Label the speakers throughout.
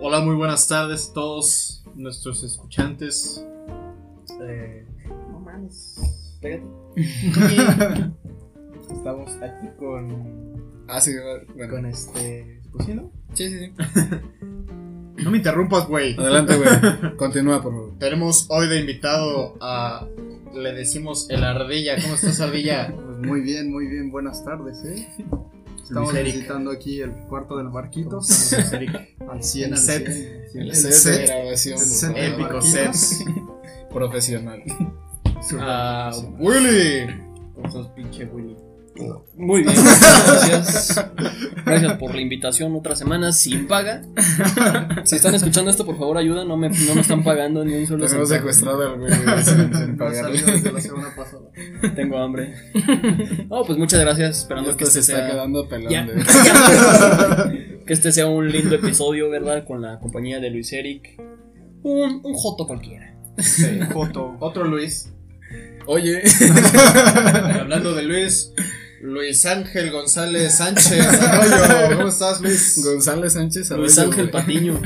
Speaker 1: Hola, muy buenas tardes a todos nuestros escuchantes. Eh,
Speaker 2: No mames. Pégate. Estamos aquí con.
Speaker 3: Ah, sí, bueno.
Speaker 2: Con este. Pues sí, ¿no?
Speaker 3: Sí, sí, sí.
Speaker 1: no me interrumpas, güey.
Speaker 3: Adelante, güey. Continúa, por favor.
Speaker 1: Tenemos hoy de invitado a. Le decimos el ardilla. ¿Cómo estás, ardilla?
Speaker 4: Pues muy bien, muy bien, buenas tardes, ¿eh? Estamos
Speaker 1: Luis Eric.
Speaker 4: visitando aquí el cuarto del barquito. Al 100,
Speaker 1: El
Speaker 4: al
Speaker 1: set.
Speaker 4: 100.
Speaker 3: El
Speaker 4: Sí,
Speaker 3: set,
Speaker 4: set.
Speaker 3: de grabación
Speaker 4: El set.
Speaker 3: güey.
Speaker 1: Épico sets.
Speaker 3: profesional.
Speaker 1: A Willy.
Speaker 2: Con sos pinche Willy.
Speaker 5: Muy bien, gracias. Gracias por la invitación otra semana sin paga. Si están escuchando esto, por favor, ayuda, no me, no me están pagando ni un solo
Speaker 3: Tenemos
Speaker 5: centavo.
Speaker 3: secuestrado al güey güey, sin, sin
Speaker 4: No ha
Speaker 3: pagarle.
Speaker 4: salido desde la semana pasada.
Speaker 5: Tengo hambre. No, pues muchas gracias, esperando
Speaker 3: Esto
Speaker 5: que este
Speaker 3: se está
Speaker 5: sea
Speaker 3: quedando pelón.
Speaker 5: Ya.
Speaker 3: güey.
Speaker 5: que este sea un lindo episodio, ¿verdad? Con la compañía de Luis Eric. Un, un joto cualquiera.
Speaker 4: Joto.
Speaker 1: Otro Luis.
Speaker 3: Oye,
Speaker 1: Hablando de Luis. Luis Ángel González Sánchez Arroyo. ¿Cómo estás, Luis?
Speaker 3: González Sánchez.
Speaker 5: Luis
Speaker 3: Arroyo,
Speaker 5: Ángel
Speaker 3: güey.
Speaker 5: Patiño.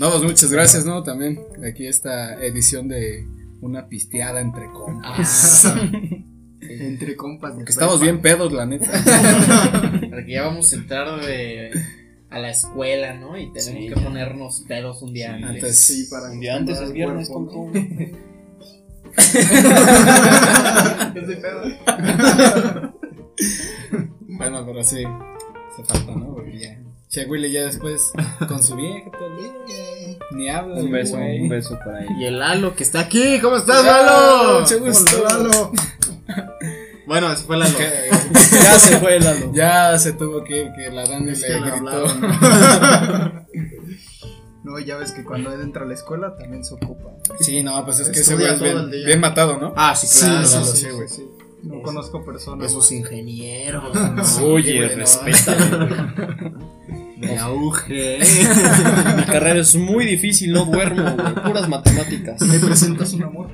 Speaker 3: No, pues muchas gracias, ¿no? También aquí esta edición de una pisteada entre compas.
Speaker 4: Eh, Entre compas. de
Speaker 3: Que estamos
Speaker 4: prepa.
Speaker 3: bien pedos, la neta.
Speaker 1: Ah,
Speaker 2: Porque ya vamos a entrar de. A la escuela, ¿no? Y tenemos
Speaker 5: Sí,
Speaker 2: que
Speaker 5: ya.
Speaker 2: ponernos pedos un día
Speaker 3: Sí.
Speaker 2: antes.
Speaker 3: Antes.
Speaker 4: Sí, para
Speaker 5: De antes
Speaker 4: acostumbrar
Speaker 5: es
Speaker 4: el
Speaker 5: viernes,
Speaker 4: cuerpo,
Speaker 5: tonto.
Speaker 4: ¿no? Es de pedo.
Speaker 3: Bueno, pero sí, se falta, ¿no? Porque ya. Che, Willy ya después con su vieja también. güey. Ni habla.
Speaker 5: Un beso,
Speaker 3: güey.
Speaker 5: un beso para él.
Speaker 1: Y el Lalo que está aquí. ¿Cómo estás,
Speaker 3: Lalo,
Speaker 1: Lalo?
Speaker 3: mucho gusto.
Speaker 1: Hola, Lalo. Bueno, así fue Lalo.
Speaker 5: Ya se fue el Lalo.
Speaker 3: Ya se tuvo que ir, que la Dani
Speaker 1: Es
Speaker 3: le
Speaker 1: que le
Speaker 3: gritó.
Speaker 1: hablaron.
Speaker 4: No, ya ves que cuando él entra a la escuela también se ocupa.
Speaker 3: Sí, no, pues es que ese
Speaker 1: Estudia
Speaker 3: güey es
Speaker 1: todo
Speaker 3: bien,
Speaker 1: el día.
Speaker 3: bien matado, ¿no?
Speaker 1: Ah, sí, claro.
Speaker 3: Sí,
Speaker 1: Lalo,
Speaker 3: sí,
Speaker 1: sí, güey.
Speaker 4: sí. No conozco personas.
Speaker 1: Esos ingenieros.
Speaker 5: Oye,
Speaker 1: güey, no.
Speaker 5: respétame, güey.
Speaker 1: De la
Speaker 3: Eh,
Speaker 1: UG.
Speaker 5: Mi carrera es muy difícil, no duermo, güey. Puras matemáticas.
Speaker 4: Me presentas un amor.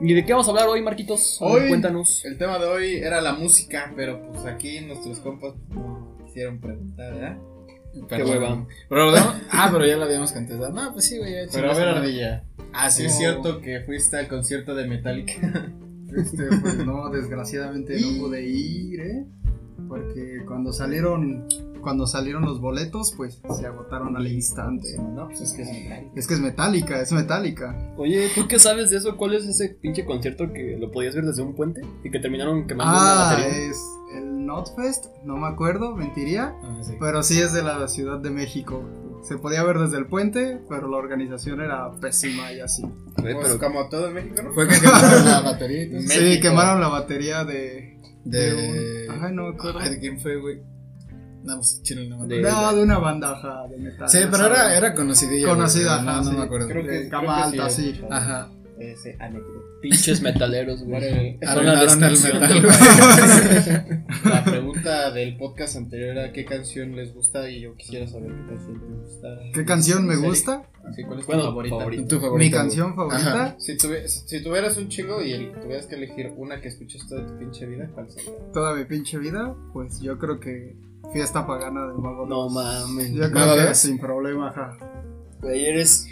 Speaker 5: ¿Y de qué vamos a hablar hoy, Marquitos? A ver,
Speaker 1: Hoy-
Speaker 5: Cuéntanos.
Speaker 1: El tema de hoy era la música, pero pues aquí nuestros compas no quisieron preguntar, ¿eh? ¿verdad?
Speaker 5: Qué
Speaker 3: Perdón.
Speaker 5: hueva.
Speaker 3: Pero, ¿verdad? Ah, pero ya la habíamos cantado. No, pues sí, güey. ya
Speaker 1: Pero a
Speaker 3: chingas,
Speaker 1: ver,
Speaker 3: ¿no?
Speaker 1: Ardilla,
Speaker 3: Ah,
Speaker 1: ¿sí
Speaker 3: sí,
Speaker 1: es
Speaker 3: sí.
Speaker 1: cierto que fuiste al concierto de Metallica?
Speaker 4: Este, pues no, desgraciadamente no pude ir, ¿eh? Porque cuando salieron, cuando salieron los boletos, pues se agotaron al instante.
Speaker 1: No, pues es que es Metallica.
Speaker 4: Es que es metálica, es metálica.
Speaker 5: Oye, ¿tú qué sabes de eso? ¿Cuál es ese pinche concierto que lo podías ver desde un puente y que terminaron quemando una
Speaker 4: Ah,
Speaker 5: batería?
Speaker 4: es el Notfest, no me acuerdo, mentiría,
Speaker 3: Ah, sí.
Speaker 4: pero sí es de la Ciudad de México. Se podía ver desde el puente, pero la organización era pésima y así.
Speaker 5: Güey,
Speaker 1: Pues
Speaker 5: pero
Speaker 1: como todo en México, ¿no?
Speaker 3: Fue que quemaron la batería y todo.
Speaker 4: Sí,
Speaker 1: México.
Speaker 4: quemaron la batería de...
Speaker 3: De.
Speaker 4: un- Ay, no me acuerdo.
Speaker 3: Ay, ¿de quién fue, güey? No, pues chile, no me acuerdo.
Speaker 5: De-
Speaker 4: No, de una bandaja de metal.
Speaker 3: Sí,
Speaker 4: ya
Speaker 3: pero era,
Speaker 4: saben.
Speaker 3: era conocidilla. güey,
Speaker 4: Conocida,
Speaker 3: pero
Speaker 4: ajá,
Speaker 3: No, no
Speaker 4: sí.
Speaker 3: me acuerdo.
Speaker 1: Creo que-
Speaker 4: De
Speaker 1: creo
Speaker 4: cama
Speaker 1: que sí eh.
Speaker 4: alta,
Speaker 1: es.
Speaker 4: sí. Ah,
Speaker 3: Ajá.
Speaker 1: Ese anécdota.
Speaker 5: pinches metaleros, güey. Son la
Speaker 3: Arruinaron el
Speaker 5: destrucción
Speaker 3: metal,
Speaker 5: del
Speaker 3: güey.
Speaker 1: La pregunta del podcast anterior era qué canción les gusta y yo quisiera saber qué canción te gusta.
Speaker 4: ¿Qué canción me
Speaker 1: Sí.
Speaker 4: gusta?
Speaker 1: Sí, ¿Cuál es tu
Speaker 5: Bueno,
Speaker 1: favorita?
Speaker 5: favorita.
Speaker 3: Tu favorita.
Speaker 4: Mi
Speaker 3: güey.
Speaker 4: canción favorita.
Speaker 3: Ajá.
Speaker 1: Si, tuvi- si tuvieras un chingo y el- tuvieras que elegir una que escuches toda tu pinche vida, ¿cuál sería?
Speaker 4: Toda mi pinche vida, pues yo creo que fiesta pagana del mago.
Speaker 5: No
Speaker 4: Dios.
Speaker 5: mames.
Speaker 4: Yo
Speaker 3: ¿Mago
Speaker 4: creo que
Speaker 3: Dios?
Speaker 4: sin problema, ja.
Speaker 5: Güey, eres.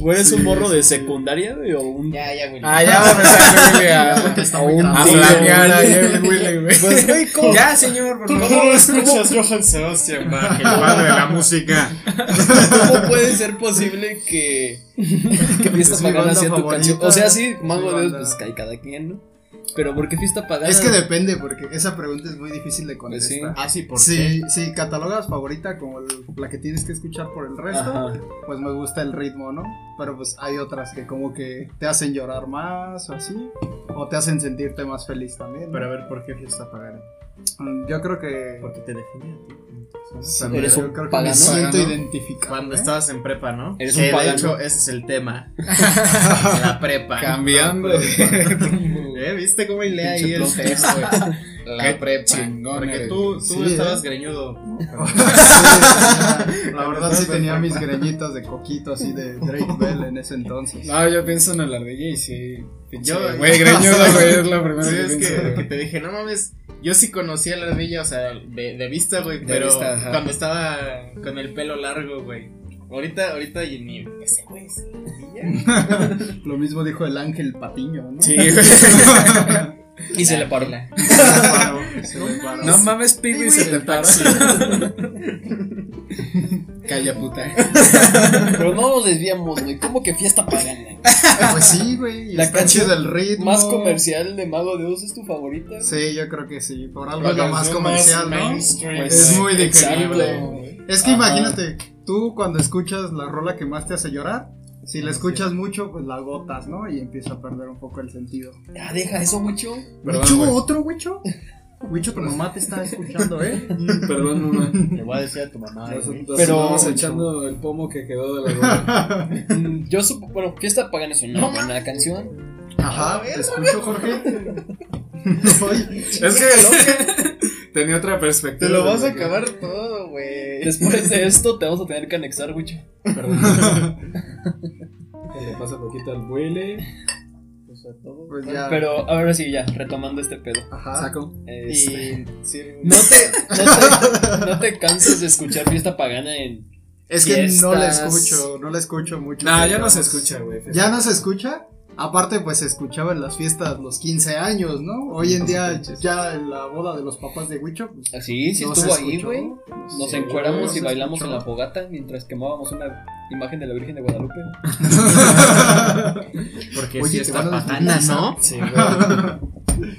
Speaker 5: Güey, eres un morro de secundaria, güey, o un.
Speaker 2: Ya, ya, Willy.
Speaker 3: Ah, ya va a empezar, güey,
Speaker 4: ah,
Speaker 3: a-
Speaker 5: o un
Speaker 3: a
Speaker 5: tío,
Speaker 3: planear
Speaker 5: güey.
Speaker 3: ahí el Willy, güey.
Speaker 5: Pues, güey, ¿cómo?
Speaker 3: Ya, señor, por
Speaker 1: escuchas Johan Sebastian Bach, el padre de la música?
Speaker 5: ¿Cómo puede ser posible que, que Fiesta
Speaker 4: Es mi
Speaker 5: Pagana
Speaker 4: banda
Speaker 5: sea tu
Speaker 4: favorita.
Speaker 5: canción? O sea, sí, Mago
Speaker 4: Mi
Speaker 5: de Dios,
Speaker 4: banda.
Speaker 5: pues cae cada quien, ¿no? Pero ¿por qué Fiesta Pagana?
Speaker 4: Es que depende, porque esa pregunta es muy difícil de contestar.
Speaker 1: Ah, sí, ¿por qué?
Speaker 4: Sí, sí, catalogas favorita como el- la que tienes que escuchar por el resto,
Speaker 5: Ajá.
Speaker 4: pues me gusta el ritmo, ¿no? Pero pues hay otras que como que te hacen llorar más o así, o te hacen sentirte más feliz también. ¿no?
Speaker 1: Pero a ver, ¿por qué fiesta pagana?
Speaker 4: Mm, yo creo que...
Speaker 1: Porque te define a ti. como persona.
Speaker 4: sí,
Speaker 1: Cuando-
Speaker 5: Eres
Speaker 4: yo
Speaker 5: un
Speaker 4: creo que
Speaker 5: pagano.
Speaker 4: me siento
Speaker 3: Pagano.
Speaker 4: identificado.
Speaker 1: Cuando
Speaker 4: ¿eh?
Speaker 1: estabas en prepa, ¿no?
Speaker 5: Eres
Speaker 1: Que,
Speaker 5: un
Speaker 1: De
Speaker 5: pagano.
Speaker 1: hecho, ese es el tema. la prepa.
Speaker 3: Cambiando.
Speaker 1: ¿Eh? ¿Viste cómo le ahí
Speaker 5: Pinche
Speaker 1: el
Speaker 5: plot
Speaker 1: texto? La
Speaker 3: Qué
Speaker 1: prepa.
Speaker 3: chingón
Speaker 1: Porque
Speaker 3: eres.
Speaker 1: tú, tú
Speaker 4: Sí,
Speaker 1: estabas
Speaker 4: ¿eh?
Speaker 1: greñudo. ¿no?
Speaker 4: Sí, la verdad sí tenía mis greñitas de coquito así de Drake Bell en ese entonces.
Speaker 3: No, yo pienso en el ardilla y sí. pinche
Speaker 1: Yo-
Speaker 3: Güey, greñudo, güey, es la primera
Speaker 1: Sí,
Speaker 3: vez
Speaker 1: es
Speaker 3: que pienso.
Speaker 1: que, que
Speaker 3: güey.
Speaker 1: te dije, no mames, Yo sí conocía a la ardilla, o sea, de, de vista, güey,
Speaker 3: De
Speaker 1: pero
Speaker 3: vista, ajá.
Speaker 1: cuando estaba con el pelo largo, güey. Ahorita, ahorita, y ni ese güey es la ardilla.
Speaker 4: Lo mismo dijo el ángel Patiño, ¿no?
Speaker 3: Sí, güey.
Speaker 5: Y se le paró.
Speaker 4: Se le paró.
Speaker 3: No mames, Piggy se te paró. Calla puta.
Speaker 5: Pero no nos desviamos, güey. ¿Cómo que fiesta pagana?
Speaker 4: Pues sí, güey.
Speaker 5: La
Speaker 4: La
Speaker 5: canción
Speaker 4: canción del ritmo.
Speaker 5: ¿Más comercial de Mago de Oz es tu favorita?
Speaker 4: Sí, yo creo que sí. Por algo
Speaker 1: La
Speaker 4: es lo más
Speaker 1: canción
Speaker 4: comercial, ¿no?
Speaker 3: Pues
Speaker 1: mainstream.
Speaker 4: Es muy digerible.
Speaker 5: exacto, güey.
Speaker 4: Es que
Speaker 5: Ajá.
Speaker 4: imagínate, tú cuando escuchas la rola que más te hace llorar, si
Speaker 3: Ah,
Speaker 4: la escuchas mucho, pues la agotas, ¿no? Y empieza a perder un poco el sentido.
Speaker 5: Ya, Ah, deja eso mucho.
Speaker 3: Perdón,
Speaker 4: ¿Huicho?
Speaker 3: güey.
Speaker 4: ¿Otro huicho? Huicho, tu mamá te está escuchando, ¿eh?
Speaker 3: Perdón, mamá.
Speaker 1: Le voy a decir a tu mamá.
Speaker 3: Nos-
Speaker 1: güey.
Speaker 3: nos
Speaker 5: Pero-
Speaker 3: Estamos echando el pomo que quedó de la gorra.
Speaker 5: Mm, Yo supo, bueno, fiesta pagana es una buena canción.
Speaker 4: Ajá, te escucho, Jorge. Oye,
Speaker 3: Es que tenía otra perspectiva.
Speaker 1: Te lo vas a
Speaker 3: güey.
Speaker 1: acabar todo, güey.
Speaker 5: Después de esto te vamos a tener que anexar, güey.
Speaker 3: Perdón. Se le pasa poquito al buile.
Speaker 4: pues ya.
Speaker 5: Pero ahora sí, ya, retomando este pedo.
Speaker 4: Ajá.
Speaker 3: Saco.
Speaker 5: Este,
Speaker 1: Y sí,
Speaker 5: No te, no, te, no te cansas de escuchar fiesta pagana en.
Speaker 4: Es que no la
Speaker 5: Fiestas.
Speaker 4: escucho, no la escucho mucho.
Speaker 3: No, ya no
Speaker 4: digamos.
Speaker 3: se escucha, güey.
Speaker 4: ¿Ya no se escucha? Aparte, pues se escuchaba en las fiestas los 15 años, ¿no? Hoy en día, ya en la boda de los papás de Huicho, pues.
Speaker 5: Así, sí
Speaker 4: no
Speaker 5: estuvo
Speaker 4: se
Speaker 5: ahí,
Speaker 4: escuchó.
Speaker 5: güey. Nos
Speaker 4: Sí,
Speaker 5: encueramos
Speaker 4: no
Speaker 5: y
Speaker 4: se
Speaker 5: bailamos
Speaker 4: escuchó.
Speaker 5: en la fogata mientras quemábamos una imagen de la Virgen de Guadalupe.
Speaker 1: Porque
Speaker 4: Oye,
Speaker 1: sí
Speaker 4: te
Speaker 1: está
Speaker 4: van a
Speaker 1: patana,
Speaker 4: desmonetizar.
Speaker 1: ¿no?
Speaker 3: Sí, güey.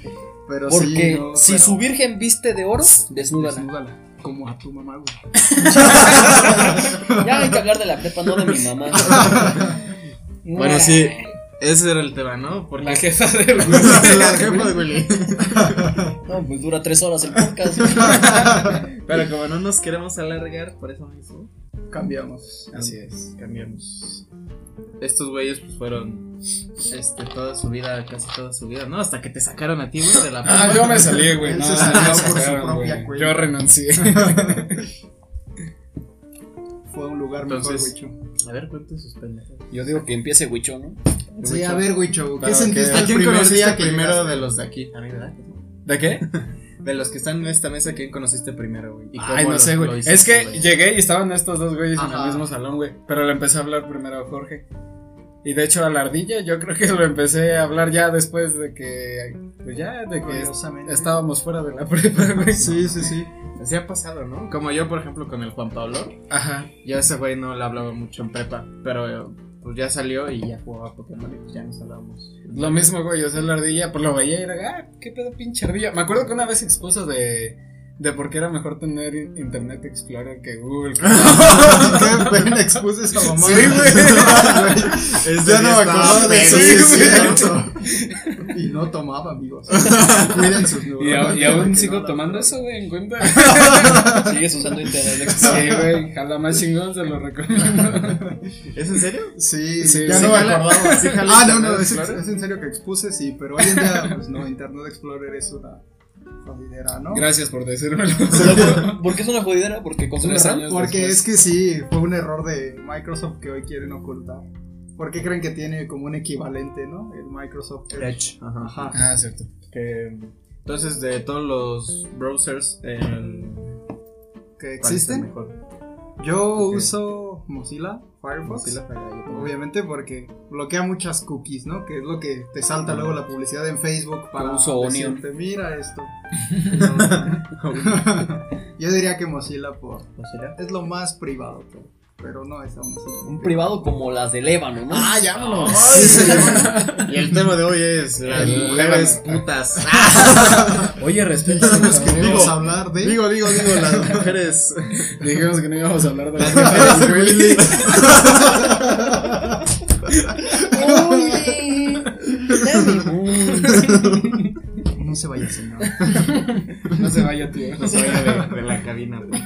Speaker 4: Pero
Speaker 5: Porque
Speaker 4: sí, no,
Speaker 5: si
Speaker 4: pero-
Speaker 5: su Virgen viste de oro, desnúdala.
Speaker 4: Desnúdala. Como a tu mamá, güey.
Speaker 5: Ya hay que hablar de la prepa, no de mi mamá.
Speaker 1: Bueno, sí. Ese era el tema, ¿no? Porque
Speaker 5: La jefa de
Speaker 1: la jefa de Willy.
Speaker 5: No, pues dura tres horas el podcast.
Speaker 1: Pero como no nos queremos alargar, por eso mismo,
Speaker 4: Cambiamos.
Speaker 3: Así es.
Speaker 1: cambiamos. Estos güeyes pues fueron este, toda su vida, casi toda su vida, ¿no? Hasta que te sacaron a ti, güey, de la
Speaker 3: Ah, yo me salí, güey.
Speaker 4: Él
Speaker 3: No,
Speaker 4: se salió
Speaker 3: no,
Speaker 4: por su
Speaker 3: sacaron,
Speaker 4: propia
Speaker 3: güey.
Speaker 4: cuenta.
Speaker 3: Yo renuncié.
Speaker 4: Fue a un lugar
Speaker 1: Entonces-
Speaker 4: mejor, Huicho.
Speaker 1: A ver, cuenten sus pendejadas.
Speaker 5: Yo digo que empiece Huicho, ¿no?
Speaker 4: Sí, a ver, Huicho, ¿qué
Speaker 1: Pero
Speaker 4: sentiste
Speaker 1: que- ¿A
Speaker 4: el
Speaker 1: quién
Speaker 4: primer
Speaker 1: conociste
Speaker 4: día que
Speaker 1: primero
Speaker 4: llegaste?
Speaker 1: de los de aquí? A mí, ¿verdad?
Speaker 3: ¿De qué?
Speaker 1: De los que están en esta mesa, ¿quién conociste primero, güey? ¿Y cómo
Speaker 3: Ay, no
Speaker 1: lo-
Speaker 3: sé,
Speaker 1: lo
Speaker 3: güey.
Speaker 1: hiciste,
Speaker 3: Es que
Speaker 1: güey?
Speaker 3: llegué y estaban estos dos güeyes en
Speaker 4: Ajá.
Speaker 3: el mismo salón, güey. Pero le empecé a hablar primero a Jorge. Y de hecho a la ardilla yo creo que lo empecé a hablar ya después de que... Pues ya, de que
Speaker 4: Orgullosamente.
Speaker 3: estábamos fuera de la prepa, güey.
Speaker 4: Sí, sí, sí.
Speaker 1: Así ha pasado, ¿no? Como yo, por ejemplo, con el Juan Pablo.
Speaker 3: Ajá.
Speaker 1: Yo a ese güey no le hablaba mucho en prepa, pero eh, pues ya salió y ya jugaba Pokémon y pues ya nos hablábamos.
Speaker 3: Lo mismo, güey. O sea, la ardilla, pues lo veía y era... Ah, qué pedo pinche ardilla. Me acuerdo que una vez expuso de... De por qué era mejor tener Internet Explorer que Google.
Speaker 4: Qué pena expuse esa mamá.
Speaker 3: Sí, güey.
Speaker 4: Ya no me acordaba de eso. Sí,
Speaker 3: güey.
Speaker 4: es cierto. Y no tomaba, amigos. Cuiden sus
Speaker 3: y,
Speaker 4: neuronas.
Speaker 3: a- y aún
Speaker 4: Que
Speaker 3: sigo
Speaker 4: no la-
Speaker 3: tomando eso, güey, en cuenta.
Speaker 5: Sigues usando internet.
Speaker 3: Sí,
Speaker 5: Explorer.
Speaker 3: güey. Jala más chingón, se lo recomiendo.
Speaker 1: ¿Es en serio?
Speaker 4: Sí,
Speaker 3: Sí,
Speaker 4: ya
Speaker 3: sí,
Speaker 4: no me
Speaker 3: jala.
Speaker 4: acordaba.
Speaker 1: Sí, jala
Speaker 4: Ah, no,
Speaker 1: Internet
Speaker 4: no, es,
Speaker 1: Explorer.
Speaker 4: es en serio que expuse, sí, pero hoy en día, pues no, Internet Explorer es una jodidera, ¿no?
Speaker 3: Gracias por decírmelo.
Speaker 5: Pero por- ¿Por qué es una jodidera? Porque con
Speaker 3: Tres
Speaker 5: razón.
Speaker 3: años
Speaker 4: Porque
Speaker 3: después.
Speaker 4: es que sí, fue un error de Microsoft que hoy quieren ocultar. ¿Por qué creen que tiene como un equivalente, no? El Microsoft Edge.
Speaker 1: Ajá.
Speaker 4: Ajá.
Speaker 3: Ah, cierto.
Speaker 1: Que, entonces, de todos los browsers, el- ¿cuál
Speaker 4: ¿Que
Speaker 1: es el
Speaker 4: existen?
Speaker 1: mejor?
Speaker 4: Yo
Speaker 1: Ok.
Speaker 4: uso Mozilla, Firefox.
Speaker 1: Mozilla, pero yo también.
Speaker 4: Obviamente porque bloquea muchas cookies, ¿no? Que es lo que te salta luego la publicidad en Facebook para
Speaker 5: uso Onion.
Speaker 4: decirte, mira esto. No. Yo diría que Mozilla por
Speaker 1: Mozilla.
Speaker 4: es lo más privado, pero, pero no es aún así.
Speaker 5: Un privado como las de Ébano, ¿no?
Speaker 3: Ah, ya no.
Speaker 1: Y el tema de hoy es las
Speaker 3: El-
Speaker 1: mujeres putas.
Speaker 3: Oye, respeta.
Speaker 4: Vamos a hablar de
Speaker 1: digo, digo, digo, las mujeres.
Speaker 3: Dijimos que no íbamos a hablar de
Speaker 1: Las
Speaker 3: la
Speaker 1: mujeres Willy.
Speaker 4: no se vaya señor.
Speaker 3: No se vaya, tío.
Speaker 1: No se vaya de, de la cabina. güey.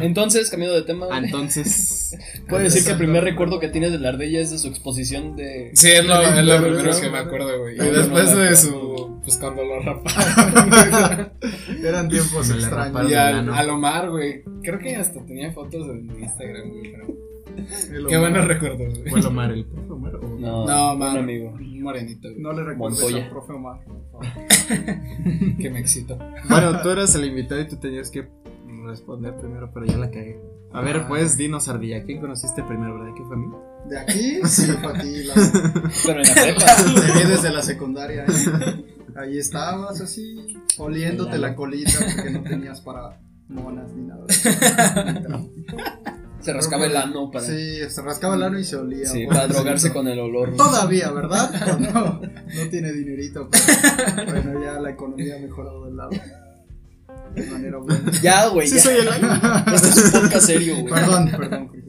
Speaker 5: Entonces, cambiando de tema,
Speaker 1: Ah, Entonces,
Speaker 5: puedes decir que el primer recuerdo que tienes de la ardilla es de su exposición de.
Speaker 3: Sí, es lo, es lo
Speaker 4: No,
Speaker 3: primero
Speaker 4: no,
Speaker 3: que
Speaker 4: no.
Speaker 3: me acuerdo, güey.
Speaker 5: No,
Speaker 3: Y
Speaker 5: no,
Speaker 3: después
Speaker 5: no, no,
Speaker 3: de
Speaker 5: no.
Speaker 3: su. Pues cuando lo raparon.
Speaker 4: Eran tiempos
Speaker 1: Me la
Speaker 4: extraños.
Speaker 1: raparon.
Speaker 3: Y
Speaker 1: de
Speaker 3: al,
Speaker 1: lano.
Speaker 3: al Omar, güey. Creo que hasta tenía fotos en Instagram, güey. Pero... Qué buenos recuerdos, güey.
Speaker 1: Fue Omar, el profe Omar. o-
Speaker 5: No,
Speaker 3: No,
Speaker 5: un
Speaker 3: man.
Speaker 5: amigo.
Speaker 3: Un morenito, güey,
Speaker 4: No le recuerdes
Speaker 5: Montoya.
Speaker 4: al profe Omar. por favor.
Speaker 3: que me excitó.
Speaker 1: Bueno, tú eras el invitado y tú tenías que responder primero, pero ya la cagué. A ver, pues, dinos, Ardilla, ¿quién conociste primero, verdad? ¿Qué fue a mí?
Speaker 4: De aquí, sí, fue a ti. la-
Speaker 5: Pero en la prepa.
Speaker 4: Te vi desde la secundaria. ¿eh? Ahí estabas así, oliéndote la colita porque no tenías para monas ni nada.
Speaker 5: Se rascaba el ano para,
Speaker 4: Sí, pues, se rascaba el ano y se olía.
Speaker 5: sí,
Speaker 4: por
Speaker 5: para
Speaker 4: eso.
Speaker 5: drogarse con el olor.
Speaker 4: Todavía, ¿verdad? No, no tiene dinerito, pero bueno, ya la economía ha mejorado del lado. De manera buena.
Speaker 5: Ya, güey. ya.
Speaker 1: el
Speaker 5: Este es un podcast serio, güey.
Speaker 4: Perdón, perdón, Jorge.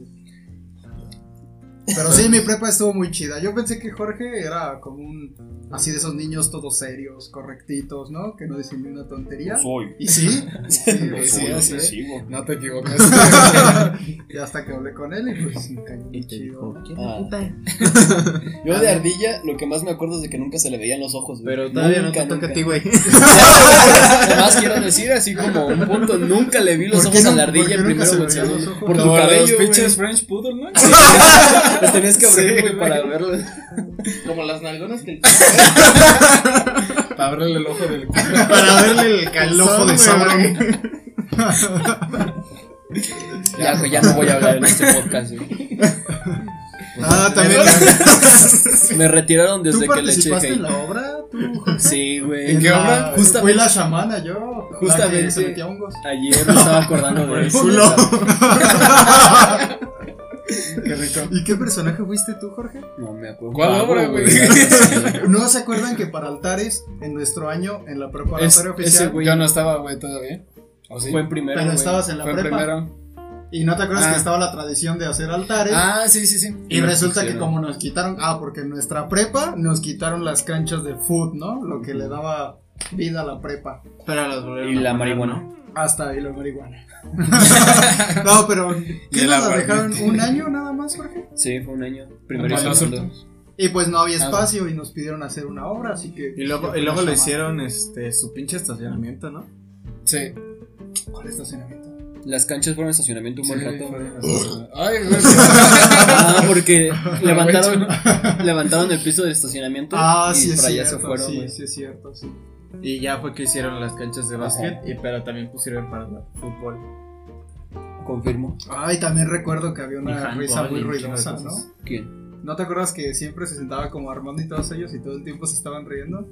Speaker 4: Pero sí, mi prepa estuvo muy chida. Yo pensé que Jorge era como un. Así de esos niños todos serios, correctitos, ¿no? Que no dicen ni una tontería.
Speaker 5: Soy.
Speaker 4: Y sí, sí,
Speaker 3: Lo
Speaker 4: sí,
Speaker 3: soy,
Speaker 4: ya
Speaker 3: lo
Speaker 4: sé.
Speaker 5: güey.
Speaker 3: No te equivocas.
Speaker 4: Y hasta que hablé con él y pues me cayó muy chido.
Speaker 5: Ah. Yo de ardilla, lo que más me acuerdo es de que nunca se le veían los ojos, güey.
Speaker 1: Pero todavía no
Speaker 5: Nunca,
Speaker 1: te toca a
Speaker 5: nunca.
Speaker 1: ti, güey.
Speaker 5: Además quiero decir así como un punto, nunca le vi los
Speaker 4: ¿Por qué
Speaker 5: ojos a
Speaker 4: nu-
Speaker 5: la
Speaker 4: por qué
Speaker 5: ardilla
Speaker 4: nunca
Speaker 5: primero
Speaker 4: se
Speaker 5: güey,
Speaker 4: le
Speaker 5: se-
Speaker 4: veían los ojos?
Speaker 5: por tu
Speaker 3: Como
Speaker 5: cabello,
Speaker 3: los
Speaker 5: güey.
Speaker 3: pinches French Poodle, ¿no?
Speaker 5: Los tenías que abrir,
Speaker 3: Sí,
Speaker 5: güey,
Speaker 3: güey.
Speaker 5: para verlo.
Speaker 1: Como las nalgonas que
Speaker 3: Para abrirle el ojo del
Speaker 1: Para verle el
Speaker 4: El
Speaker 1: calzón,
Speaker 4: ojo de
Speaker 1: güey.
Speaker 4: Sauron.
Speaker 5: Ya, güey, ya no voy a hablar en este podcast, güey.
Speaker 4: Ah, también.
Speaker 5: Me retiraron
Speaker 4: ¿Tú
Speaker 5: desde que le eché
Speaker 4: participaste
Speaker 5: hate.
Speaker 4: en la obra? ¿Tú, Jorge?
Speaker 5: Sí, güey.
Speaker 4: ¿En qué
Speaker 5: la-
Speaker 4: obra? Fui
Speaker 5: Justamente
Speaker 4: la chamana yo. la que
Speaker 5: Justamente.
Speaker 4: se metía hongos.
Speaker 5: ayer me estaba acordando de eso.
Speaker 1: culo.
Speaker 3: Qué rico.
Speaker 4: ¿Y qué personaje fuiste tú, Jorge?
Speaker 5: No me acuerdo.
Speaker 3: ¿Cuál obra, güey?
Speaker 4: ¿No se acuerdan que para altares, en nuestro año, en la
Speaker 3: Es-
Speaker 4: preparatoria
Speaker 3: ese
Speaker 4: oficial,
Speaker 3: güey. Yo no estaba, güey, todavía. ¿O sí?
Speaker 5: Fue en primero,
Speaker 4: pero
Speaker 5: güey.
Speaker 4: estabas en la
Speaker 3: Fue el
Speaker 4: prepa?
Speaker 3: primero.
Speaker 4: Y no te acuerdas
Speaker 3: Ah.
Speaker 4: que estaba la tradición de hacer altares.
Speaker 3: Ah, sí, sí, sí.
Speaker 4: Y
Speaker 5: Nos
Speaker 4: resulta que
Speaker 5: pusieron.
Speaker 4: como nos quitaron, ah, porque en nuestra prepa nos quitaron las canchas de foot, ¿no? Lo que le daba vida a la prepa.
Speaker 1: Pero las volvieron
Speaker 5: Y
Speaker 1: a
Speaker 5: la
Speaker 1: poner,
Speaker 5: marihuana.
Speaker 4: Hasta ahí la marihuana. no, pero ¿qué
Speaker 3: el
Speaker 4: nos la
Speaker 3: aguardiente.
Speaker 4: dejaron un año nada más, Jorge?
Speaker 5: Sí, fue un año. Primero y
Speaker 3: Para
Speaker 5: segundo.
Speaker 3: nosotros.
Speaker 4: Y pues no había
Speaker 3: Ah.
Speaker 4: espacio y nos pidieron hacer una obra, así que.
Speaker 1: Y luego, y luego le hicieron este su pinche estacionamiento, ¿no?
Speaker 3: Sí.
Speaker 4: ¿Cuál estacionamiento?
Speaker 5: Las canchas fueron estacionamiento un
Speaker 3: sí,
Speaker 5: buen
Speaker 3: fue
Speaker 5: rato. güey.
Speaker 3: de nosotros. Ay, güey.
Speaker 5: Ah, porque levantaron, levantaron el piso del estacionamiento.
Speaker 4: Ah,
Speaker 5: y
Speaker 4: sí, es
Speaker 5: para allá
Speaker 4: cierto.
Speaker 5: se fueron, pues,
Speaker 4: sí,
Speaker 5: güey.
Speaker 4: sí, es cierto, sí.
Speaker 1: Y ya fue que hicieron las canchas de básquet, y, pero también pusieron para la- fútbol.
Speaker 5: Confirmo.
Speaker 4: Ay, también recuerdo que había una
Speaker 1: Y handball,
Speaker 4: risa muy
Speaker 1: y un
Speaker 4: ruidosa,
Speaker 1: chingo de
Speaker 4: ¿no?
Speaker 1: cosas.
Speaker 5: ¿Quién?
Speaker 4: ¿No te acuerdas que siempre se sentaba como Armando y todos ellos y todo el tiempo se estaban riendo?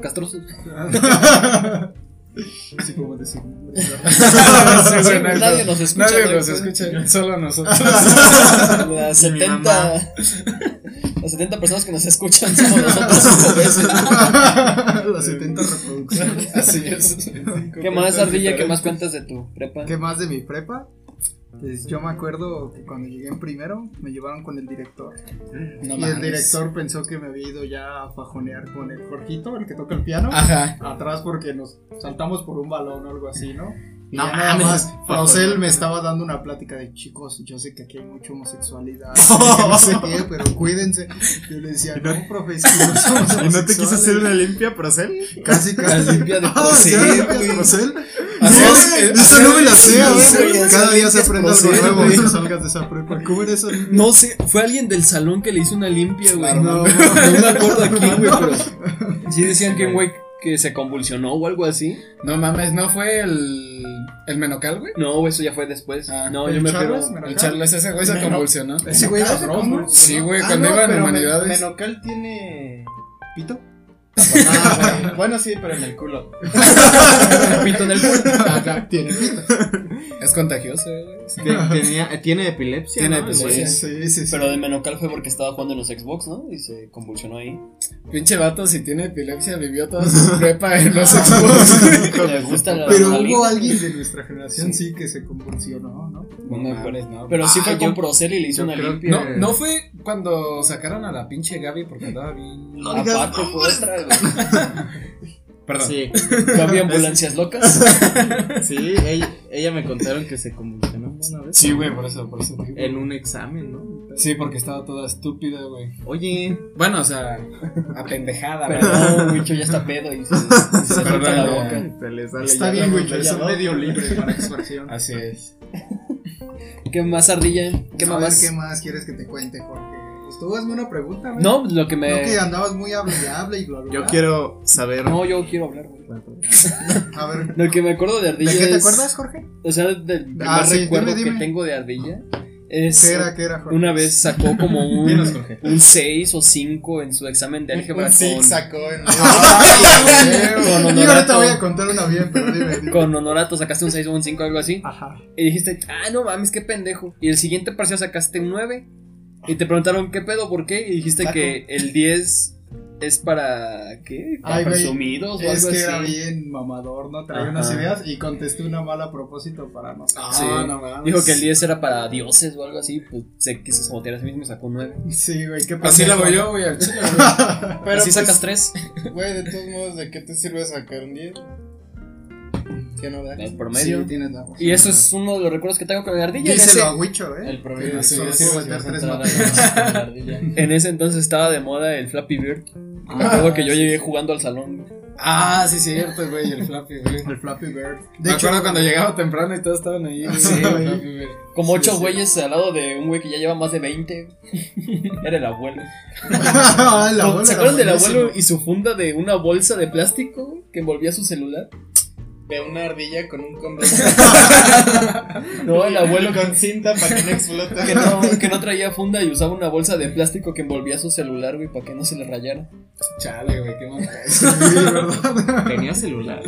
Speaker 5: castrosos.
Speaker 4: Así como decir.
Speaker 3: Sí,
Speaker 5: Sí,
Speaker 3: güey,
Speaker 5: nadie nos escucha.
Speaker 3: Nadie
Speaker 5: güey. pues.
Speaker 3: los escucha, solo nosotros.
Speaker 5: Las
Speaker 1: Y mi
Speaker 5: 70. Las 70 personas que nos escuchan somos nosotros cinco veces.
Speaker 4: Las 70 reproducciones.
Speaker 3: Así es.
Speaker 5: ¿Qué más, Ardilla? ¿Qué más cuentas de tu prepa?
Speaker 4: ¿Qué más de mi prepa? Pues yo me acuerdo que cuando llegué en primero me llevaron con el director.
Speaker 3: No
Speaker 4: y el
Speaker 3: mames.
Speaker 4: director pensó que me había ido ya a fajonear con el Jorgito, el que toca el piano.
Speaker 3: Ajá.
Speaker 4: atrás porque nos saltamos por un balón o algo así, ¿no? Y
Speaker 1: No
Speaker 4: ya nada
Speaker 1: mames,
Speaker 4: más,
Speaker 1: por
Speaker 4: Rosel
Speaker 1: favor.
Speaker 4: me estaba dando una plática de chicos, yo sé que aquí hay mucha homosexualidad, no sé qué, pero cuídense. Yo le decía, no, profe, es que no somos
Speaker 1: Ah, ¿Y no te
Speaker 4: homosexuales".
Speaker 1: quiso hacer una limpia, Procel?
Speaker 4: Casi, casi.
Speaker 5: La limpia de
Speaker 4: Ah,
Speaker 5: Rosel,
Speaker 4: ¿ya limpias
Speaker 5: güey.
Speaker 4: Rosel?
Speaker 3: Hacer-
Speaker 4: No, Eso no me la sé,
Speaker 5: Sí,
Speaker 4: güey.
Speaker 5: güey, hacer
Speaker 4: Cada día se
Speaker 5: limpias
Speaker 4: aprende algo
Speaker 5: Rosel,
Speaker 4: nuevo
Speaker 5: güey.
Speaker 4: cuando salgas de esa prepa. ¿Cómo era eso?
Speaker 5: No sé, fue alguien del salón que le hizo una limpia, güey.
Speaker 4: No,
Speaker 5: No, me acuerdo a quién, güey, pero. Sí decían que un güey que se convulsionó o algo así.
Speaker 3: No mames, ¿no fue el, el menocal, güey?
Speaker 5: No, güey, eso ya fue después.
Speaker 3: Ah,
Speaker 5: no, yo me acuerdo.
Speaker 4: Charles,
Speaker 3: El Charles ese güey se
Speaker 4: Meno-
Speaker 3: convulsionó. Ah,
Speaker 4: Ese güey era bros, ¿no?
Speaker 3: Sí, güey, cuando iba en humanidades.
Speaker 1: Menocal tiene. ¿Pito? bueno, sí, pero en el culo.
Speaker 5: Pito en el culo.
Speaker 3: Ajá, tiene pito. Es contagioso, güey. Sí.
Speaker 1: Tenía, tiene epilepsia.
Speaker 3: Tiene
Speaker 1: ¿no? El
Speaker 3: epilepsia.
Speaker 1: güey.
Speaker 4: Sí, sí, sí.
Speaker 5: Pero de Menocal fue porque estaba jugando en los Xbox, ¿no? Y se convulsionó ahí.
Speaker 3: Pinche vato, si tiene epilepsia, vivió toda su prepa eh, en los Xbox.
Speaker 5: Le gusta la
Speaker 4: Pero
Speaker 5: adrenalina.
Speaker 4: hubo alguien de nuestra generación, sí, que se convulsionó, ¿no?
Speaker 5: No me acuerdo.
Speaker 3: No,
Speaker 5: Pero sí
Speaker 1: Ah,
Speaker 5: fue
Speaker 1: yo-
Speaker 5: con Procel y le hizo
Speaker 1: yo
Speaker 5: una
Speaker 1: creo
Speaker 5: limpia.
Speaker 3: no, no fue cuando sacaron a la pinche Gaby porque andaba bien.
Speaker 4: No digas
Speaker 5: Aparte fue otra, güey.
Speaker 3: Perdón.
Speaker 1: Sí,
Speaker 5: No había ambulancias locas.
Speaker 1: sí, ella, ella me contaron que se convulsionó una vez.
Speaker 3: Sí, güey, por eso, por eso. te digo.
Speaker 1: En un examen, ¿no?
Speaker 3: Sí, porque estaba toda estúpida, güey.
Speaker 1: Oye,
Speaker 3: Bueno, o sea, apendejada,
Speaker 5: Pero
Speaker 3: ¿verdad?
Speaker 5: no, Wicho ya está pedo y se, y se suelta la
Speaker 3: Perdón,
Speaker 5: boca.
Speaker 1: se le sale
Speaker 4: Está
Speaker 1: ya
Speaker 4: bien,
Speaker 1: la
Speaker 4: güey,
Speaker 1: botella,
Speaker 4: es un
Speaker 1: ¿no?
Speaker 4: medio libre para expresión.
Speaker 3: Así es.
Speaker 5: ¿Qué más ardilla? ¿Qué
Speaker 4: A ver,
Speaker 5: mamás?
Speaker 4: ¿Qué más quieres que te cuente, Jorge? Pues tú hazme una pregunta, güey.
Speaker 5: No, eh, lo que
Speaker 4: No
Speaker 5: me.
Speaker 4: que andabas muy hable y hable y bla, bla,
Speaker 1: Yo
Speaker 3: Ah.
Speaker 4: bla.
Speaker 1: quiero saber.
Speaker 5: No, yo quiero hablar, güey.
Speaker 4: A ver,
Speaker 5: Lo que me acuerdo de
Speaker 4: ¿de
Speaker 5: ardilla.
Speaker 4: qué te
Speaker 5: es-
Speaker 4: acuerdas, Jorge?
Speaker 5: O sea, del
Speaker 4: Ah,
Speaker 5: primer
Speaker 4: sí,
Speaker 5: recuerdo
Speaker 4: dime, dime.
Speaker 5: que tengo de ardilla. Es
Speaker 4: ¿Qué era, qué era, Jorge?
Speaker 5: Una vez sacó como
Speaker 1: Dinos,
Speaker 5: un,
Speaker 1: Jorge.
Speaker 5: un 6 o 5 en su examen de álgebra
Speaker 6: zig
Speaker 5: con,
Speaker 6: sacó en-
Speaker 5: con
Speaker 4: Yo ahorita
Speaker 5: honorato.
Speaker 4: voy a contar una bien, pero dime. dime.
Speaker 5: Con honorato sacaste un 6 o un 5, algo así.
Speaker 4: Ajá.
Speaker 5: Y dijiste, ah, no mames, qué pendejo. Y el siguiente parcial sacaste un 9. Y te preguntaron, ¿qué pedo? ¿Por qué? Y dijiste
Speaker 6: Saco.
Speaker 5: que el 10 es para. ¿Qué? Para
Speaker 4: Ay, güey,
Speaker 5: presumidos o
Speaker 4: Es
Speaker 5: algo
Speaker 4: que era
Speaker 5: así.
Speaker 4: bien mamador, ¿no? Traía
Speaker 5: Ajá.
Speaker 4: unas ideas y contesté una mala a propósito para no
Speaker 3: Ah,
Speaker 5: Sí.
Speaker 3: no mames.
Speaker 5: Dijo que el 10 era para dioses o algo así. Pues se quiso sabotear a sí mismo y sacó un 9.
Speaker 4: Sí, güey, qué
Speaker 3: Así la
Speaker 4: pendejo.
Speaker 3: voy yo, güey, al chile, güey.
Speaker 6: Pero
Speaker 5: así
Speaker 6: pues,
Speaker 5: sacas 3.
Speaker 6: Güey, de todos modos, ¿de qué te sirve sacar un 10? ¿Qué no da?
Speaker 5: El promedio.
Speaker 4: Sí, tienes la razón.
Speaker 5: y eso es uno de los recuerdos que tengo con la ardilla. En ese,
Speaker 4: Díselo a Huicho, ¿eh?
Speaker 6: El promedio
Speaker 4: Sí,
Speaker 6: sí,
Speaker 4: sí,
Speaker 6: es-
Speaker 4: sí,
Speaker 6: es-
Speaker 4: aguantar
Speaker 6: es-
Speaker 4: tres
Speaker 6: es-
Speaker 4: matas.
Speaker 5: en ese entonces estaba de moda el Flappy Bird. Me acuerdo Ah, que yo llegué jugando al salón.
Speaker 3: Ah, sí, cierto, güey, el Flappy, güey.
Speaker 4: El Flappy Bird. De
Speaker 3: De
Speaker 4: hecho,
Speaker 3: acuerdo cuando llegaba temprano y todos estaban ahí. güey.
Speaker 4: Sí, güey.
Speaker 3: Flappy Bird.
Speaker 5: Como ocho güeyes al lado de un güey que ya lleva más de 20. Era el abuelo.
Speaker 4: Ah, el abuelo
Speaker 5: ¿Se
Speaker 4: era
Speaker 5: acuerdan del
Speaker 4: buenísimo.
Speaker 5: abuelo y su funda de una bolsa de plástico güey, que envolvía su celular?
Speaker 6: De una ardilla con un combo.
Speaker 5: No, el abuelo que,
Speaker 6: con cinta para que no explote.
Speaker 5: que no, que no traía funda y usaba una bolsa de plástico que envolvía su celular, güey, para que no se le rayara.
Speaker 3: Chale, güey, qué mamada.
Speaker 4: Sí, ¿verdad?
Speaker 1: Tenía celular.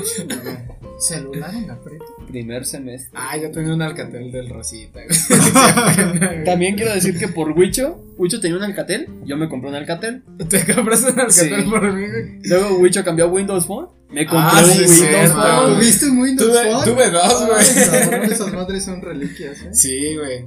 Speaker 4: Celular en la preta.
Speaker 5: Primer semestre.
Speaker 3: Ah, yo tenía un Alcatel del Rosita, güey.
Speaker 5: También quiero decir que por Huicho, Huicho tenía un Alcatel, yo me compré un Alcatel.
Speaker 3: ¿Te compraste un Alcatel
Speaker 5: Sí.
Speaker 3: por mí, güey?
Speaker 5: Luego Huicho cambió a Windows Phone, me compré
Speaker 3: Ah,
Speaker 5: un
Speaker 3: sí,
Speaker 5: Windows
Speaker 3: cierto, Ah,
Speaker 5: Phone.
Speaker 3: güey.
Speaker 4: ¿Tuviste un Windows
Speaker 3: Tuve,
Speaker 4: Phone?
Speaker 3: tuve dos,
Speaker 4: Ay,
Speaker 3: güey.
Speaker 4: cabrón, Esas madres son reliquias, ¿eh?
Speaker 3: Sí, güey.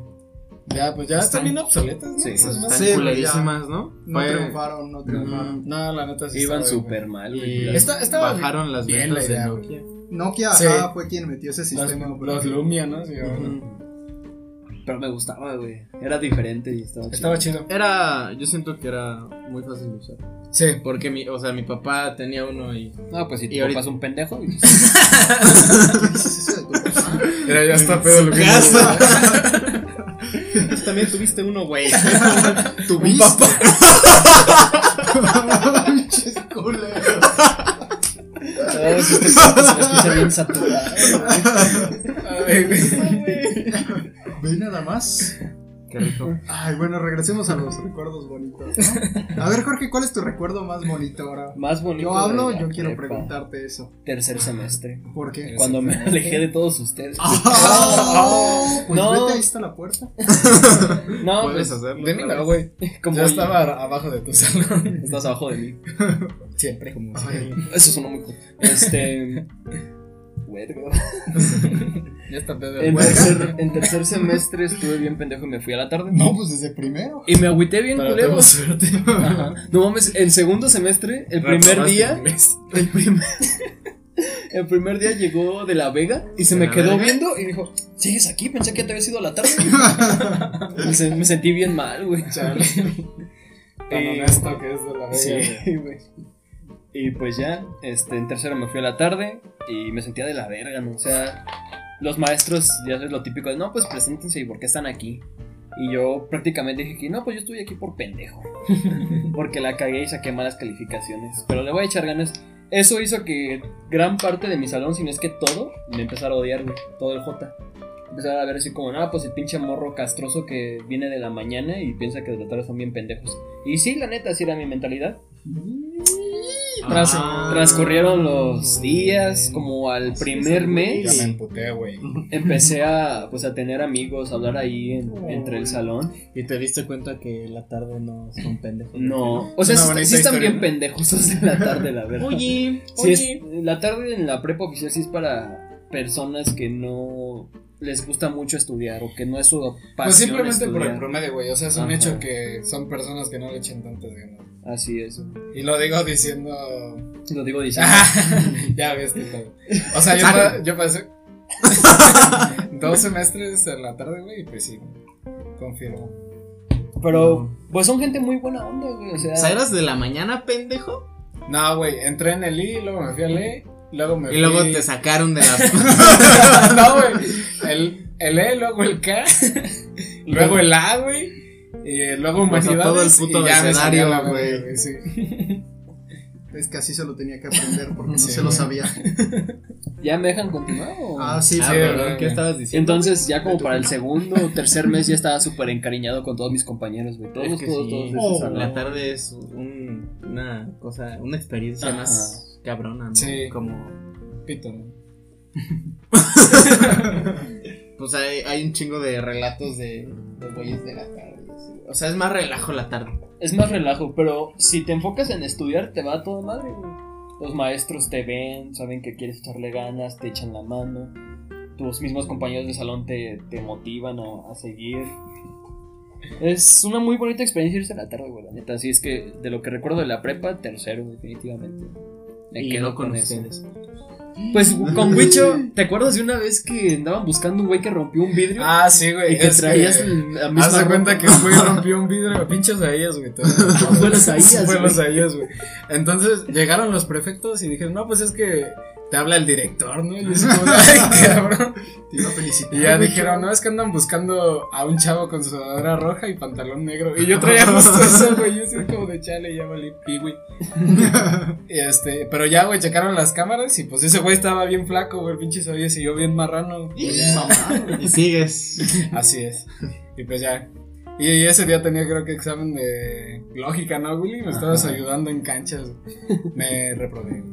Speaker 3: Ya, pues ya están bien obsoletas, ¿no?
Speaker 5: Sí.
Speaker 3: Esas
Speaker 1: Están
Speaker 3: madres.
Speaker 4: Sí,
Speaker 1: culerísimas, ¿no?
Speaker 4: No
Speaker 1: Fue-
Speaker 4: triunfaron, no triunfaron.
Speaker 3: No, la neta sí.
Speaker 5: Iban
Speaker 3: estaba,
Speaker 5: súper mal,
Speaker 3: güey.
Speaker 5: güey.
Speaker 3: Y
Speaker 5: Las-
Speaker 3: esta- estaba
Speaker 1: Bajaron las
Speaker 3: bien
Speaker 1: ventas
Speaker 3: la
Speaker 1: de
Speaker 3: idea,
Speaker 1: Nokia.
Speaker 4: Nokia
Speaker 3: Sí.
Speaker 4: ajá, fue quien metió ese
Speaker 3: Los,
Speaker 4: sistema. porque-
Speaker 3: los Lumia, ¿no? Sí, güey.
Speaker 5: Ujú. Pero me gustaba, güey. Era diferente y estaba chido.
Speaker 3: Estaba chido.
Speaker 1: Era, yo siento que era muy fácil de usar.
Speaker 3: Sí.
Speaker 1: Porque mi, o sea, mi papá tenía uno y
Speaker 5: No, pues si
Speaker 1: Y
Speaker 5: te
Speaker 1: ahorita-
Speaker 5: ocupas un pendejo. güey.
Speaker 3: Era ya está pedo lo que
Speaker 1: Tú también tuviste uno, güey.
Speaker 4: ¿Tuviste?
Speaker 5: No, si este cuarto se me escucha bien saturado.
Speaker 3: Ay, güey.
Speaker 4: Ve nada más.
Speaker 1: Qué rico.
Speaker 4: Ay, bueno, regresemos a los recuerdos bonitos. ¿no? A ver, Jorge, ¿cuál es tu recuerdo más bonito ahora?
Speaker 5: Más bonito.
Speaker 4: Yo hablo,
Speaker 5: de la
Speaker 4: yo quiero
Speaker 5: prepa.
Speaker 4: preguntarte eso.
Speaker 5: Tercer semestre.
Speaker 4: ¿Por qué?
Speaker 5: Cuando me alejé de todos ustedes.
Speaker 4: Ah, pues
Speaker 5: No.
Speaker 4: vete, ahí está la puerta.
Speaker 5: No,
Speaker 1: Puedes
Speaker 5: pues,
Speaker 1: hacerlo.
Speaker 3: De mí no, güey.
Speaker 5: como
Speaker 3: Yo estaba abajo de tu salón.
Speaker 5: Estás abajo de mí.
Speaker 3: Siempre.
Speaker 4: Ay,
Speaker 5: Eso sonó muy cool. Este. Huergo.
Speaker 3: Ya está pedo.
Speaker 5: En tercer, en tercer semestre estuve bien pendejo y me fui a la tarde.
Speaker 4: No, pues desde primero.
Speaker 5: Y me agüité bien,
Speaker 3: Pero
Speaker 5: culero.
Speaker 3: tengo suerte.
Speaker 5: Ajá. No mames, el segundo semestre, el primer
Speaker 1: Reprobaste
Speaker 5: día.
Speaker 1: inglés.
Speaker 5: El primer, el primer día llegó de la Vega y se
Speaker 1: ¿De
Speaker 5: me
Speaker 1: la
Speaker 5: quedó
Speaker 1: Vega?
Speaker 5: viendo y dijo, ¿sigues aquí? Pensé que te habías ido a la tarde. me, se- me sentí bien mal, güey.
Speaker 3: Chale. Tan
Speaker 5: Eh,
Speaker 3: honesto que es de la
Speaker 5: Sí,
Speaker 3: bella.
Speaker 5: güey. Y pues ya, este, en tercero me fui a la tarde y me sentía de la verga, ¿no? O sea, los maestros, ya sabes lo típico de, no, pues preséntense y por qué están aquí. Y yo prácticamente dije que no, pues yo estoy aquí por pendejo. Porque la cagué y saqué malas calificaciones. Pero le voy a echar ganas. Eso hizo que gran parte de mi salón, si no es que todo, me empezara a odiar, güey. Todo el J. Empezara a ver así como, ah, pues el pinche morro castroso que viene de la mañana y piensa que los doctores son bien pendejos. Y sí, la neta, así era mi mentalidad. Tras-
Speaker 1: Ah.
Speaker 5: transcurrieron los días, como al primer
Speaker 3: Ya me
Speaker 5: mes,
Speaker 3: emputé, güey.
Speaker 5: empecé a, pues, a tener amigos, a hablar ahí en- entre el salón.
Speaker 1: Y te diste cuenta que la tarde no son pendejos.
Speaker 5: No, o sea,
Speaker 3: Una
Speaker 5: sí-
Speaker 3: bonita
Speaker 5: sí, están
Speaker 3: historia,
Speaker 5: bien
Speaker 3: ¿no?
Speaker 5: pendejos los de la tarde, la verdad.
Speaker 1: Oye,
Speaker 5: Sí,
Speaker 1: oye.
Speaker 5: es- la tarde en la prepa oficial sí es para personas que no les gusta mucho estudiar o que no es su pasión
Speaker 3: Pues simplemente por el
Speaker 5: estudiar.
Speaker 3: promedio, güey. O sea, es un
Speaker 5: Ajá.
Speaker 3: hecho que son personas que no le echen tantas ganas.
Speaker 5: Así es.
Speaker 3: Y lo digo diciendo.
Speaker 5: Lo digo diciendo.
Speaker 3: ya ves que todo. O sea, yo, pa- yo pasé dos semestres en la tarde, güey, y pues sí. Confirmo.
Speaker 5: Pero, pues son gente muy buena onda, güey. O sea,
Speaker 1: O sea, eras de la mañana, pendejo.
Speaker 3: No, güey, entré en el I, luego me fui al E, luego me
Speaker 1: Y luego
Speaker 3: fui-
Speaker 1: te sacaron de la.
Speaker 3: no, güey. El, el E, luego el K, luego el A, güey. Y eh, luego
Speaker 1: O sea,
Speaker 3: humanidades.
Speaker 1: todo el puto
Speaker 3: y ya me salió la
Speaker 1: abecedario,
Speaker 3: verga,
Speaker 1: güey.
Speaker 3: sí.
Speaker 4: Es que así se lo tenía que aprender porque no
Speaker 3: Sí,
Speaker 4: se lo
Speaker 3: güey.
Speaker 4: sabía.
Speaker 5: ¿Ya me dejan continuar? o?
Speaker 4: Ah, sí,
Speaker 1: Ah,
Speaker 4: sí.
Speaker 1: perdón,
Speaker 3: güey.
Speaker 1: ¿qué estabas diciendo?
Speaker 5: Entonces, ya como para el segundo o tercer mes, ya estaba súper encariñado con todos mis compañeros, güey. Todos,
Speaker 1: Es que
Speaker 5: todos,
Speaker 1: sí.
Speaker 5: todos.
Speaker 4: Oh,
Speaker 5: de ese
Speaker 1: La
Speaker 5: salón.
Speaker 1: tarde es un- una cosa, una experiencia
Speaker 5: Ajá.
Speaker 1: más cabrona, ¿no?
Speaker 3: Sí.
Speaker 1: Como,
Speaker 3: Pito, ¿no?
Speaker 1: pues hay, hay un chingo de relatos de los güeyes de la tarde. así. O sea, es más relajo la tarde.
Speaker 5: Es más relajo, pero si te enfocas en estudiar, te va a toda madre, güey. Los maestros te ven, saben que quieres echarle ganas, te echan la mano. Tus mismos compañeros de salón te, te motivan a, a seguir. Es una muy bonita experiencia irse a la tarde, güey, la neta. Así es que de lo que recuerdo de la prepa, tercero, definitivamente. Me
Speaker 1: Y
Speaker 5: quedo
Speaker 1: no con,
Speaker 5: eso.
Speaker 1: ustedes.
Speaker 5: Pues con Wicho, ¿te acuerdas de una vez que andaban buscando un güey que rompió un vidrio?
Speaker 3: Ah, sí, güey.
Speaker 5: y que
Speaker 3: es que-
Speaker 5: traías la misma
Speaker 3: Haz de cuenta
Speaker 5: ropa?
Speaker 3: que fui y rompí un vidrio, pinches ahías, güey. todo.
Speaker 5: Fue los ahías,
Speaker 3: Fue
Speaker 5: güey.
Speaker 3: los ahías, güey. Entonces llegaron los prefectos y dijeron, no, pues es que te habla el director, ¿no? Y yo así como, ay, cabrón.
Speaker 4: Te iba a felicitar.
Speaker 3: Y ya
Speaker 4: güey.
Speaker 3: dijeron, no, es que andan buscando a un chavo con sudadera roja y pantalón negro. Y yo traía justo eso, güey. Yo soy como de chale, ya valí pi, güey. Y este, pero ya, güey, checaron las cámaras y pues ese güey estaba bien flaco, güey, pinches oídos y yo bien marrano. Pues, ya.
Speaker 1: Y sigues.
Speaker 3: Así es. Y pues ya. Y, y ese día tenía creo que examen de lógica, ¿no, Willy? Me estabas ayudando en canchas. Me reprobé.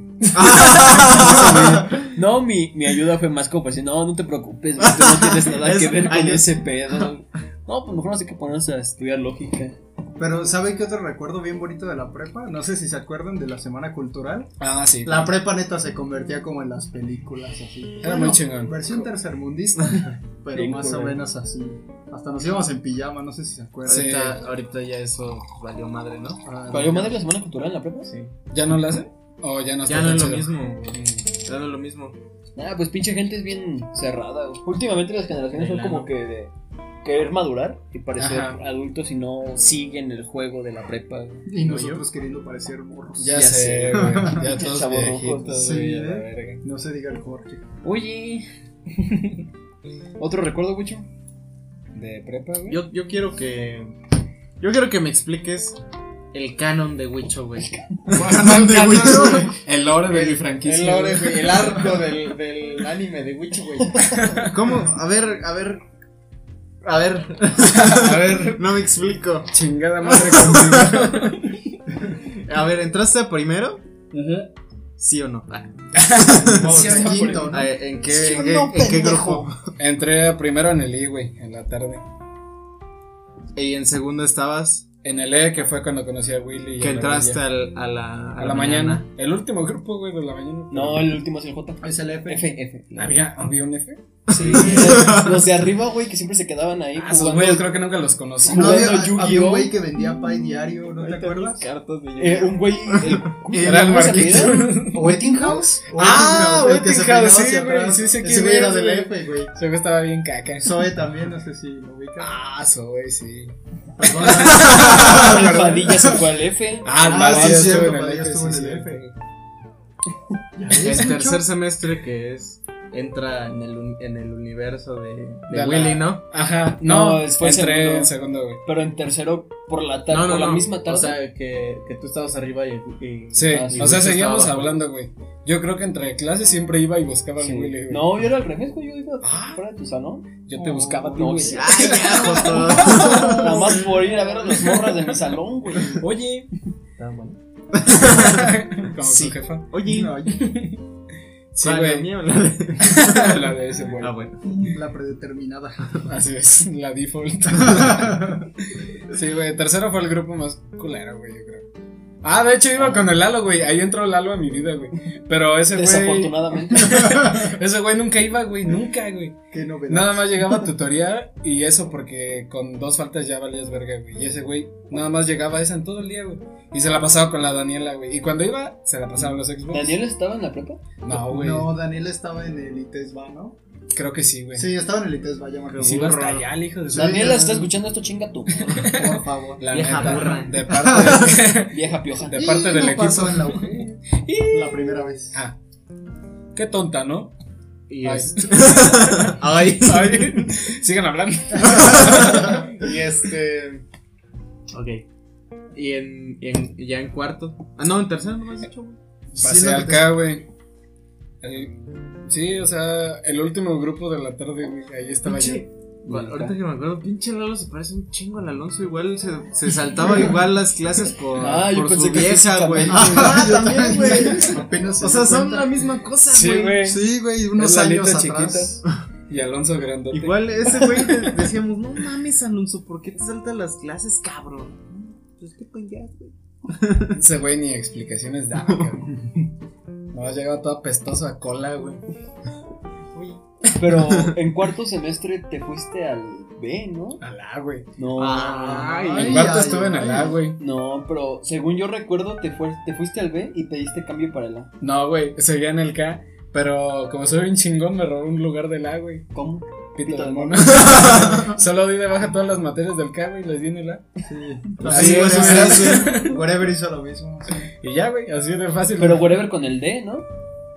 Speaker 5: No, mi, mi ayuda fue más como para decir, no, no te preocupes, güey, tú no tienes nada que ver
Speaker 1: Ay,
Speaker 5: con
Speaker 1: Dios.
Speaker 5: ese pedo. No, pues mejor así que ponernos a estudiar lógica.
Speaker 4: Pero ¿saben qué otro recuerdo bien bonito de la prepa? No sé si se acuerdan de la semana cultural.
Speaker 3: Ah, sí.
Speaker 4: La prepa neta se convertía como en las películas así.
Speaker 3: Era muy chingón.
Speaker 4: Versión tercermundista, pero
Speaker 5: Bien
Speaker 4: más o
Speaker 5: culero.
Speaker 4: menos así. Hasta nos íbamos en pijama, no sé si se acuerdan.
Speaker 3: Sí.
Speaker 1: Ahorita, ahorita ya eso valió madre, ¿no?
Speaker 4: Ah,
Speaker 5: ¿Valió madre la semana cultural en la prepa?
Speaker 4: Sí.
Speaker 3: ¿Ya no la hacen? ¿O ya no está
Speaker 1: Ya no
Speaker 3: tan
Speaker 1: es lo
Speaker 3: chido?
Speaker 1: mismo. güey. Ya no es lo mismo.
Speaker 5: Ah, pues pinche gente es bien cerrada. güey. Últimamente las generaciones son
Speaker 1: Bailando.
Speaker 5: como que de querer madurar y parecer
Speaker 3: Ajá.
Speaker 5: adultos y no siguen el juego de la prepa. güey.
Speaker 4: Y nosotros queriendo parecer burros.
Speaker 3: Ya,
Speaker 5: Ya
Speaker 3: sé,
Speaker 5: sé.
Speaker 3: güey. Ya todos
Speaker 5: Chavorrucos,
Speaker 3: viejitos,
Speaker 4: sí,
Speaker 3: güey, a la
Speaker 4: ¿eh?
Speaker 3: verga.
Speaker 4: No se diga el Jorge.
Speaker 5: Oye. ¿Otro recuerdo, Wicho?
Speaker 3: De prepa, güey.
Speaker 1: Yo, yo quiero que. Yo quiero que me expliques el canon de Wicho, güey.
Speaker 3: El lore de mi
Speaker 1: El
Speaker 3: franquicia.
Speaker 1: lore,
Speaker 3: güey.
Speaker 1: güey, el arco del, del anime de Witch, güey. ¿Cómo? A ver, a ver. A ver. A ver, no me explico.
Speaker 3: Chingada madre contigo.
Speaker 1: A ver, ¿entraste primero? ¿Sí o no? Ah,
Speaker 4: Sí,
Speaker 3: Sí,
Speaker 4: sí,
Speaker 3: güey.
Speaker 4: ¿no?
Speaker 1: ah, ¿En qué,
Speaker 4: ¿Sí o
Speaker 1: en qué-
Speaker 4: no,
Speaker 1: en qué
Speaker 4: pendejo?
Speaker 1: grupo?
Speaker 3: Entré primero en el I, güey, en la tarde.
Speaker 1: Y en segundo estabas.
Speaker 3: En el E, que fue cuando conocí a Willy. y
Speaker 1: Que
Speaker 3: a la
Speaker 1: entraste
Speaker 3: Villa.
Speaker 1: al- a la,
Speaker 3: a la mañana. El último grupo, güey, de la mañana.
Speaker 5: No, el último es el J.
Speaker 4: Es el F.
Speaker 5: F, F.
Speaker 3: ¿Había, ¿Había un F?
Speaker 5: Sí, los de arriba, güey, que siempre se quedaban ahí
Speaker 3: Ah, esos
Speaker 5: jugando.
Speaker 3: güeyes creo que nunca los conocí.
Speaker 4: No había,
Speaker 5: Jugando Yu-Gi-Oh.
Speaker 4: había un güey que vendía pay diario, ¿no te
Speaker 1: Ahorita
Speaker 4: acuerdas?
Speaker 1: Cartas de
Speaker 5: Eh, un güey. el- ¿cómo se
Speaker 3: Era el
Speaker 5: llama esa peda?
Speaker 3: Marquito.
Speaker 4: Wettinghouse.
Speaker 3: Ah,
Speaker 4: Wettinghouse, el que se
Speaker 3: Wettinghouse,
Speaker 4: peinaba
Speaker 3: sí,
Speaker 4: hacia
Speaker 3: güey,
Speaker 4: atrás.
Speaker 3: sí sé
Speaker 4: Ese
Speaker 3: quién
Speaker 4: güey era
Speaker 3: es,
Speaker 4: del
Speaker 3: güey.
Speaker 4: F, güey.
Speaker 3: Yo estaba bien caca.
Speaker 4: Zoe también, no sé si lo ubica.
Speaker 3: Ah, soy, sí.
Speaker 5: Ah, Padilla se fue al F.
Speaker 3: Ah,
Speaker 4: Ah,
Speaker 3: Padilla
Speaker 4: sí,
Speaker 3: estuvo
Speaker 4: cierto,
Speaker 3: en el
Speaker 4: Padilla
Speaker 3: F,
Speaker 4: estuvo
Speaker 3: sí,
Speaker 4: en el
Speaker 3: cierto.
Speaker 4: F.
Speaker 1: El tercer semestre que es. Entra en el, un- en el universo de, de
Speaker 3: De la-
Speaker 1: Willy, ¿no?
Speaker 3: Ajá,
Speaker 5: No,
Speaker 3: no,
Speaker 5: fue
Speaker 3: fue entré
Speaker 5: segundo.
Speaker 3: en segundo, güey.
Speaker 5: Pero en tercero, por la tarde,
Speaker 1: No, no,
Speaker 5: por la
Speaker 1: no.
Speaker 5: misma tarde.
Speaker 1: O sea, que, que tú estabas arriba y. y-
Speaker 3: Sí,
Speaker 5: Ah, sí,
Speaker 3: o sea,
Speaker 1: güey,
Speaker 3: seguíamos
Speaker 1: estaba-
Speaker 3: hablando, güey. Yo creo que entre clases siempre iba y buscaba
Speaker 5: Sí.
Speaker 3: al Willy, güey. Ah.
Speaker 5: No, yo era al revés, güey. Yo iba fuera de tu salón.
Speaker 3: Yo te
Speaker 5: Oh,
Speaker 3: buscaba a ti,
Speaker 5: no,
Speaker 3: güey.
Speaker 5: sí.
Speaker 1: ¡Ay, ya,
Speaker 6: Ah,
Speaker 1: Joto!
Speaker 5: Nada más por ir a ver a las morras de mi salón, güey.
Speaker 3: Oye, como
Speaker 1: Sí.
Speaker 3: su jefa.
Speaker 1: Oye,
Speaker 4: No, yo-
Speaker 3: Sí,
Speaker 1: ¿cuál, la
Speaker 3: güey.
Speaker 1: mía o la de-
Speaker 3: La de ese, güey.
Speaker 1: Ah, bueno.
Speaker 4: la predeterminada.
Speaker 3: Así es, la default. sí, güey, tercero fue el grupo más culero, güey, yo creo. Ah, de hecho iba con el Lalo, güey. Ahí entró Lalo a mi vida, güey. Pero ese güey.
Speaker 5: Desafortunadamente.
Speaker 3: Ese güey nunca iba, güey, nunca, güey.
Speaker 4: Qué novedad.
Speaker 3: Nada más llegaba a tutoría y eso porque con dos faltas ya valías verga, güey. Y ese güey nada más llegaba a esa en todo el día, güey. Y se la pasaba con la Daniela, güey. Y cuando iba, se la pasaba a los Xbox.
Speaker 5: ¿Daniel estaba en la prepa?
Speaker 3: No, güey.
Speaker 4: No, Daniel estaba en el ITESBA, ¿no?
Speaker 3: Creo que sí, güey.
Speaker 4: Sí, estaba en el ITESBA, ya me acuerdo.
Speaker 3: Y se iba hasta allá, el hijo de su
Speaker 5: Daniela está escuchando esto, chinga tú.
Speaker 4: Por favor.
Speaker 3: La
Speaker 1: Vieja
Speaker 3: neta,
Speaker 1: burra.
Speaker 3: De parte,
Speaker 5: Vieja pioja.
Speaker 3: de, de parte
Speaker 4: Y
Speaker 3: del
Speaker 4: no
Speaker 3: equipo.
Speaker 4: pasó en la UG, la primera vez.
Speaker 3: Ah. Qué tonta, ¿no?
Speaker 6: Y, este,
Speaker 1: Ay.
Speaker 3: Ay, Sigan hablando.
Speaker 6: y este. Ok. Y en, y en- ya en cuarto. Ah, no, en tercero no me has dicho, güey.
Speaker 3: Pasé al K, güey. El- Sí, o sea, el último grupo de la tarde, güey. Ahí estaba yo.
Speaker 6: Pinche- Bueno, ahorita que me acuerdo, pinche Lalo se parece un chingo al Alonso. Igual se, se saltaba igual las clases por,
Speaker 5: Ah, yo
Speaker 6: por
Speaker 5: pensé
Speaker 6: su
Speaker 5: que
Speaker 6: vieja, güey.
Speaker 1: Ah, yo también, güey.
Speaker 4: Apenas.
Speaker 6: O sea, son la misma cosa,
Speaker 3: Sí,
Speaker 6: güey.
Speaker 3: güey.
Speaker 4: Sí, güey, unos
Speaker 3: Es la
Speaker 4: años
Speaker 3: neta
Speaker 4: atrás.
Speaker 3: Y Alonso Grandote.
Speaker 6: Igual ese güey te- decíamos, no mames, Alonso, ¿por qué te saltas las clases, cabrón? Pues qué pendejas, güey.
Speaker 3: Ese güey ni explicaciones daba, cabrón. No, llegaba todo apestoso a cola, güey.
Speaker 5: Pero en cuarto semestre te fuiste al B, ¿no?
Speaker 3: Alá, güey.
Speaker 5: No.
Speaker 4: Ah.
Speaker 3: En
Speaker 4: Ay,
Speaker 3: cuarto
Speaker 4: ay,
Speaker 3: estuve en
Speaker 4: ay.
Speaker 3: Alá, güey.
Speaker 5: No, pero según yo recuerdo, te, fue- te fuiste al B y pediste cambio para el A.
Speaker 3: No, güey, seguía en el K. Pero como soy un chingón, me robó un lugar del A, güey.
Speaker 5: ¿Cómo?
Speaker 3: Pito
Speaker 5: Pito
Speaker 3: de
Speaker 5: de
Speaker 3: mono. Solo di de baja todas las materias del K, güey, les di en el A.
Speaker 4: Pues Sí,
Speaker 3: Así, güey,
Speaker 4: whatever,
Speaker 3: así.
Speaker 4: hizo- whatever hizo lo mismo. sí.
Speaker 3: Y ya, güey, así de fácil.
Speaker 5: Pero whatever con el D, ¿no?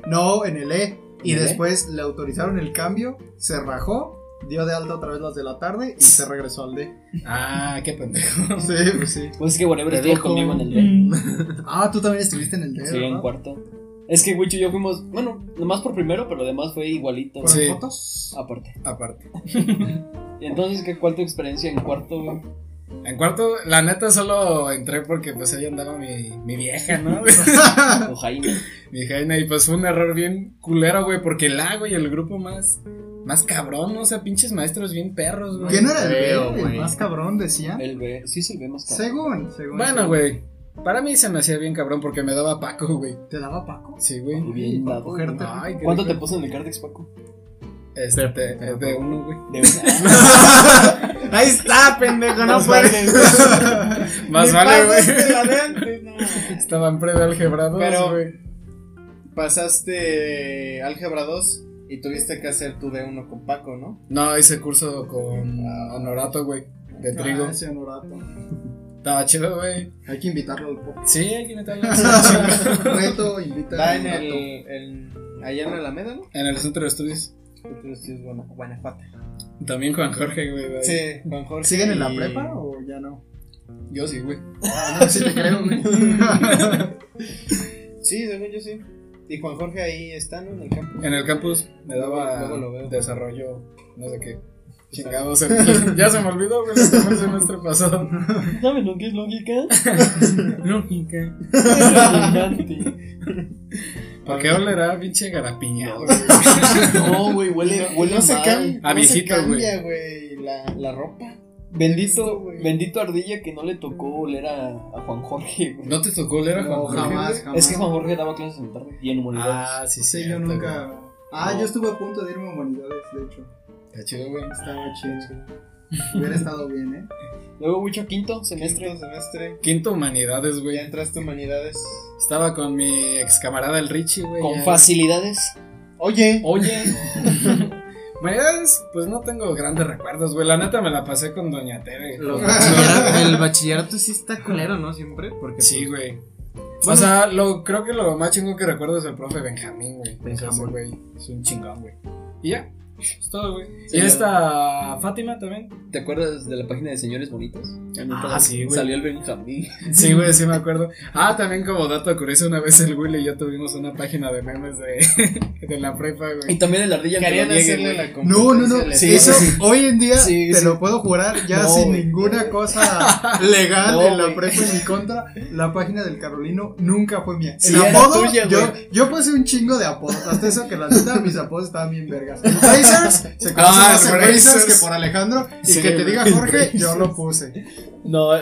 Speaker 4: No, en el E. Y
Speaker 5: ¿En el E?
Speaker 4: después le autorizaron el cambio, se rajó, dio de alta otra vez las de la tarde y se regresó al D.
Speaker 3: Ah, qué pendejo.
Speaker 4: Sí, pues sí.
Speaker 5: Pues es que whatever
Speaker 6: Te
Speaker 5: estuvo
Speaker 6: dejo.
Speaker 5: conmigo en el D.
Speaker 4: Ah, tú también estuviste en el D.
Speaker 5: Sí, en
Speaker 4: ¿verdad?
Speaker 5: cuarto. Es que Wicho y yo fuimos, bueno, nomás por primero, pero lo demás fue igualito.
Speaker 4: ¿Fueron
Speaker 3: Sí.
Speaker 4: fotos?
Speaker 5: Aparte.
Speaker 3: Aparte.
Speaker 5: Y entonces, ¿qué, ¿cuál tu experiencia en cuarto, güey?
Speaker 3: En cuarto, la neta solo entré porque pues ahí andaba mi, mi vieja, ¿no?
Speaker 5: O Jaime.
Speaker 3: mi Jaina, y pues fue un error bien culero, güey, porque el A, güey, el grupo más, más cabrón, ¿no? o sea, pinches maestros bien perros, güey.
Speaker 4: ¿Quién era el
Speaker 6: Creo,
Speaker 4: B? El
Speaker 6: güey. Eh,
Speaker 4: más cabrón, decían.
Speaker 5: El B. Sí, sí, el B más caro.
Speaker 4: Según, según.
Speaker 3: Bueno, güey, para mí se me hacía bien cabrón porque me daba Paco, güey.
Speaker 4: ¿Te daba Paco?
Speaker 3: Sí, güey.
Speaker 5: Y bien
Speaker 4: Para
Speaker 5: dado,
Speaker 4: cogerte.
Speaker 5: güey.
Speaker 3: Ay, qué
Speaker 5: ¿Cuánto te
Speaker 3: rico.
Speaker 5: puso en el Cardex, Paco?
Speaker 3: Este, es de uno, güey.
Speaker 5: De una.
Speaker 6: Ahí está, pendejo, no
Speaker 5: Más
Speaker 6: puedes.
Speaker 3: Más
Speaker 6: Ni
Speaker 3: vale,
Speaker 6: pagaste la de
Speaker 3: güey.
Speaker 6: antes, no.
Speaker 3: Estaban prealgebrados,
Speaker 6: Pero-
Speaker 3: güey.
Speaker 6: Pasaste álgebra 2 y tuviste que hacer tu D1 con Paco, ¿no?
Speaker 3: No, hice curso con Honorato, güey, de trigo.
Speaker 4: Ah, ese honorato.
Speaker 3: Estaba chido, güey.
Speaker 4: Hay que invitarlo al podcast.
Speaker 3: Sí, hay que meterlo.
Speaker 4: Reto, invita
Speaker 6: Está
Speaker 4: a
Speaker 6: en el.
Speaker 4: Honorato.
Speaker 6: en- allá en la Alameda, ¿no?
Speaker 3: En el centro de estudios.
Speaker 5: Este
Speaker 6: Pero sí es Guana- Guanajuato.
Speaker 3: También Juan Jorge, güey. de ahí.
Speaker 6: Sí, Juan Jorge.
Speaker 4: ¿Siguen en la
Speaker 6: y-
Speaker 4: prepa o ya no?
Speaker 3: Yo sí, güey.
Speaker 4: Ah, no, sí te creo, güey.
Speaker 6: Sí, según yo sí. Y Juan Jorge ahí está, ¿no? En el campo.
Speaker 3: En el campus me daba
Speaker 6: Luego lo veo.
Speaker 3: desarrollo, no sé qué. Chingados. en- ya se me olvidó, güey, lo que fue el semestre pasado.
Speaker 5: ¿Saben lo que es lógica?
Speaker 3: Lógica.
Speaker 5: Impresionante.
Speaker 3: ¿Por qué olerá pinche garapiñado?
Speaker 5: No, güey, huele, huele
Speaker 6: no se
Speaker 5: mal.
Speaker 6: cambia,
Speaker 3: A
Speaker 6: no se
Speaker 3: viejito, güey.
Speaker 6: cambia, güey, la, la ropa.
Speaker 5: Bendito, bendito ardilla que no le tocó oler a, a Juan Jorge, güey.
Speaker 3: ¿No te tocó oler a Juan
Speaker 4: No,
Speaker 3: Jorge?
Speaker 4: jamás,
Speaker 3: güey?
Speaker 4: jamás.
Speaker 5: Es que Juan Jorge daba clases en tarde y en humanidades.
Speaker 3: Ah, sí,
Speaker 4: Sí, yo
Speaker 3: cierto, güey.
Speaker 4: nunca. Ah,
Speaker 5: No.
Speaker 4: yo estuve a punto de irme a humanidades, de hecho.
Speaker 3: Está chido, güey.
Speaker 4: Estaba chido. Hubiera estado bien, ¿eh?
Speaker 5: Luego, mucho quinto semestre.
Speaker 6: Quinto semestre.
Speaker 3: Quinto Humanidades, güey.
Speaker 6: Ya entraste a humanidades.
Speaker 3: Estaba con mi ex camarada el Richie, güey.
Speaker 5: Con
Speaker 3: ya.
Speaker 5: facilidades.
Speaker 6: Oye,
Speaker 3: Oye. Pues, pues no tengo grandes recuerdos, güey. La neta me la pasé con Doña Tere.
Speaker 6: los bachillerato- el bachillerato sí está culero, ¿no? Siempre. Porque pues,
Speaker 3: Sí, güey. o sea, lo, creo que lo más chingón que recuerdo es el profe Benjamín, güey.
Speaker 6: Benjamín.
Speaker 3: Ese güey. Es un chingón, güey. Y ya. Es todo, güey.
Speaker 5: Sí,
Speaker 3: y
Speaker 5: ya.
Speaker 3: esta Fátima también.
Speaker 5: ¿Te acuerdas de la página de Señores Bonitos?
Speaker 3: Ah, sí, güey.
Speaker 5: Salió el Benjamín.
Speaker 3: Sí, güey, sí me acuerdo. Ah, también como dato curioso, una vez el Willy y yo tuvimos una página de memes de, de la prepa,
Speaker 5: Y
Speaker 3: güey.
Speaker 5: también el ardilla que
Speaker 6: querían
Speaker 5: lo niegue,
Speaker 6: hacerle
Speaker 5: güey.
Speaker 6: la
Speaker 4: No, no, no.
Speaker 6: competencia
Speaker 5: Sí,
Speaker 4: eso
Speaker 5: sí.
Speaker 4: hoy en día
Speaker 5: Sí,
Speaker 4: te
Speaker 5: sí.
Speaker 4: lo puedo jurar ya
Speaker 5: No,
Speaker 4: sin
Speaker 5: güey.
Speaker 4: ninguna cosa legal
Speaker 5: No,
Speaker 4: en la
Speaker 5: güey.
Speaker 4: prepa en mi contra. La página del Carolino nunca fue mía.
Speaker 5: Sí,
Speaker 4: el
Speaker 5: era
Speaker 4: apodo,
Speaker 5: tuya,
Speaker 4: yo,
Speaker 5: güey.
Speaker 4: yo pasé un chingo de apodos. Hasta eso que la neta mis apodos estaban bien vergas. El Brazers, se conoce
Speaker 3: Ah,
Speaker 4: más
Speaker 3: el
Speaker 4: el Brazers
Speaker 3: Brazers.
Speaker 4: que por Alejandro. Y
Speaker 3: Sí,
Speaker 4: que te
Speaker 3: güey,
Speaker 4: diga
Speaker 3: el
Speaker 4: Jorge, yo
Speaker 3: Brazers.
Speaker 4: lo puse.
Speaker 5: No,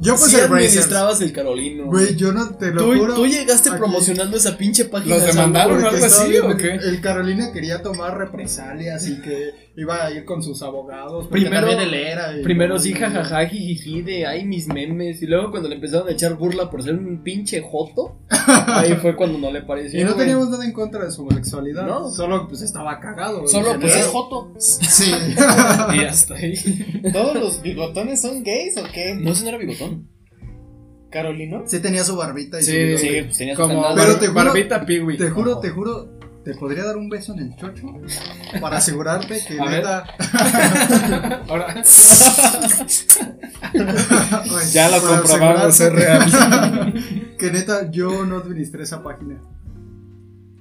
Speaker 4: Yo puse
Speaker 5: sí
Speaker 4: el Brazers.
Speaker 5: administrabas el Carolino.
Speaker 4: Güey, yo no te lo
Speaker 5: Tú,
Speaker 4: juro.
Speaker 5: tú llegaste
Speaker 4: aquí.
Speaker 5: promocionando esa pinche página.
Speaker 3: Los
Speaker 5: de San
Speaker 3: demandaron.
Speaker 5: Juan.
Speaker 4: Porque
Speaker 3: algo
Speaker 4: estaba
Speaker 3: así,
Speaker 4: bien-
Speaker 3: o qué?
Speaker 4: El Carolina quería tomar represalias y que iba a ir con sus abogados. porque
Speaker 5: Primero-
Speaker 4: también él era. y-
Speaker 5: Primero sí, jajaja, jijiji, de ay, mis memes. Y luego cuando le empezaron a echar burla por ser un pinche joto, ahí fue cuando no le pareció.
Speaker 4: Y no
Speaker 5: güey.
Speaker 4: teníamos nada en contra de su homosexualidad.
Speaker 5: No.
Speaker 4: Solo pues estaba cagado. güey.
Speaker 5: Solo pues
Speaker 4: Sí.
Speaker 5: es joto.
Speaker 4: Sí.
Speaker 3: Y hasta ahí.
Speaker 6: ¿Todos los bigotones son gays o qué?
Speaker 5: No, ese no era bigotón.
Speaker 6: ¿Carolino?
Speaker 4: Sí tenía su barbita y
Speaker 3: Sí,
Speaker 4: su bigote.
Speaker 5: Sí, pues tenía su
Speaker 3: Como
Speaker 5: candado.
Speaker 4: Pero te juro-
Speaker 3: Barbita Piwi.
Speaker 4: Te juro, te juro. ¿Te podría dar un beso en el chocho? Para asegurarte que
Speaker 3: A ver.
Speaker 4: neta.
Speaker 3: Ahora,
Speaker 4: Ay,
Speaker 3: ya lo
Speaker 4: para
Speaker 3: comprobamos, es
Speaker 4: asegurarte
Speaker 3: real.
Speaker 4: Que neta, yo no administré esa página.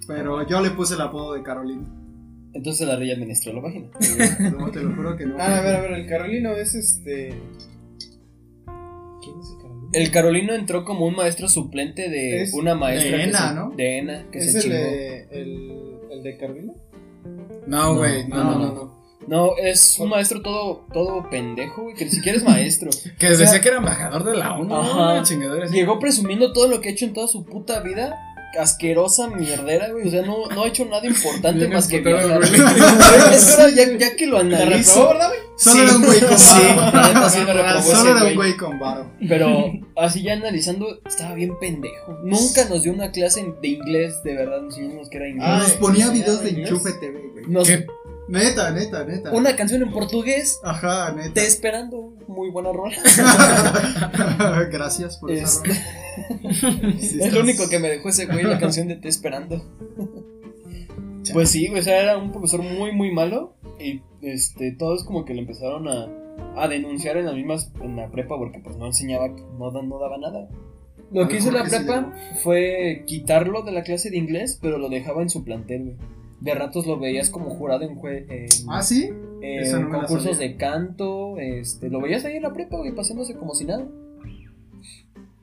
Speaker 4: Pero yo le puse el apodo de Carolina.
Speaker 5: Entonces la rey administró la página.
Speaker 4: No, te lo juro que no.
Speaker 1: Ah, a ver, a ver, el Carolino es este. ¿Quién es el Carolino?
Speaker 5: El Carolino entró como un maestro suplente de
Speaker 1: Es
Speaker 5: una maestra.
Speaker 4: de
Speaker 5: que
Speaker 4: ENA,
Speaker 5: se-
Speaker 4: ¿no?
Speaker 5: De ENA, que
Speaker 1: ¿Es
Speaker 5: se
Speaker 1: el
Speaker 5: chingó.
Speaker 1: de, el, el de Carolino?
Speaker 3: No, güey, no, no, no.
Speaker 5: No, es un maestro todo, todo pendejo, güey, que ni siquiera es maestro.
Speaker 3: Que
Speaker 5: sea-
Speaker 3: decía que era embajador de la ONU.
Speaker 5: Ajá.
Speaker 3: una chingadera así.
Speaker 5: Llegó presumiendo todo lo que ha hecho en toda su puta vida. Asquerosa mierdera, güey. O sea, no, no ha hecho nada importante
Speaker 3: Bien
Speaker 5: más que
Speaker 3: explotado,
Speaker 5: viajar.
Speaker 3: güey.
Speaker 5: Es verdad, ya, ya que lo analizo.
Speaker 1: verdad, güey?
Speaker 4: Solo era un güey con
Speaker 5: Sí,
Speaker 4: varo.
Speaker 5: la neta sí me reprobó ese
Speaker 4: Solo era
Speaker 5: güey.
Speaker 4: un güey con varo.
Speaker 5: Pero así ya analizando, estaba bien pendejo. Nunca nos dio una clase en- de inglés, de verdad, nos enseñamos que era inglés.
Speaker 1: Ah,
Speaker 4: Nos ponía
Speaker 1: ¿sí
Speaker 4: videos
Speaker 1: era
Speaker 4: de
Speaker 1: inglés?
Speaker 4: Enchufe TV, güey.
Speaker 5: Nos-
Speaker 3: ¿Qué?
Speaker 4: Neta, neta, neta.
Speaker 5: una canción en portugués,
Speaker 4: Ajá, neta.
Speaker 5: te esperando, muy buena rola.
Speaker 4: Gracias por esa
Speaker 5: Es-
Speaker 4: rola. Sí,
Speaker 5: Este. es
Speaker 4: estás-
Speaker 5: lo único que me dejó ese güey, la canción de Te esperando. pues sí, güey, o sea, era un profesor muy, muy malo. Y este, todos como que lo empezaron a, a denunciar en las mismas, en la prepa, porque pues no enseñaba, no, da- no daba nada. Lo
Speaker 4: A
Speaker 5: que
Speaker 4: lo
Speaker 5: hizo la
Speaker 4: mejor que sí
Speaker 5: prepa fue quitarlo de la clase de inglés, pero lo dejaba en su plantel, güey. De ratos lo veías como jurado en, jue- en-
Speaker 4: Ah, sí.
Speaker 5: en
Speaker 4: esa no me la
Speaker 5: concursos
Speaker 4: sabía.
Speaker 5: de canto, este, lo veías ahí en la prepa, güey, paseándose como si nada.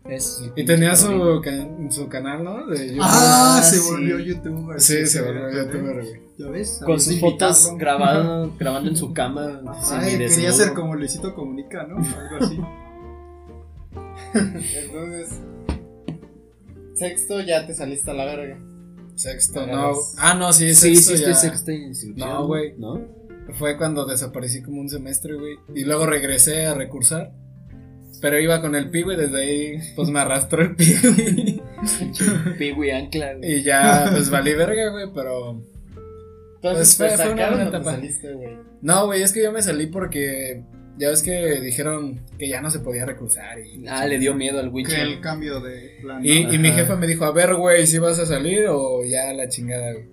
Speaker 5: Es-
Speaker 3: Y tenía su, can- su canal, ¿no? De YouTube.
Speaker 4: Ah, se
Speaker 5: sí.
Speaker 4: volvió youtuber.
Speaker 3: sí, se
Speaker 4: cierto,
Speaker 3: volvió
Speaker 4: ¿eh?
Speaker 3: youtuber, güey.
Speaker 4: ¿Ya ves?
Speaker 5: con
Speaker 4: Habías
Speaker 5: sus fotos
Speaker 4: invitado.
Speaker 5: grabado, grabando en su cama.
Speaker 4: Ay,
Speaker 5: semidesnudo.
Speaker 4: quería ser como Luisito Comunica, ¿no? Algo así.
Speaker 1: Entonces. Sexto, ya te saliste a la verga.
Speaker 3: Sexto,
Speaker 1: Pero
Speaker 3: no.
Speaker 1: es-
Speaker 3: Ah, no, sí,
Speaker 5: Sí,
Speaker 3: sexto
Speaker 5: sí, estoy
Speaker 3: ya.
Speaker 5: sexta institución.
Speaker 3: No, güey.
Speaker 5: ¿No?
Speaker 3: Fue cuando desaparecí como un semestre, güey. Y luego regresé a recursar. Pero iba con el pi, güey, desde ahí, pues me arrastró el pi, güey.
Speaker 5: Pigui ancla. güey.
Speaker 3: Y ya, pues valí verga, güey, pero
Speaker 1: Entonces
Speaker 3: Pues fue-
Speaker 1: te
Speaker 3: fue una
Speaker 1: sacaron
Speaker 3: buena
Speaker 1: o te
Speaker 3: etapa.
Speaker 1: saliste, güey.
Speaker 3: No, güey, es que yo me salí porque ya ves que dijeron que ya no se podía recursar y,
Speaker 5: Ah, le dio miedo al
Speaker 4: Que el
Speaker 5: Witcher.
Speaker 4: cambio de plan.
Speaker 3: y, y mi
Speaker 5: Ajá.
Speaker 3: jefa me dijo, a ver, güey, si vas a salir o ya la chingada, güey.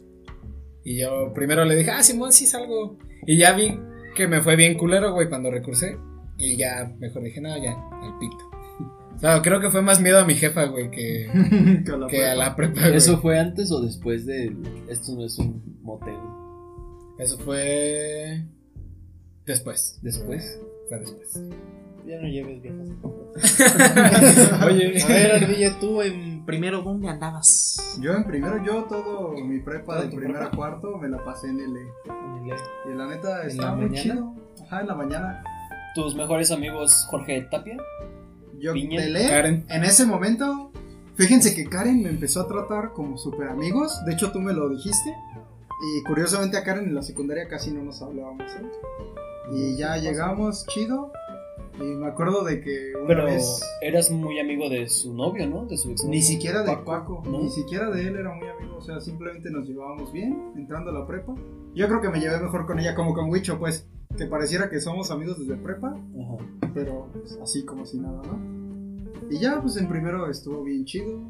Speaker 3: Y yo primero le dije, ah, Simón, sí salgo. Y ya vi que me fue bien culero, güey, cuando recursé. Y ya mejor dije, no, ya, al pito. O sea, creo que fue más miedo a mi jefa, güey, que,
Speaker 4: que a la
Speaker 3: que a la prepa, güey.
Speaker 5: ¿Eso fue antes o después de esto no es un motel?
Speaker 3: Eso fue después.
Speaker 5: Después.
Speaker 3: Fue después.
Speaker 1: Ya no lleves viejas.
Speaker 3: Oye.
Speaker 1: A ver, Ardilla, tú en primero, ¿dónde andabas?
Speaker 4: Yo en primero, yo todo mi prepa
Speaker 1: ¿Todo
Speaker 4: de
Speaker 1: tu
Speaker 4: primero
Speaker 1: prepa?
Speaker 4: a cuarto me la pasé en L. Y la neta
Speaker 1: ¿En
Speaker 4: estaba
Speaker 1: la
Speaker 4: muy
Speaker 1: mañana?
Speaker 4: chido. Ajá, en la mañana.
Speaker 5: ¿Tus mejores amigos Jorge Tapia?
Speaker 4: Yo
Speaker 5: Piña.
Speaker 4: de L.
Speaker 3: Karen.
Speaker 4: En ese momento, fíjense que Karen me empezó a tratar como super amigos. De hecho, tú me lo dijiste. Y curiosamente a Karen en la secundaria casi no nos hablábamos. ¿eh? Y ya llegamos, chido. Y me acuerdo de que una
Speaker 5: Pero
Speaker 4: vez
Speaker 5: eras muy amigo de su novio, ¿no? De su ex.
Speaker 4: ni siquiera de Paco,
Speaker 5: ¿no?
Speaker 4: ni siquiera de él era muy amigo. O sea, simplemente nos llevábamos bien entrando a la prepa. Yo creo que me llevé mejor con ella, como con Wicho, pues. Que pareciera que somos amigos desde prepa, pero pues, así como si nada, ¿no? Y ya, pues en primero estuvo bien chido.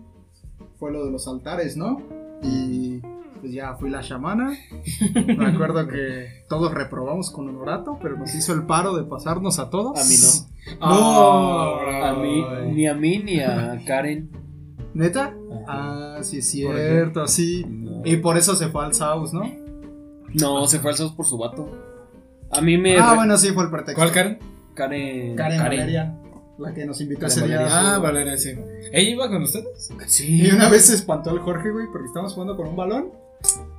Speaker 4: Fue lo de los altares, ¿no? Y pues ya fui la chamana. Me acuerdo que todos reprobamos con honorato, pero nos hizo el paro de pasarnos a todos.
Speaker 5: A mí no.
Speaker 4: No,
Speaker 5: A mí, ni a mí ni a Karen.
Speaker 4: ¿Neta?
Speaker 5: Ajá.
Speaker 4: Ah, sí, es cierto, sí.
Speaker 5: No.
Speaker 4: Y por eso se fue al Saus, ¿no?
Speaker 5: No, se fue al Saus por su vato. A mí me.
Speaker 4: Ah,
Speaker 5: re-
Speaker 4: bueno, sí, fue el pretexto.
Speaker 3: ¿Cuál Karen?
Speaker 5: Karen.
Speaker 4: Karen, Valeria, la que nos invitó
Speaker 5: La
Speaker 4: ese día.
Speaker 3: Ah, Valeria, sí. ¿Ella iba con ustedes?
Speaker 4: Y
Speaker 5: Sí.
Speaker 4: una vez se espantó al Jorge, güey, porque estábamos jugando con un balón.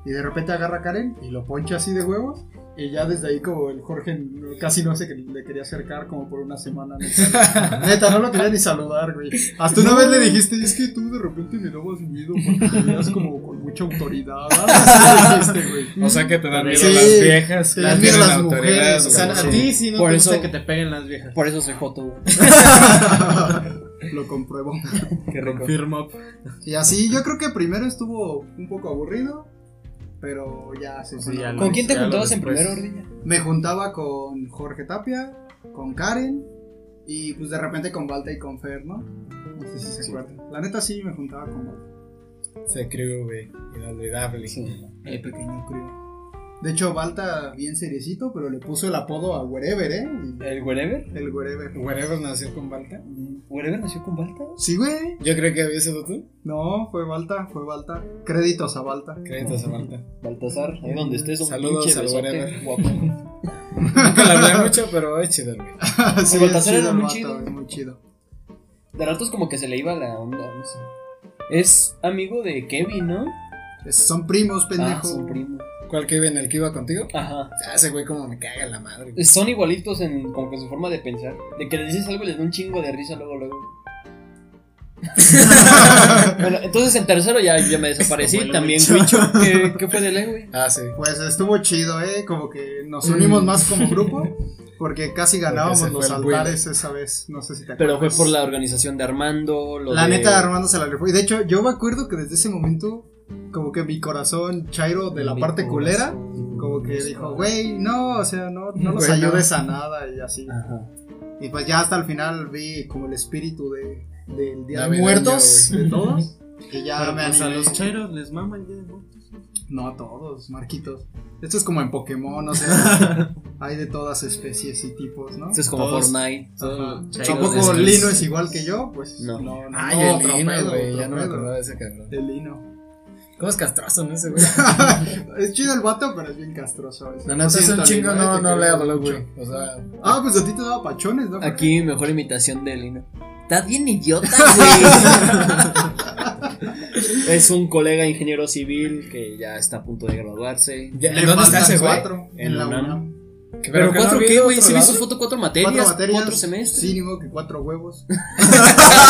Speaker 4: Y de repente agarra a Karen y lo poncha así de huevos. Y ya desde ahí, como el Jorge no- casi no se que- le quería acercar, como por una semana. Neta, Neta, no lo quería ni saludar, güey. Hasta una vez le dijiste, es que tú de repente me dabas miedo porque te veías como con mucha autoridad. Así le dijiste, güey.
Speaker 3: O sea que te dan miedo
Speaker 4: Sí.
Speaker 3: las viejas.
Speaker 4: Te dan miedo
Speaker 3: tienen
Speaker 4: las
Speaker 3: autoridad,
Speaker 4: mujeres,
Speaker 3: güey.
Speaker 1: O sea,
Speaker 4: Sí.
Speaker 1: a ti sí no
Speaker 5: Por
Speaker 1: te
Speaker 5: eso-
Speaker 1: gusta que te peguen las viejas.
Speaker 5: Por eso soy joto. güey.
Speaker 4: lo compruebo.
Speaker 5: Qué rico.
Speaker 1: Confirmo.
Speaker 4: Y así, yo creo que primero estuvo un poco aburrido, pero ya se
Speaker 1: Sí, ya lo-
Speaker 5: ¿Con quién te
Speaker 1: ya lo
Speaker 5: juntabas en
Speaker 1: después.
Speaker 5: primero, Ardilla?
Speaker 4: Me juntaba con Jorge Tapia, con Karen y pues de repente con Balta y con Fer, ¿no? No sé si se acuerdan. La neta sí me juntaba con Balta.
Speaker 3: Se crew, güey. Inolvidable.
Speaker 4: El pequeño crew. De hecho, Balta, bien seriecito, pero le puso el apodo a Wherever, ¿eh?
Speaker 5: ¿El Wherever?
Speaker 4: El Wherever.
Speaker 3: ¿Wherever nació con Balta?
Speaker 5: ¿Wherever nació con Balta?
Speaker 4: Sí, güey.
Speaker 3: Yo creo que había sido tú.
Speaker 4: No, fue Balta, fue Balta. Créditos a Balta.
Speaker 3: Créditos a Balta.
Speaker 5: Baltasar, ahí donde estés, un
Speaker 3: Saludos
Speaker 5: pinche
Speaker 3: al
Speaker 5: besote
Speaker 3: Wherever.
Speaker 5: guapo.
Speaker 3: Nunca la hablé mucho, pero es chido, güey.
Speaker 4: Sí,
Speaker 5: Baltasar
Speaker 4: el
Speaker 5: era muy
Speaker 4: vato,
Speaker 5: chido.
Speaker 4: es muy chido.
Speaker 5: De ratos como que se le iba la onda, no sé. Es amigo de Kevin, ¿no?
Speaker 4: Es- son primos,
Speaker 5: Ah,
Speaker 4: pendejo.
Speaker 5: su primo.
Speaker 3: ¿Cuál que ven? ¿El que iba contigo?
Speaker 5: Ajá.
Speaker 3: Ah, ese güey como me caga en la madre. güey.
Speaker 5: Son igualitos en como que su forma de pensar. De que le dices algo y les da un chingo de risa luego, luego. bueno, entonces en tercero ya, ya
Speaker 6: Como
Speaker 5: me desaparecí.
Speaker 6: el
Speaker 5: También
Speaker 6: Wicho.
Speaker 5: Wicho. ¿Qué, qué fue de él, güey?
Speaker 3: Ah, sí.
Speaker 4: Pues estuvo chido, ¿eh? Como que nos unimos más como grupo. Porque casi ganábamos
Speaker 3: Mm. se fue
Speaker 4: los
Speaker 3: el build.
Speaker 4: altares esa vez. No sé si te
Speaker 5: Pero
Speaker 4: acuerdas.
Speaker 5: fue por la organización de Armando. Lo
Speaker 4: La
Speaker 5: de-
Speaker 4: neta, Armando se la rifó. Y de hecho, yo me acuerdo que desde ese momento, como que mi corazón, Chairo, de la
Speaker 3: Mi
Speaker 4: parte culera,
Speaker 3: corazón.
Speaker 4: como que dijo, güey, no, o sea, no, no
Speaker 3: Güey,
Speaker 4: nos
Speaker 3: no.
Speaker 4: ayudes a nada y así.
Speaker 5: Ajá.
Speaker 4: Y pues ya hasta el final vi como el espíritu de, del Día de
Speaker 3: Navideño,
Speaker 4: Muertos,
Speaker 3: güey.
Speaker 4: de todos. Que ya
Speaker 6: Pero
Speaker 4: me
Speaker 6: pues a
Speaker 4: animé.
Speaker 6: los chairos les maman ya, ¿no?
Speaker 4: No a todos, Marquitos. Esto es como en Pokémon, o sea, hay de todas especies y tipos, ¿no?
Speaker 5: Eso es como
Speaker 6: Todos-
Speaker 5: Fortnite.
Speaker 4: Ajá.
Speaker 6: Chairos
Speaker 4: Tampoco
Speaker 6: descalzos.
Speaker 4: Lino es igual que yo, pues.
Speaker 5: No.
Speaker 4: no, no,
Speaker 3: Ay, el
Speaker 4: otro
Speaker 3: Lino,
Speaker 4: pedo,
Speaker 3: güey.
Speaker 4: otro
Speaker 3: Ya no me
Speaker 4: pedo.
Speaker 3: acordaba de ese cabrón.
Speaker 4: El Lino.
Speaker 3: ¿Cómo es castroso, no? Ese güey.
Speaker 4: Es chido el vato, pero es bien castroso. a veces.
Speaker 3: No, no, entonces
Speaker 4: Siento,
Speaker 3: un chingo
Speaker 4: Lino, eh,
Speaker 3: no,
Speaker 4: te
Speaker 3: no le
Speaker 4: quiero
Speaker 3: habló,
Speaker 4: mucho.
Speaker 3: güey. O sea,
Speaker 4: Ah, pues a ti te daba pachones, ¿no?
Speaker 5: Aquí mejor imitación de Lino. Estás bien idiota, güey. es un colega ingeniero civil que ya está a punto de graduarse.
Speaker 3: ya-
Speaker 4: Le
Speaker 3: ¿en dónde está
Speaker 4: faltan
Speaker 3: ese güey?
Speaker 4: cuatro
Speaker 5: En
Speaker 4: en la
Speaker 5: la UNAM.
Speaker 4: UNAM.
Speaker 5: Pero,
Speaker 3: que no
Speaker 5: cuatro
Speaker 3: había
Speaker 5: qué, güey,
Speaker 3: otro
Speaker 5: se me hizo
Speaker 3: lado.
Speaker 5: foto cuatro materias,
Speaker 4: Cuatro
Speaker 5: cuatro,
Speaker 4: materias.
Speaker 5: semestres.
Speaker 4: Sí, ni modo que cuatro huevos.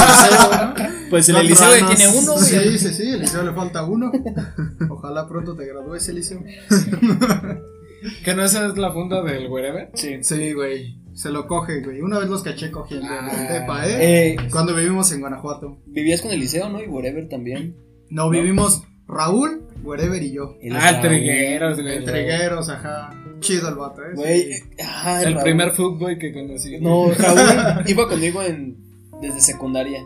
Speaker 5: Pues el
Speaker 4: Cuatro
Speaker 5: Eliseo ya
Speaker 4: ranas.
Speaker 5: tiene uno, güey.
Speaker 4: Sí, sí, sí, el liceo le falta uno. Ojalá pronto te gradúes, Eliseo.
Speaker 3: ¿Que no esa es la funda del wherever?
Speaker 5: Sí.
Speaker 4: Sí, güey. Se lo coge, güey. Una vez los caché cogiendo en el
Speaker 3: Ah,
Speaker 4: depa, ¿eh?
Speaker 5: Eh,
Speaker 4: Cuando vivimos en Guanajuato.
Speaker 5: vivías con Eliseo, ¿no? Y Wherever también.
Speaker 4: No, vivimos Raúl, Wherever y yo.
Speaker 5: El
Speaker 3: Ah, el
Speaker 5: Raúl.
Speaker 3: triguero, güey.
Speaker 4: Entregueros, ajá. Chido el vato, ¿eh?
Speaker 5: Güey, eh, ah,
Speaker 3: El
Speaker 5: Raúl.
Speaker 3: primer footboy que conocí.
Speaker 5: No, Raúl iba conmigo en, desde secundaria.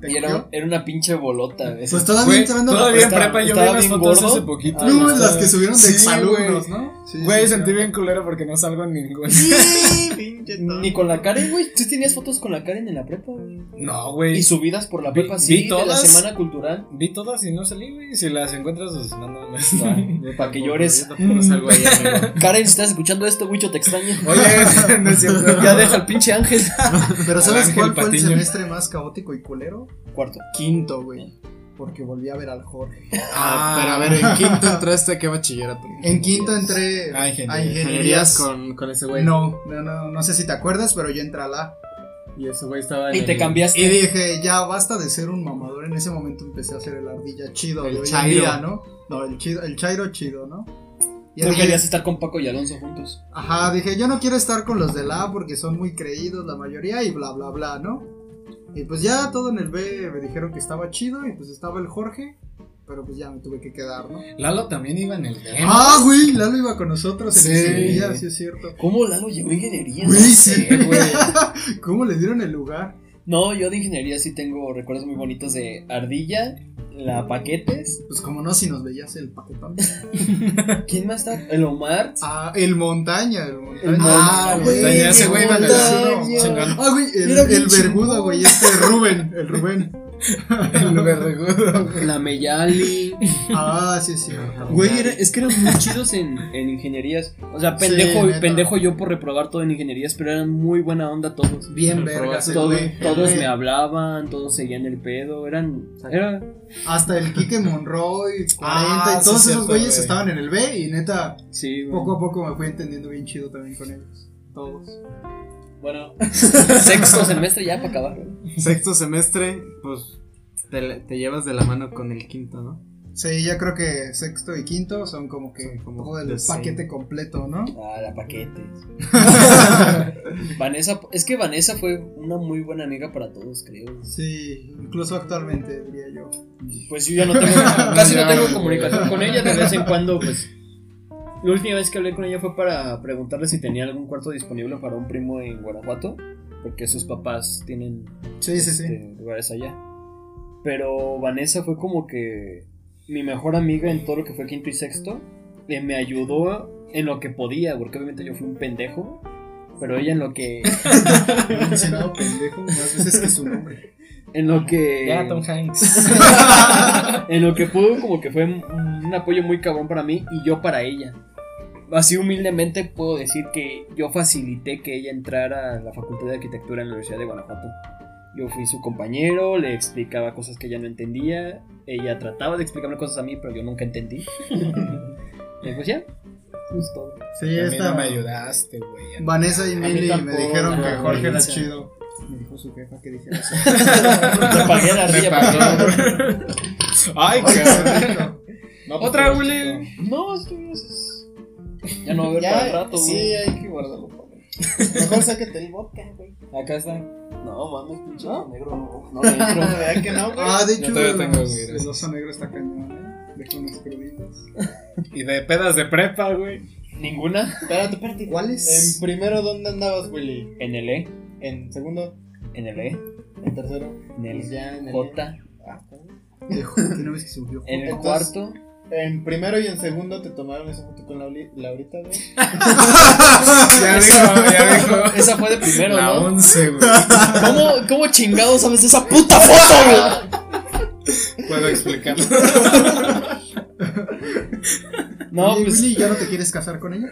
Speaker 4: ¿Te
Speaker 5: Y era,
Speaker 4: cogió?
Speaker 5: era una pinche bolota. güey.
Speaker 4: Pues todavía
Speaker 3: Güey,
Speaker 4: entrando
Speaker 3: todavía en
Speaker 5: estaba-
Speaker 3: prepa yo vi
Speaker 5: estaba
Speaker 3: las
Speaker 5: bien
Speaker 3: fotos
Speaker 5: gordo.
Speaker 3: hace poquito.
Speaker 5: Ah,
Speaker 4: No,
Speaker 5: no,
Speaker 4: es las que subieron de
Speaker 3: Sí,
Speaker 4: exalumnos,
Speaker 3: güey.
Speaker 4: ¿no? Sí,
Speaker 3: Güey,
Speaker 4: sí,
Speaker 3: sentí
Speaker 4: claro.
Speaker 3: bien culero porque no salgo en ninguna.
Speaker 5: Ni con la Karen, güey. Tú tenías fotos con la Karen en la prepa, güey.
Speaker 3: No, güey.
Speaker 5: Y subidas por la
Speaker 3: Vi-
Speaker 5: prepa,
Speaker 3: vi
Speaker 5: sí, de la
Speaker 3: todas.
Speaker 5: semana cultural.
Speaker 3: Vi todas y no salí, güey. Si las encuentras, pues mándamelas.
Speaker 5: Para que llores.
Speaker 6: Yo tampoco salgo ahí, amigo.
Speaker 5: Karen, si estás escuchando esto, Wicho, te extraño.
Speaker 3: Oye, no es cierto.
Speaker 5: Ya deja al pinche Ángel.
Speaker 4: Pero
Speaker 3: Al
Speaker 4: ¿sabes
Speaker 3: Ángel
Speaker 4: cuál fue el
Speaker 3: Patiño.
Speaker 4: semestre más caótico y culero?
Speaker 5: Cuarto.
Speaker 4: Quinto, güey. Porque volví a ver al Jorge.
Speaker 3: Ah, pero a ver, en quinto entraste a qué bachillerato.
Speaker 4: En quinto entré
Speaker 3: Ah, ingeniería.
Speaker 4: a
Speaker 6: Ingenierías
Speaker 4: ingenierías.
Speaker 6: con, con ese güey.
Speaker 4: No, no, no, no sé si te acuerdas, pero yo entré a la.
Speaker 6: Y ese güey estaba en
Speaker 5: Y te
Speaker 6: el-
Speaker 5: cambiaste.
Speaker 4: Y dije, ya basta de ser un mamador. En ese momento empecé a hacer el ardilla chido.
Speaker 6: El
Speaker 4: de hoy en
Speaker 6: chairo.
Speaker 4: día, ¿no? No, el, chido, el chairo chido, ¿no? Y
Speaker 5: Tú
Speaker 4: dije,
Speaker 5: querías estar con Paco y Alonso juntos.
Speaker 4: Ajá, dije, yo no quiero estar con los de la A porque son muy creídos la mayoría y bla, bla, bla, ¿no? Y pues ya todo en el B me dijeron que estaba chido y pues estaba el Jorge, pero pues ya me tuve que quedar, ¿no?
Speaker 3: Lalo también iba en el D.
Speaker 4: Ah, güey, Lalo iba con nosotros en
Speaker 3: Sí.
Speaker 4: ese día, sí es cierto.
Speaker 5: ¿Cómo Lalo llegó a ingeniería?
Speaker 4: Güey, sí,
Speaker 5: güey.
Speaker 4: ¿Cómo le dieron el lugar?
Speaker 5: No, yo de ingeniería sí tengo recuerdos muy bonitos de Ardilla, la Paquetes.
Speaker 4: Pues como no, si nos veías el paquetón.
Speaker 5: ¿Quién más está? El Omar.
Speaker 4: Ah, el montaña, el montaña.
Speaker 5: El
Speaker 4: ah,
Speaker 5: Montaña.
Speaker 4: güey.
Speaker 3: Ese
Speaker 4: el
Speaker 3: güey iba en el
Speaker 4: Montaña.
Speaker 3: D. Chingón.
Speaker 4: Ah, güey, el,
Speaker 5: Era bien
Speaker 4: el vergudo,
Speaker 5: chingón.
Speaker 4: güey, este Rubén, el Rubén.
Speaker 3: El verdugo.
Speaker 5: La Meyali.
Speaker 4: Ah, sí, sí. cierto.
Speaker 5: Güey, era- es que eran muy chidos en, en ingenierías. O sea, pendejo,
Speaker 4: Sí, neta.
Speaker 5: pendejo yo por reprobar todo en ingenierías, pero eran muy buena onda todos.
Speaker 4: Bien
Speaker 6: Pero probaste
Speaker 4: vergas, el
Speaker 5: Todo-
Speaker 4: güey, el
Speaker 5: todos
Speaker 4: güey.
Speaker 5: me hablaban, todos seguían el pedo. Eran. Era,
Speaker 4: Hasta el Kike Monroy, 40
Speaker 3: Ah,
Speaker 4: y
Speaker 3: sí
Speaker 4: todos
Speaker 3: es
Speaker 4: esos
Speaker 3: cierto,
Speaker 4: güeyes
Speaker 3: güey.
Speaker 4: estaban en el B y neta,
Speaker 5: sí, güey.
Speaker 4: poco a poco me fui entendiendo bien chido también con ellos. Todos.
Speaker 5: Bueno, sexto semestre ya para acabar.
Speaker 6: Sexto semestre, pues te, te llevas de la mano con el quinto, ¿no?
Speaker 4: Sí, ya creo que sexto y quinto son como que
Speaker 6: Son como
Speaker 4: todo el
Speaker 6: the same.
Speaker 4: paquete completo, ¿no?
Speaker 5: Ah, la paquetes. Vanessa, es que Vanessa fue una muy buena amiga para todos, creo.
Speaker 4: Sí, incluso actualmente diría yo.
Speaker 5: Pues yo ya no tengo, casi no tengo
Speaker 3: Ya,
Speaker 5: comunicación con ella de vez en cuando, pues. La última vez que hablé con ella fue para preguntarle si tenía algún cuarto disponible para un primo en Guanajuato, porque sus papás tienen
Speaker 4: Sí, sí, sí.
Speaker 5: este, lugares allá. Pero Vanessa fue como que mi mejor amiga en todo lo que fue quinto y sexto. Eh, me ayudó en lo que podía, porque obviamente yo fui un pendejo. Pero ella en lo que.
Speaker 4: He mencionado pendejo más veces que su nombre.
Speaker 5: En lo que.
Speaker 3: Ya, Tom Hanks.
Speaker 5: en lo que pudo, como que fue un- un apoyo muy cabrón para mí y yo para ella. Así humildemente puedo decir que yo facilité que ella entrara a la Facultad de Arquitectura en la Universidad de Guanajuato. Yo fui su compañero, le explicaba cosas que ella no entendía, ella trataba de explicarme cosas a mí, pero yo nunca entendí. y pues ya, eso es todo.
Speaker 1: Sí,
Speaker 3: A mí
Speaker 1: esta.
Speaker 3: no me ayudaste, güey.
Speaker 1: Vanessa y
Speaker 5: mí
Speaker 1: Mili me
Speaker 5: tampoco,
Speaker 1: dijeron que
Speaker 5: güey.
Speaker 1: Jorge era chido.
Speaker 4: Me dijo su jefa que dijera eso.
Speaker 5: Te pagué la
Speaker 3: Me
Speaker 5: silla,
Speaker 3: pagó. Ay, cabrón.
Speaker 4: No, pues,
Speaker 3: Otra,
Speaker 4: pobrecito.
Speaker 3: Willy.
Speaker 5: pero- No, es que eso es- Ya no va a haber para
Speaker 7: Ya,
Speaker 5: rato,
Speaker 7: sí,
Speaker 5: güey.
Speaker 7: hay que guardarlo. pobre. Mejor sácate el vodka, güey.
Speaker 5: Acá está. No mames, pinche negro, no, no le entro.
Speaker 7: ¿Verdad que no, güey?
Speaker 1: Ah, de
Speaker 3: Yo
Speaker 1: hecho,
Speaker 3: todavía tengo,
Speaker 1: los-
Speaker 3: güey,
Speaker 4: El oso negro está cañón, ¿eh? Deja unos cruditos.
Speaker 3: Y de pedas de prepa, güey.
Speaker 5: Ninguna.
Speaker 7: Espérate, espérate. En
Speaker 1: ¿Cuáles?
Speaker 7: primero, ¿dónde andabas, Willy?
Speaker 5: En el E,
Speaker 7: En segundo,
Speaker 5: en el E,
Speaker 7: en tercero.
Speaker 5: en
Speaker 7: Pues
Speaker 5: el E.
Speaker 7: ya en el.
Speaker 5: J,
Speaker 7: Ah, cabrón.
Speaker 4: Que no ves que se hundió.
Speaker 5: en el
Speaker 7: Entonces-
Speaker 5: cuarto.
Speaker 7: En primero y en segundo te tomaron esa foto con Lauri- Laurita, güey.
Speaker 3: Ya dijo, ya dijo.
Speaker 5: Esa fue de primero,
Speaker 3: La
Speaker 5: ¿no?
Speaker 3: 11, güey.
Speaker 5: ¿Cómo, ¿Cómo chingados sabes esa puta foto,
Speaker 3: Puedo explicarlo.
Speaker 5: güey? No,
Speaker 4: Oye,
Speaker 5: pues.
Speaker 4: Willy, ¿ya no te quieres casar con ella?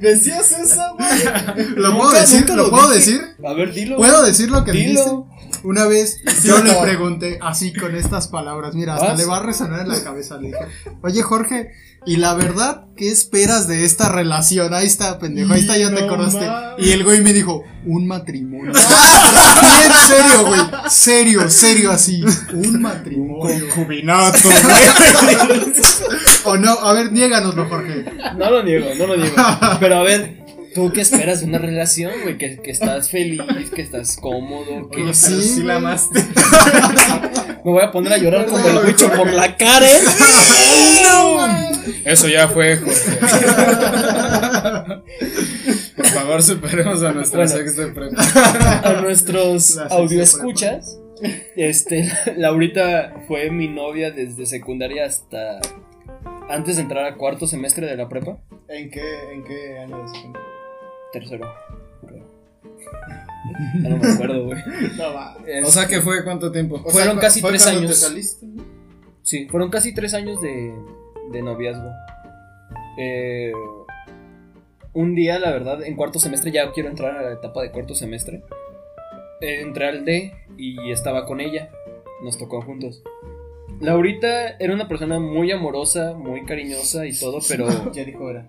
Speaker 7: ¿Decías eso, güey?
Speaker 1: ¿Lo puedo
Speaker 5: Nunca-
Speaker 1: decir?
Speaker 5: nunca
Speaker 1: ¿Lo
Speaker 5: lo
Speaker 1: puedo
Speaker 5: dije.
Speaker 1: decir?
Speaker 5: A ver, dilo.
Speaker 1: ¿Puedo decir lo que dijiste?
Speaker 5: Dilo.
Speaker 1: Una vez yo
Speaker 7: sí,
Speaker 1: le
Speaker 7: no.
Speaker 1: pregunté así con estas palabras, mira, hasta
Speaker 5: ¿Vas?
Speaker 1: le va a resonar en la cabeza, le dije, oye Jorge, ¿y la verdad qué esperas de esta relación? Ahí está, pendejo, ahí está, ya te
Speaker 7: No
Speaker 1: acordaste.
Speaker 7: mames.
Speaker 1: Y el güey me dijo, un matrimonio. Sí, en serio, güey, serio, serio así, un matrimonio.
Speaker 6: Concubinato.
Speaker 1: O no, a ver, niéganoslo, Jorge.
Speaker 5: No lo niego, no lo niego. Pero a ver, ¿tú qué esperas de una relación, güey? Que, que estás feliz, que estás cómodo, que.
Speaker 1: Oye, sí,
Speaker 6: sí la
Speaker 1: güey.
Speaker 6: amaste.
Speaker 5: Me voy a poner a llorar como el bicho por la cara, ¿eh?
Speaker 3: Eso ya fue, Jorge. Por favor, superemos a nuestra
Speaker 5: Bueno.
Speaker 3: sexta de prepa.
Speaker 5: a nuestros
Speaker 1: Las
Speaker 5: audioescuchas. Este, Laurita fue mi novia desde secundaria hasta antes de entrar a cuarto semestre de la prepa,
Speaker 7: ¿En qué, en qué año de secundaria?
Speaker 5: tercero. creo. Ya no me acuerdo, güey.
Speaker 7: No, va.
Speaker 3: O sea que fue cuánto tiempo.
Speaker 7: O sea,
Speaker 5: fueron
Speaker 7: cu-
Speaker 5: casi
Speaker 7: fue
Speaker 5: tres
Speaker 7: cuando Te
Speaker 5: años.
Speaker 7: saliste, ¿no?
Speaker 5: Sí, fueron casi tres años de, de noviazgo. Eh, un día, la verdad, en cuarto semestre, ya quiero entrar a la etapa de cuarto semestre. eh, entré al D y estaba con ella. Nos tocó juntos. Laurita era una persona muy amorosa, muy cariñosa y todo, pero
Speaker 7: Ya dijo era.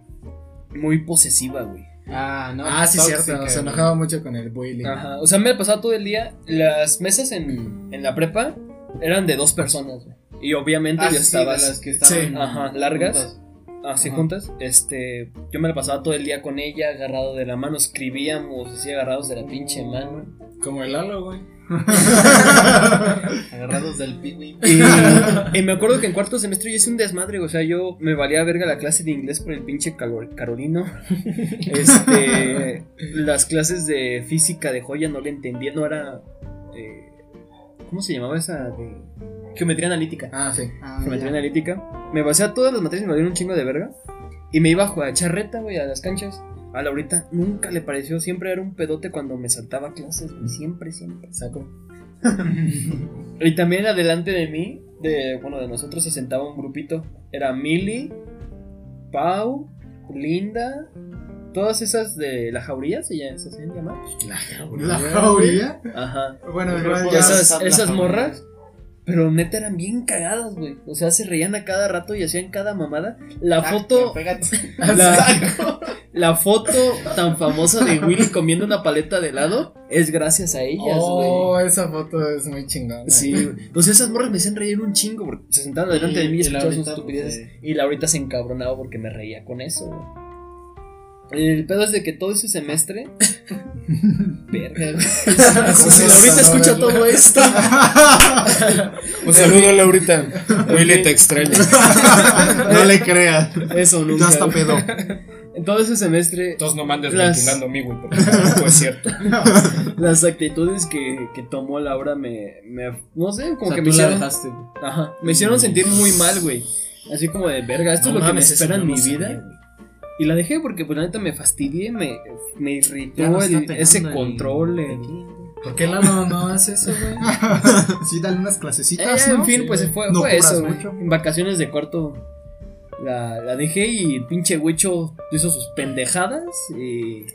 Speaker 5: muy posesiva, güey.
Speaker 7: Ah, no.
Speaker 3: Ah, sí, cierto. Se enojaba mucho con el Willy.
Speaker 5: Ajá, O sea, me pasaba todo el día. Las mesas en, en la prepa eran de dos personas, güey. Y obviamente
Speaker 7: Ah,
Speaker 5: yo
Speaker 7: sí, de
Speaker 5: estaba.
Speaker 7: las que estaban
Speaker 3: Sí.
Speaker 5: Ajá, largas.
Speaker 7: juntas.
Speaker 5: así
Speaker 7: Ajá.
Speaker 5: juntas. Este, yo me la pasaba todo el día con ella, agarrado de la mano, escribíamos, así agarrados de la pinche mano.
Speaker 3: Como el Lalo, güey.
Speaker 7: Agarrados del piwi.
Speaker 5: Y, y me acuerdo que en cuarto semestre yo hice un desmadre, o sea, yo me valía verga la clase de inglés por el pinche calor, carolino. Este, las clases de física de joya no le entendía, no era. eh, ¿Cómo se llamaba esa? De geometría analítica.
Speaker 3: Ah, sí.
Speaker 5: geometría analítica. Me basé a todas las materias y me dieron un chingo de verga. Y me iba a jugar a charreta, güey, a las canchas. A Laurita nunca le pareció, siempre era un pedote cuando me saltaba clases, güey, siempre, siempre.
Speaker 3: Saco.
Speaker 5: Y también adelante de mí, de, bueno, de nosotros se sentaba un grupito. Era Mili, Pau, Linda, todas esas de la jauría, se, llaman- se hacían llamar.
Speaker 1: ¿La jauría?
Speaker 5: Ajá.
Speaker 1: Bueno, igual
Speaker 5: Y
Speaker 1: ya.
Speaker 5: esas,
Speaker 7: la
Speaker 5: esas
Speaker 7: jauría.
Speaker 5: morras. Pero neta eran bien cagadas, güey. O sea, se reían a cada rato y hacían cada mamada. La foto.
Speaker 7: Ah, Pégate.
Speaker 5: La, la foto tan famosa de Willy comiendo una paleta de helado es gracias a ellas, güey.
Speaker 3: Oh, esa foto es muy chingona.
Speaker 5: Sí, güey. pues esas morras me hacían reír un chingo porque se sentaban delante de mí y
Speaker 7: Y- y
Speaker 5: escuchaban sus
Speaker 7: Laurita,
Speaker 5: estupideces.
Speaker 7: pues,
Speaker 5: Y Laurita se encabronaba porque me reía con eso, güey. El pedo es de que todo ese semestre. Verga, güey. Si Laurita escucha todo esto.
Speaker 3: Un saludo, Laurita. Willy te extraña.
Speaker 1: No le creas.
Speaker 5: Eso, nunca.
Speaker 1: Ya está
Speaker 5: güey.
Speaker 1: pedo.
Speaker 5: En todo ese semestre,
Speaker 3: Entonces no mandes
Speaker 5: Las-
Speaker 3: ventilando a mí, güey, porque no es cierto.
Speaker 5: las actitudes que, que tomó Laura me, me- No sé,
Speaker 6: O
Speaker 5: como
Speaker 6: sea, tú
Speaker 5: que me
Speaker 6: la
Speaker 5: hicieron.
Speaker 6: dejaste, güey.
Speaker 5: Ajá, me hicieron sentir muy mal, güey. Así como de verga, esto es
Speaker 3: No
Speaker 5: lo que me
Speaker 3: mames, eso
Speaker 5: espera en
Speaker 3: no
Speaker 5: mi
Speaker 3: lo
Speaker 5: vida.
Speaker 3: sabía,
Speaker 5: Y la dejé porque, pues, la neta me fastidié, me, me irritó
Speaker 6: Ya no está
Speaker 5: el-
Speaker 6: pegando
Speaker 5: ese
Speaker 6: el-
Speaker 5: control. el-
Speaker 3: ¿Por qué Lalo no hace eso, güey?
Speaker 4: Sí, dale unas
Speaker 3: Ah,
Speaker 5: Eh,
Speaker 4: clasecitas. ¿no?
Speaker 5: En fin, pues fue,
Speaker 4: No
Speaker 5: fue
Speaker 4: cobras
Speaker 5: eso, güey.
Speaker 4: mucho.
Speaker 5: En vacaciones de cuarto la, la dejé y el pinche huecho hizo sus pendejadas y,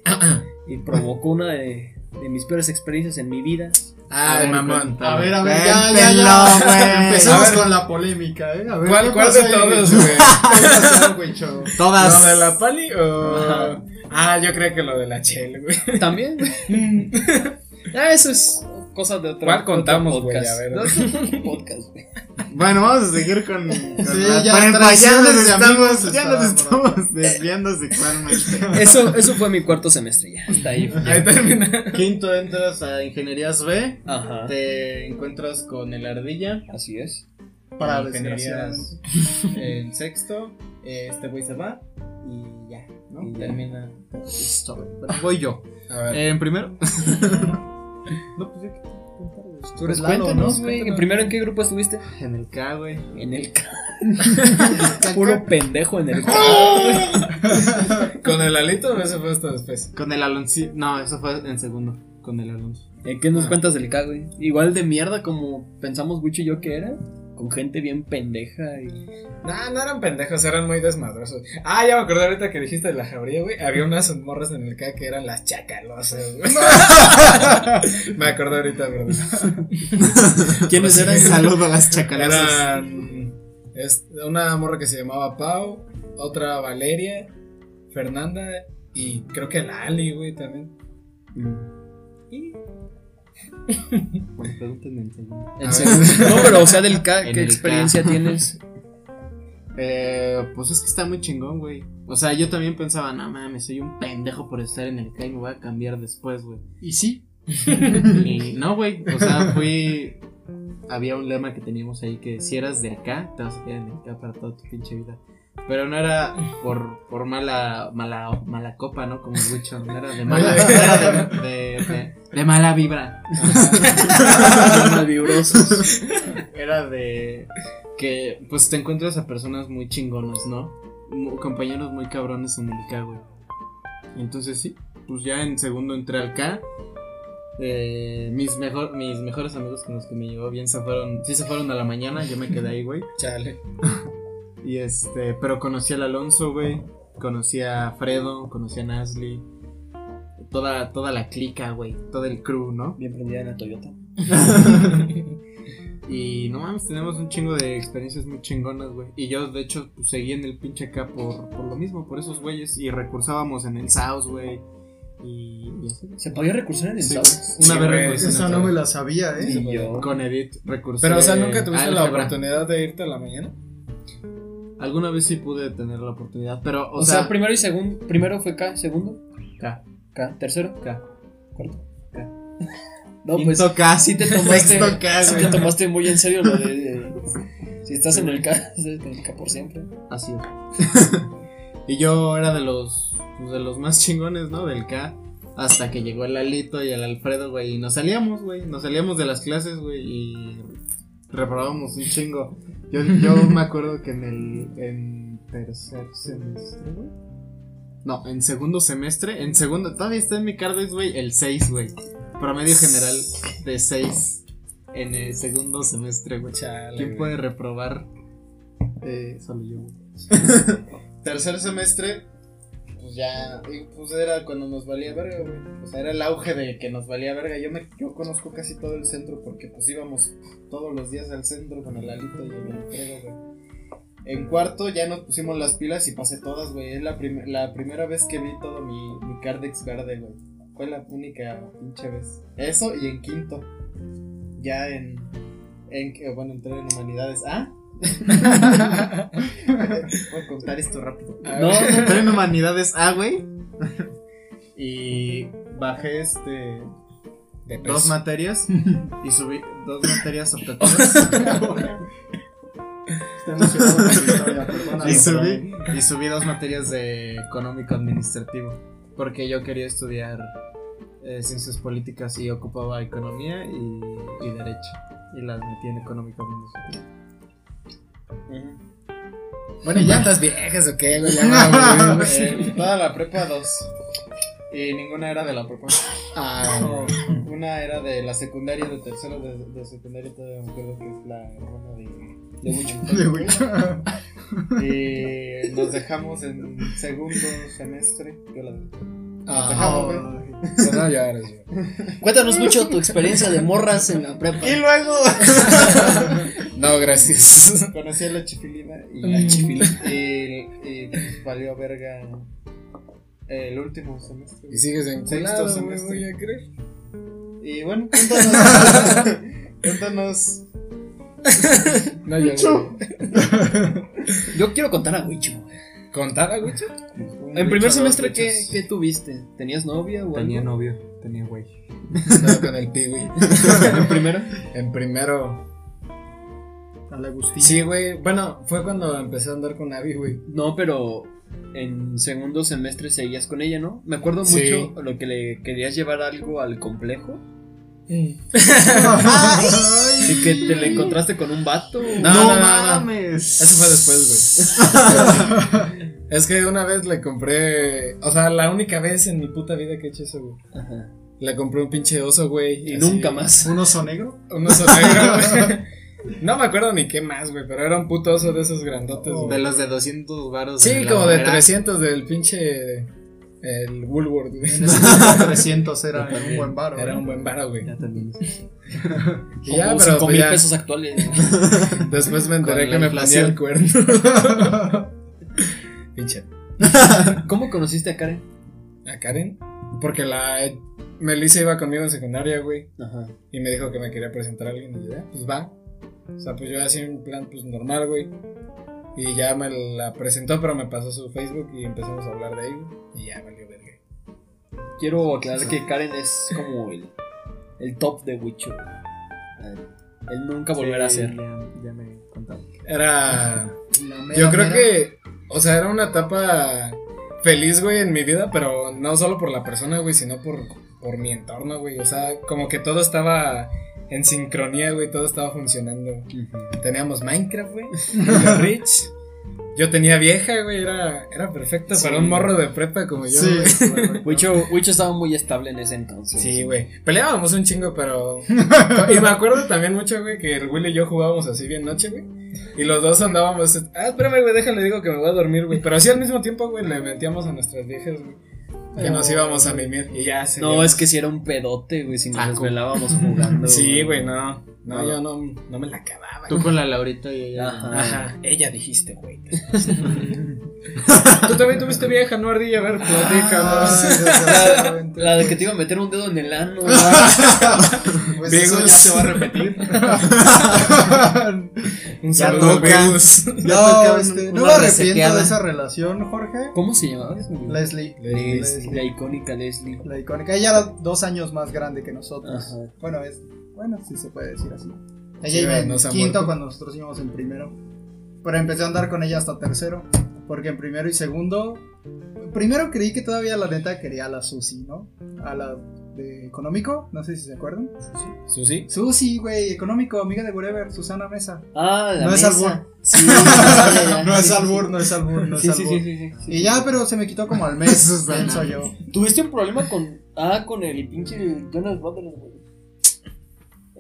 Speaker 5: y provocó una de, de mis peores experiencias en mi vida.
Speaker 3: Ah, el mamón.
Speaker 1: A ver, a ver, ya, ya,
Speaker 7: Véntelo,
Speaker 1: ya.
Speaker 7: güey.
Speaker 1: Empezamos
Speaker 3: A ver.
Speaker 1: con la polémica, ¿eh? A ver,
Speaker 3: ¿Cuál,
Speaker 1: ¿qué
Speaker 3: cuál
Speaker 1: pasa
Speaker 3: de
Speaker 1: ahí,
Speaker 3: todos,
Speaker 1: güey?
Speaker 3: güey?
Speaker 1: ¿Qué pasó, güey, chavo?
Speaker 3: ¿Lo
Speaker 7: Todas.
Speaker 3: de la pali o.?
Speaker 5: Ajá.
Speaker 3: Ah, yo creo que lo de la chel, güey.
Speaker 5: También. ah, eso es cosa de otro.
Speaker 3: Mm. ¿Cuál contamos,
Speaker 5: otro
Speaker 3: güey? A
Speaker 5: podcast.
Speaker 3: ver.
Speaker 5: No, es otro podcast, güey.
Speaker 1: Bueno, vamos a seguir con. con
Speaker 7: Sí,
Speaker 1: la
Speaker 7: ya
Speaker 1: prepa. ya
Speaker 7: traiciones
Speaker 1: nos
Speaker 7: de amigos
Speaker 1: estamos, ya nos
Speaker 7: estaba
Speaker 1: estamos desviando sexualmente.
Speaker 5: Eso, eso fue mi cuarto semestre ya. Hasta ahí.
Speaker 3: Ahí termina.
Speaker 1: Quinto, entras a Ingenierías B.
Speaker 5: Ajá.
Speaker 1: Te encuentras con el Ardilla.
Speaker 5: Así es.
Speaker 1: Para pues,
Speaker 7: Ingenierías.
Speaker 1: desgracias. En sexto, eh, este güey se va. Y ya, ¿no?
Speaker 5: Y ya.
Speaker 1: Termina. Listo. Pero Voy yo.
Speaker 3: A ver.
Speaker 1: Eh, en primero. pues
Speaker 5: Tú
Speaker 1: eres Lalo,
Speaker 5: Pues cuéntanos,
Speaker 1: ¿no?
Speaker 5: güey.
Speaker 1: Cuéntanos.
Speaker 5: Primero, ¿en qué grupo estuviste?
Speaker 1: En el K, güey.
Speaker 5: En el K. Puro pendejo en el K.
Speaker 3: ¿Con el alito o eso fue hasta después?
Speaker 1: Con el Alonso. No, eso fue en segundo. Con el Alonso.
Speaker 5: ¿En qué nos cuentas del K, güey? Igual de mierda como pensamos Gucho y yo que era. Con gente bien pendeja y.
Speaker 3: No, no eran pendejos, eran muy desmadrosos. Ah, ya me acordé ahorita que dijiste de la jauría, güey. Había unas morras en el K que eran las chacalosas, güey. me acordé ahorita, verdad.
Speaker 5: ¿Quiénes
Speaker 3: Pues sí,
Speaker 5: eran?
Speaker 1: Saludo a las chacalazas.
Speaker 3: Eran mm, es- una morra que se llamaba Pau, otra Valeria, Fernanda y creo que la Ali, güey, también.
Speaker 1: Pregúntenme en segundo.
Speaker 5: En segundo. No, pero o sea, del K,
Speaker 1: En
Speaker 5: ¿qué
Speaker 1: el
Speaker 5: experiencia tienes?
Speaker 1: Eh, pues es que está muy chingón, güey. O sea, yo también pensaba, no mames, soy un pendejo por estar en el K y me voy a cambiar después, güey.
Speaker 4: Y sí,
Speaker 1: Y no, güey. O sea, fui. Había un lema que teníamos ahí que si eras de acá, te vas a quedar en el K para toda tu pinche vida. Pero no era por, por mala, mala, mala copa, ¿no? Como el Wichon, no era de mala, era de, de- de- de mala vibra.
Speaker 5: Mal vibrosos.
Speaker 1: Era de que pues te encuentras a personas muy chingonas, ¿no? Mu- Compañeros muy cabrones en el K, güey. Entonces sí, pues ya en segundo entré al K. Eh, mis, mejor, mis mejores amigos con los que me llevó bien se fueron, sí se fueron a la mañana, yo me quedé ahí, güey.
Speaker 3: Chale.
Speaker 1: Y este, pero conocí al Alonso, güey. Conocí a Fredo, conocí a Nasli. Toda, toda la clica, güey. Todo el crew, ¿no?
Speaker 5: Bien prendida en la Toyota.
Speaker 1: Y no mames, tenemos un chingo de experiencias muy chingonas, güey. Y yo, de hecho, pues, seguí en el pinche acá por, por lo mismo, por esos güeyes. Y recursábamos en el South, güey. Y, y así.
Speaker 5: ¿Se podía recursar en el
Speaker 1: Sí,
Speaker 5: South?
Speaker 1: Una
Speaker 3: Sí,
Speaker 1: vez
Speaker 3: güey,
Speaker 1: recursé en
Speaker 4: esa
Speaker 1: el
Speaker 4: no
Speaker 1: South.
Speaker 4: me la sabía, ¿eh?
Speaker 5: Y yo.
Speaker 1: Con Edith recursé.
Speaker 3: Pero, o sea, ¿nunca tuviste la
Speaker 1: álgebra.
Speaker 3: oportunidad de irte a la mañana?
Speaker 1: Alguna vez sí pude tener la oportunidad, pero, o,
Speaker 5: O sea, primero y segundo. Primero fue K, segundo.
Speaker 1: K.
Speaker 5: K. Tercero.
Speaker 1: K.
Speaker 5: Cuarto. K. No, pues.
Speaker 1: quinto K,
Speaker 5: Sí te tomaste.
Speaker 1: sexto K,
Speaker 5: sí
Speaker 1: güey.
Speaker 5: te tomaste muy en serio lo de. de- si estás en el K, estás en el K por siempre.
Speaker 1: Así. y yo era de los pues, de los más chingones, ¿no? Del K. Hasta que llegó el Alito y el Alfredo, güey. Y nos salíamos, güey. Nos salíamos de las clases, güey. Y reprobábamos un chingo. Yo, yo me acuerdo que en el en tercer semestre, güey. No, en segundo semestre. En segundo. Todavía está en mi cardex, güey. El 6, güey. Promedio general de 6 en el segundo semestre, güey.
Speaker 3: Chale.
Speaker 1: ¿Quién
Speaker 3: güey.
Speaker 1: puede reprobar? Eh, solo yo. güey.
Speaker 7: Tercer semestre, pues ya, y, pues era cuando nos valía verga, güey. O sea, era el auge de que nos valía verga. Yo me, yo conozco casi todo el centro porque pues íbamos todos los días al centro con el alito y el entrego, güey. En cuarto ya nos pusimos las pilas y pasé todas, güey. Es la, prim- la primera vez que vi todo mi, mi cardex verde, güey. Fue la única pinche vez. Eso y en quinto. Ya en, en eh, bueno, entré en humanidades. Ah, voy a contar esto rápido.
Speaker 3: A ver.
Speaker 1: No, pero en humanidades A, güey. y bajé este
Speaker 3: De
Speaker 1: dos
Speaker 3: peso.
Speaker 1: materias y subí dos materias optativas
Speaker 4: Está emocionado con su historia, perdóname.
Speaker 1: y subí y subí dos materias de económico administrativo porque yo quería estudiar eh, ciencias políticas y ocupaba economía y, y derecho y las metí en económico administrativo.
Speaker 3: Bueno, ya estás viejas o qué, güey. Ya me aburrí, güey.
Speaker 1: Eh, Toda la prepa dos y ninguna era de la prepa.
Speaker 3: Ah,
Speaker 1: Una era de la secundaria, de tercero de, de secundaria, todavía me acuerdo que es la hermana de, de Wicho. Y nos dejamos en segundo semestre. Yo la
Speaker 3: ah,
Speaker 1: Oh.
Speaker 3: no llores, güey.
Speaker 5: Cuéntanos mucho tu experiencia de morras en la prepa.
Speaker 1: Y luego
Speaker 3: No, gracias.
Speaker 1: conocí a la chifilina y,
Speaker 5: Mm.
Speaker 3: La chifilina.
Speaker 1: y, y, pues, valió verga el último semestre.
Speaker 3: Y sigues en
Speaker 1: Sexto
Speaker 3: culado, güey,
Speaker 1: semestre.
Speaker 3: voy a creer.
Speaker 1: Y bueno, cuéntanos. cuéntanos.
Speaker 3: No llores. güey.
Speaker 5: Yo quiero contar a Wicho.
Speaker 3: ¿Contaba, güey?
Speaker 5: En primer semestre, ¿qué, qué tuviste? ¿Tenías novia o algo?
Speaker 1: novio, tenía güey.
Speaker 3: Estaba con el pi, güey.
Speaker 5: ¿En primero?
Speaker 3: En primero.
Speaker 4: Al Agustín.
Speaker 3: Sí, güey. Bueno, fue cuando empecé a andar con Abby, güey.
Speaker 5: No, pero en segundo semestre seguías con ella, ¿no? Me acuerdo mucho
Speaker 3: Sí.
Speaker 5: lo que le querías llevar algo al complejo. Así que te le encontraste con un vato.
Speaker 3: No, no, no, no.
Speaker 1: mames.
Speaker 3: Eso fue después, güey. es que una vez le compré. O sea, la única vez en mi puta vida que he hecho eso, güey.
Speaker 5: Ajá.
Speaker 3: Le compré un pinche oso, güey.
Speaker 5: Y
Speaker 3: así,
Speaker 5: nunca más.
Speaker 4: ¿Un oso negro?
Speaker 3: Un oso negro, güey. No me acuerdo ni qué más, güey. Pero era un puto oso de esos grandotes, güey.
Speaker 1: Oh, De los de 200 varos.
Speaker 3: Sí,
Speaker 1: en la
Speaker 3: como de
Speaker 1: madera.
Speaker 3: 300 del pinche. El Woolworth, güey.
Speaker 4: En ese tiempo 300 era un buen varo.
Speaker 3: Era
Speaker 4: ¿eh?
Speaker 3: un buen varo, güey.
Speaker 1: Ya también.
Speaker 3: Y ya,
Speaker 5: Como
Speaker 3: pero
Speaker 5: cinco
Speaker 3: pues,
Speaker 5: mil
Speaker 3: ya,
Speaker 5: pesos actuales.
Speaker 3: después me enteré
Speaker 1: Con la
Speaker 3: que me ponía
Speaker 1: inflación.
Speaker 3: el cuerno. pinche.
Speaker 5: ¿Cómo conociste a Karen?
Speaker 3: ¿A Karen? Porque la Melissa iba conmigo en secundaria, güey.
Speaker 5: Ajá.
Speaker 3: Y me dijo que me quería presentar a alguien. Y yo, "Ah, pues va. O sea, pues yo así en plan, pues normal, güey. Y ya me la presentó, pero me pasó su Facebook y empezamos a hablar de ahí, güey. Y ya valió verga.
Speaker 5: Quiero aclarar que Karen es como el, el top de Wicho. Él nunca volverá a ser.
Speaker 1: Ya, ya me contaron.
Speaker 3: Era.
Speaker 4: La mera,
Speaker 3: Yo creo
Speaker 4: mera.
Speaker 3: que. O sea, era una etapa feliz, güey, en mi vida, pero no solo por la persona, güey, sino por, por mi entorno, güey. O sea, como que todo estaba en sincronía, güey, todo estaba funcionando. Teníamos Minecraft, güey. Mario Rich. Yo tenía vieja, güey. Era, era perfecto
Speaker 5: Sí.
Speaker 3: para un morro de prepa como yo.
Speaker 4: Sí,
Speaker 3: güey.
Speaker 5: Wicho, Wicho estaba muy estable en ese entonces.
Speaker 3: Sí, güey. Peleábamos un chingo, pero. y me acuerdo también mucho, güey, que el Will y yo jugábamos así bien noche, güey. Y los dos andábamos. Ah, espérame, güey, déjale, digo que me voy a dormir, güey. Pero así al mismo tiempo, güey, le metíamos a nuestras viejas, güey. Que nos íbamos a mimir. Y ya se.
Speaker 5: No, es que si era un pedote, güey, si nos
Speaker 1: Taco.
Speaker 5: desvelábamos jugando.
Speaker 3: Ah, Sí, güey, no. No, yo no, no me la acababa.
Speaker 1: Tú con la Laurita y ella.
Speaker 5: Ajá.
Speaker 3: Ajá, ella dijiste, güey. Tú también tuviste vieja, no ardilla, a ver,
Speaker 4: Ah,
Speaker 3: platícanos.
Speaker 4: Desgraciadamente.
Speaker 5: La de que te iba a meter un dedo en el ano.
Speaker 4: Pues eso ya
Speaker 3: Vigos.
Speaker 4: se va a repetir.
Speaker 3: Un
Speaker 1: Ya
Speaker 3: saludo,
Speaker 1: toca.
Speaker 3: Veus.
Speaker 4: No, este, no
Speaker 1: una
Speaker 4: me arrepiento
Speaker 1: reseteada.
Speaker 4: de esa relación, Jorge.
Speaker 5: ¿Cómo se llamaba? esa, güey?
Speaker 4: Leslie,
Speaker 3: Leslie.
Speaker 5: Leslie, La icónica Leslie.
Speaker 4: la icónica. Ella era dos años más grande que nosotros.
Speaker 5: Ajá.
Speaker 4: Bueno, es. Bueno, sí se puede decir así. Ella
Speaker 3: Sí,
Speaker 4: iba en
Speaker 3: nos ha
Speaker 4: quinto
Speaker 3: muerto.
Speaker 4: cuando nosotros íbamos en primero. Pero empecé a andar con ella hasta tercero. Porque en primero y segundo. Primero creí que todavía la neta quería a la Susi, ¿no? A la de económico, no sé si se acuerdan.
Speaker 3: ¿Susi?
Speaker 4: Susi, güey, económico, amiga de Wherever, Susana Mesa.
Speaker 5: Ah, la
Speaker 4: No es
Speaker 5: mesa.
Speaker 4: albur.
Speaker 5: Sí, ya, ya, ya.
Speaker 4: No
Speaker 5: Sí,
Speaker 4: es
Speaker 5: sí,
Speaker 4: albur,
Speaker 5: sí.
Speaker 4: no es albur, no es
Speaker 5: Sí, sí, sí,
Speaker 4: albur.
Speaker 5: sí, sí, sí.
Speaker 4: Y ya, pero se me quitó como al mes, pienso yo.
Speaker 5: Tuviste un problema con. Ah, con el pinche Jonas Butler, güey.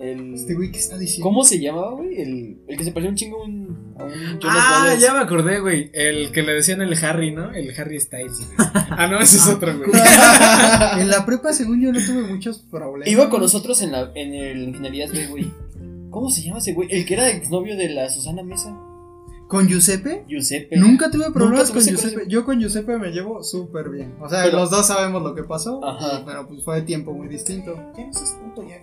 Speaker 5: El.
Speaker 4: Este güey, ¿qué está diciendo?
Speaker 5: ¿Cómo se llamaba, güey? El, el que se parecía un chingo a un, a un Jonas
Speaker 3: Ah,
Speaker 5: Brothers.
Speaker 3: ya me acordé, güey. El que le decían el Harry, ¿no? El Harry Styles. güey. Ah, no, ese es otro, güey.
Speaker 4: en la prepa, según yo, no tuve muchos problemas.
Speaker 5: Iba con nosotros en, la, en el Ingenierías B, güey. ¿Cómo se llama ese güey? El que era exnovio de la Susana Mesa.
Speaker 4: ¿Con Giuseppe?
Speaker 5: Giuseppe.
Speaker 4: Nunca tuve problemas con
Speaker 5: tuviste
Speaker 4: Giuseppe. Yo con Giuseppe me llevo súper bien. O sea,
Speaker 5: Pero- Ah.
Speaker 4: los dos sabemos lo que pasó.
Speaker 5: Ajá.
Speaker 4: Pero pues fue de tiempo muy distinto.
Speaker 7: Ya no seas puto, ya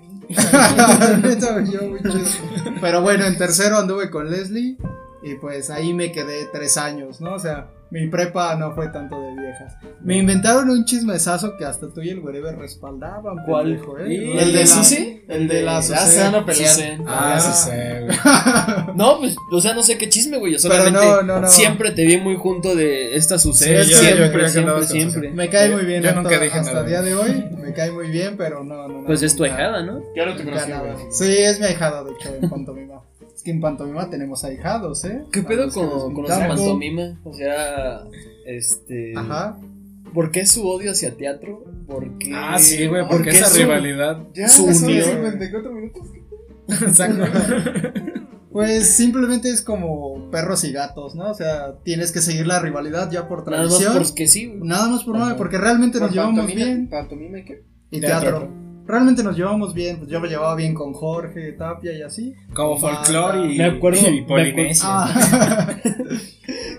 Speaker 7: vi.
Speaker 4: Neta, me llevo muy chido. Pero bueno, en tercero anduve con Leslie. Y pues ahí me quedé tres años, ¿no? O sea, Mi prepa no fue tanto de viejas. Me inventaron un chismesazo que hasta tú y el wherever respaldaban.
Speaker 5: ¿Cuál?
Speaker 4: pendejo, ¿eh?
Speaker 5: ¿Y el de Susi?
Speaker 6: El de la
Speaker 4: Ya
Speaker 6: sociedad.
Speaker 4: se van
Speaker 6: a
Speaker 5: Susi.
Speaker 3: Ah, sí sé, güey.
Speaker 5: ¿eh? No, pues, o sea, no sé qué chisme, güey. Yo
Speaker 4: Pero
Speaker 5: solamente
Speaker 4: no, no, no.
Speaker 5: siempre te vi muy junto de esta sucede.
Speaker 3: Sí, yo- yo
Speaker 5: siempre,
Speaker 3: creía que
Speaker 5: siempre,
Speaker 3: andabas con
Speaker 5: siempre.
Speaker 4: Me cae muy bien.
Speaker 3: Yo
Speaker 4: hasta-
Speaker 3: nunca dije
Speaker 4: Hasta
Speaker 3: nada.
Speaker 4: el día de hoy me cae muy bien, pero no, no. no,
Speaker 5: Pues es tu
Speaker 4: nunca-
Speaker 5: ahijada, ¿no?
Speaker 1: Yo no te
Speaker 4: nunca
Speaker 1: conocí,
Speaker 4: nada.
Speaker 1: güey.
Speaker 4: Sí, es mi ahijada, de hecho, en pantomima. es que en pantomima tenemos ahijados, ¿eh?
Speaker 5: ¿Qué
Speaker 4: A
Speaker 5: pedo
Speaker 4: los que les
Speaker 5: con, con los de
Speaker 4: pintamos.
Speaker 5: pantomima? O sea, este...
Speaker 4: Ajá.
Speaker 5: ¿Por qué su odio hacia teatro? ¿Por qué?
Speaker 3: Ah, sí, güey,
Speaker 5: ¿Por
Speaker 3: porque
Speaker 5: qué
Speaker 3: esa
Speaker 5: su-
Speaker 3: rivalidad.
Speaker 5: Ya, Su son unión.
Speaker 4: 54 minutos. Pues simplemente es como perros y gatos, ¿no? O sea, tienes que seguir la rivalidad ya por
Speaker 5: Nada más
Speaker 4: tradición.
Speaker 5: porque sí, güey.
Speaker 4: Nada más por nada,
Speaker 7: Ajá.
Speaker 4: porque realmente nos
Speaker 7: Por
Speaker 4: llevamos
Speaker 7: pantomima-
Speaker 4: bien.
Speaker 7: ¿Pantomima y qué?
Speaker 4: Y
Speaker 3: Teatro.
Speaker 4: teatro. Realmente nos llevamos bien. Pues yo me llevaba bien con Jorge, Tapia y así. Ah,
Speaker 3: Como folclore y,
Speaker 5: Me acuerdo-
Speaker 3: y
Speaker 5: me acuerdo-
Speaker 3: polinesia.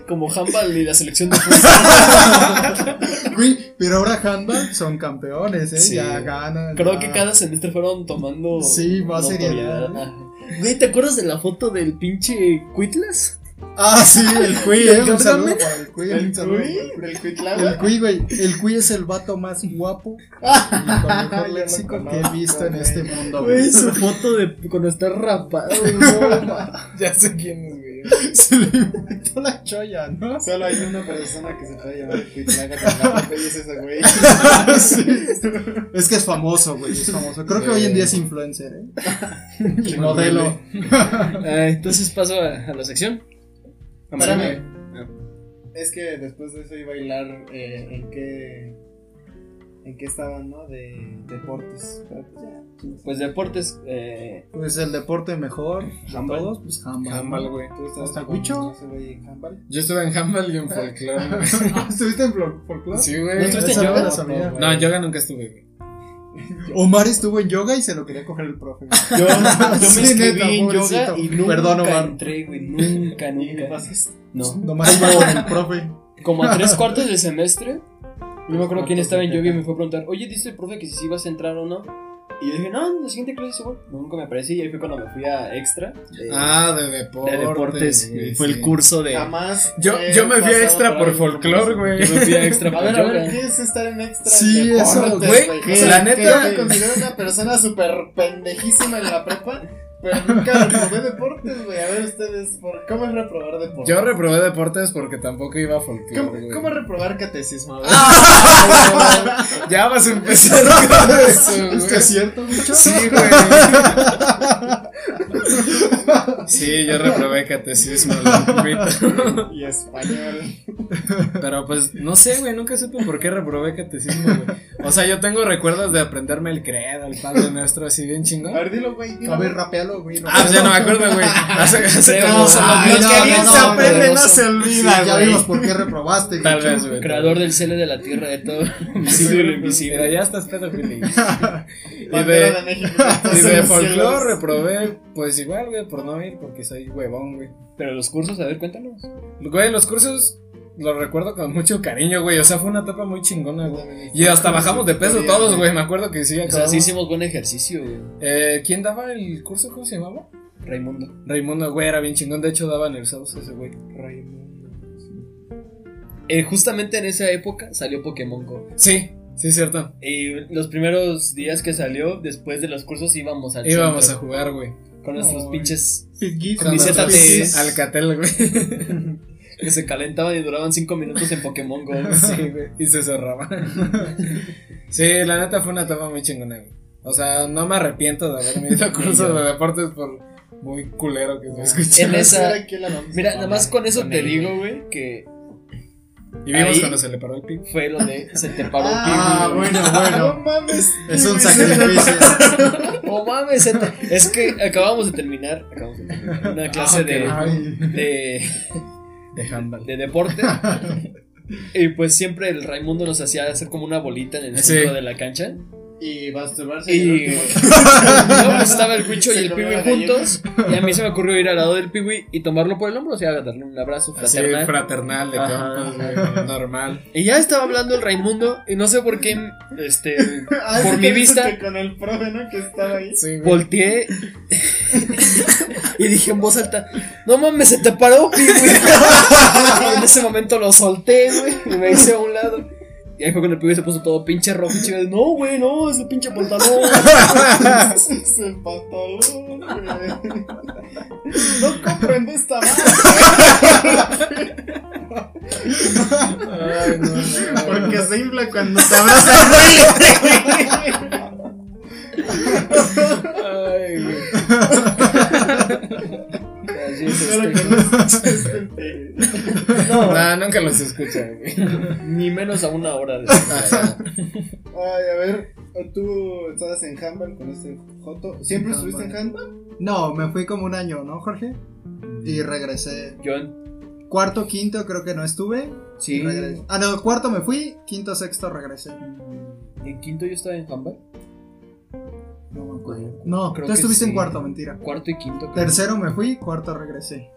Speaker 5: Como Hambal y la selección de fútbol.
Speaker 4: Güey, pero ahora handball son campeones, ¿eh?
Speaker 5: Sí.
Speaker 4: Ya ganan.
Speaker 5: Creo
Speaker 4: ya.
Speaker 5: que cada semestre fueron tomando.
Speaker 4: Ah. Sí, más
Speaker 5: notoriedad.
Speaker 4: seriedad.
Speaker 5: Ajá. Güey, ¿te acuerdas de la foto del pinche Quitlas?
Speaker 4: Ah, sí, el Cui, ¿eh? Un saludo para el Cui.
Speaker 7: ¿El
Speaker 4: un saludo.
Speaker 7: Cui? ¿El Cuitlava?
Speaker 4: El Cui, güey. El Cui es el vato más guapo y con mejor
Speaker 7: lo
Speaker 4: léxico que he
Speaker 7: conozco,
Speaker 4: visto en
Speaker 7: güey.
Speaker 4: este mundo,
Speaker 5: Güey,
Speaker 3: Pues,
Speaker 4: güey.
Speaker 5: su foto de cuando está rapado. no, ma.
Speaker 3: Ya sé quién es, güey.
Speaker 4: Se le inventó la cholla, ¿no?
Speaker 7: Solo hay una persona que se puede llamar el Cuitlaga con la y es ese güey.
Speaker 4: Sí. Es que es famoso, güey. Es famoso. Creo que hoy en día es influencer, ¿eh? Y modelo.
Speaker 5: Ah, entonces paso a, a la sección.
Speaker 7: Espérame. Es que después de eso iba a bailar en qué. En qué estaban, ¿no? De deportes. Pero pues ya,
Speaker 5: Pues deportes. Eh,
Speaker 4: Pues el deporte mejor.
Speaker 5: Handball.
Speaker 4: De todos, pues handball.
Speaker 3: Handball, güey.
Speaker 7: ¿Tú estabas
Speaker 4: ¿Hasta
Speaker 7: con
Speaker 4: Huicho?
Speaker 7: ese güey en handball?
Speaker 3: Yo estuve en handball y en folclore. güey.
Speaker 4: ¿Estuviste en fol- folclore?
Speaker 3: Sí,
Speaker 5: ¿No
Speaker 3: güey. este-
Speaker 5: estuviste en
Speaker 4: Esa no
Speaker 5: yoga?
Speaker 4: me la sabía.
Speaker 3: No, en yoga nunca estuve, güey.
Speaker 4: Omar estuvo en yoga y se lo quería coger el profe. güey.
Speaker 5: Yo, yo me
Speaker 4: Sí,
Speaker 5: inscribí
Speaker 4: neta,
Speaker 5: en
Speaker 4: pobrecito.
Speaker 5: yoga y nunca
Speaker 4: Perdón, Omar.
Speaker 5: entré, güey. Nunca, nunca. No.
Speaker 4: Nomás iba con el profe.
Speaker 5: Como a tres cuartos de semestre, no me acuerdo quién estaba en yoga y me fue a preguntar, oye, dice el profe que si sí vas a entrar o no. Y yo dije, no, en la siguiente clase se voy. Nunca me aparecí y ahí fue cuando me fui a extra. de-
Speaker 3: Ah, de deportes.
Speaker 5: de deportes.
Speaker 3: güey,
Speaker 5: y fue el
Speaker 3: sí.
Speaker 5: curso de.
Speaker 7: Jamás.
Speaker 3: Yo,
Speaker 7: he
Speaker 3: yo me fui a
Speaker 7: pasado
Speaker 3: extra por
Speaker 7: algo como
Speaker 3: folclore,
Speaker 7: eso.
Speaker 3: güey.
Speaker 5: Yo me fui a extra
Speaker 7: A
Speaker 5: por
Speaker 7: ver, a ver,
Speaker 5: yoga.
Speaker 7: ¿qué es estar en extra?
Speaker 4: Sí,
Speaker 7: en
Speaker 4: eso,
Speaker 7: deportes,
Speaker 3: güey,
Speaker 7: güey?
Speaker 3: que
Speaker 7: O sea,
Speaker 3: la neta-
Speaker 7: Yo me considero una persona súper pendejísima en la prepa, pero nunca reprobé deportes, güey. A ver, ustedes, ¿por ¿cómo es reprobar deportes?
Speaker 3: Yo reprobé deportes porque tampoco iba a
Speaker 7: ¿Cómo,
Speaker 3: folclore, güey.
Speaker 7: cómo reprobar catecismo? A ver.
Speaker 3: Ya vas a empezar con eso,
Speaker 4: ¿Esto
Speaker 3: güey.
Speaker 4: es cierto, mucho?
Speaker 3: Sí, güey. Sí, yo reprobé catecismo, la neta.
Speaker 7: y español.
Speaker 3: pero pues no sé, güey, nunca supe por qué reprobé catecismo, güey. O sea, yo tengo recuerdos de aprenderme el credo, el Padre Nuestro, así bien
Speaker 7: A
Speaker 3: chingón.
Speaker 7: ver, dilo, güey. dilo.
Speaker 4: A ver, rapealo, güey.
Speaker 3: Ah, pues ya no me acuerdo, güey. Hace, hace
Speaker 5: Creo-
Speaker 3: como
Speaker 5: Ay,
Speaker 3: Los
Speaker 5: no,
Speaker 3: que bien
Speaker 5: no,
Speaker 3: se
Speaker 5: no,
Speaker 3: aprenden,
Speaker 5: no,
Speaker 3: se
Speaker 4: Sí,
Speaker 3: olvidan,
Speaker 4: ya vimos por qué reprobaste.
Speaker 3: Tal
Speaker 4: güey.
Speaker 3: vez, güey.
Speaker 5: Creador del cielo y de la tierra, de todo. Visible y lo
Speaker 3: Mira,
Speaker 5: invisible.
Speaker 3: ya estás pedo, Fili. Y
Speaker 7: Bandera
Speaker 3: de,
Speaker 7: de México.
Speaker 3: y
Speaker 7: entonces,
Speaker 3: de
Speaker 7: los cielos.
Speaker 3: folclore reprobé, pues igual, güey, por no ir, porque soy huevón, güey.
Speaker 5: Pero los cursos, a ver, cuéntanos.
Speaker 3: Güey, los cursos los recuerdo con mucho cariño, güey. O sea, fue una etapa muy chingona, güey. Y hasta bajamos de peso todos, güey. Me acuerdo que sí,
Speaker 5: O sea,
Speaker 3: acabamos.
Speaker 5: sí hicimos buen ejercicio, güey.
Speaker 3: Eh, ¿Quién daba el curso? ¿Cómo se llamaba?
Speaker 5: Raimundo.
Speaker 3: Raimundo, güey, era bien chingón. De hecho, daba en el sauce ese güey.
Speaker 5: Eh, justamente en esa época salió Pokémon Go.
Speaker 3: Sí, sí, es cierto.
Speaker 5: Y los primeros días que salió, después de los cursos, íbamos al
Speaker 3: Íbamos a
Speaker 5: centro
Speaker 3: jugar, güey.
Speaker 5: con nuestros
Speaker 4: Ay.
Speaker 5: pinches
Speaker 3: Con
Speaker 5: Camiseta
Speaker 3: nuestros
Speaker 5: de-
Speaker 3: Alcatel, güey.
Speaker 5: que se calentaban y duraban 5 minutos en Pokémon Go.
Speaker 3: Sí, güey. Y se cerraba. sí, la neta fue una etapa muy chingona, güey. O sea, no me arrepiento de haberme ido a cursos de deportes por muy culero que se escucha.
Speaker 5: En esa-
Speaker 7: Era que la vamos a
Speaker 5: Mira, nada más con eso
Speaker 7: Con
Speaker 5: te
Speaker 7: el-
Speaker 5: digo, güey, que
Speaker 3: Y vimos
Speaker 5: Ahí-
Speaker 3: cuando se le paró el pico.
Speaker 5: fue lo de se te paró
Speaker 4: Ah,
Speaker 5: el pibe.
Speaker 4: bueno,
Speaker 7: No
Speaker 4: bueno.
Speaker 7: mames.
Speaker 4: Es un
Speaker 7: güey,
Speaker 4: sacrificio.
Speaker 5: Oh, mames, se te- es que acabamos de terminar, acabamos de terminar una clase de,
Speaker 4: Ay,
Speaker 5: de,
Speaker 3: De handball.
Speaker 5: de deporte. Y pues siempre el Raimundo nos hacía hacer como una bolita en el
Speaker 3: Sí.
Speaker 5: centro de la cancha.
Speaker 7: Y masturbarse. en el
Speaker 5: Y
Speaker 7: último-
Speaker 5: no, pues estaba el Huicho y
Speaker 7: Se
Speaker 5: el
Speaker 7: comió
Speaker 5: Piwi
Speaker 7: la galleta.
Speaker 5: juntos. Y a mí se me ocurrió ir al lado del Piwi y tomarlo por el hombro, o sea, darle un abrazo
Speaker 3: Así,
Speaker 5: fraternal.
Speaker 3: fraternal, de
Speaker 5: Ajá.
Speaker 3: compas, güey. Normal.
Speaker 5: Y ya estaba hablando el Raimundo y no sé por qué, este,
Speaker 7: Ah,
Speaker 5: por
Speaker 7: sí
Speaker 5: mi
Speaker 7: que dices
Speaker 5: vista-
Speaker 7: que Con el profe, ¿no? Que estaba ahí.
Speaker 3: Sí, güey.
Speaker 5: volteé Y dije en voz alta, no mames, se te paró, pi, güey. Y en ese momento lo solté, güey, y me hice a un lado. Y ahí fue cuando el pibe se puso todo pinche rojo, y chido, no, güey, no, es el pinche pantalón.
Speaker 7: Se empató, güey. No comprendo esta madre.
Speaker 3: Ay, no, no, no.
Speaker 1: Porque se infla cuando te abrazas, güey.
Speaker 3: Ay, güey.
Speaker 5: Así es, este,
Speaker 3: No, nunca los escucha, güey.
Speaker 5: ni menos a una hora. De...
Speaker 7: Ay, a ver, tú estabas en handball con este Joto. ¿Siempre estuviste en handball?
Speaker 4: No, me fui como un año, ¿no, Jorge? Y regresé.
Speaker 5: Yo,
Speaker 4: Cuarto, quinto creo que no estuve. y
Speaker 5: sí,
Speaker 4: regresé. Ah, no, cuarto me fui, quinto, sexto regresé.
Speaker 5: en quinto yo estaba en handball.
Speaker 4: No me acuerdo. No,
Speaker 5: Creo
Speaker 4: tú
Speaker 5: que
Speaker 4: estuviste
Speaker 5: sí.
Speaker 4: en cuarto, mentira.
Speaker 5: Cuarto y quinto. creo.
Speaker 4: Tercero me fui, cuarto regresé.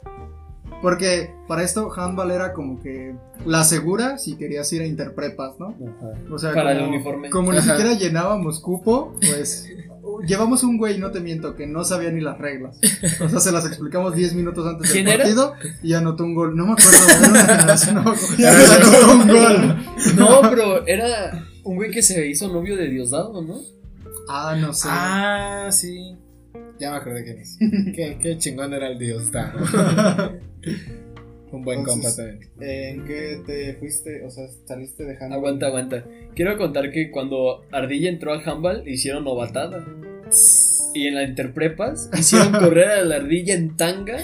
Speaker 4: Porque para esto handball era como que la segura si querías ir a interprepas, ¿no?
Speaker 5: Ajá.
Speaker 4: O sea,
Speaker 5: Para el
Speaker 4: como-
Speaker 5: uniforme.
Speaker 4: Como ni
Speaker 3: Ajá.
Speaker 4: siquiera llenábamos cupo, pues llevamos un güey, no te miento, que no sabía ni las reglas. O sea, se las explicamos 10 minutos antes del
Speaker 5: ¿Quién era?
Speaker 4: partido y anotó un gol. No me acuerdo, era una generación, no me acuerdo. Pero anotó un gol.
Speaker 5: No, pero era un güey que se hizo novio de Diosdado, ¿no?
Speaker 4: Ah, no sé.
Speaker 3: Ah, sí. Ya me acordé quién es. qué, qué chingón era el dios Dan. Un buen compa
Speaker 7: Entonces-
Speaker 3: también.
Speaker 7: ¿En qué te fuiste? O sea, saliste de handball.
Speaker 5: Aguanta, aguanta. Quiero contar que cuando Ardilla entró al handball hicieron novatada. Y en la interprepas hicieron correr a la ardilla en tanga.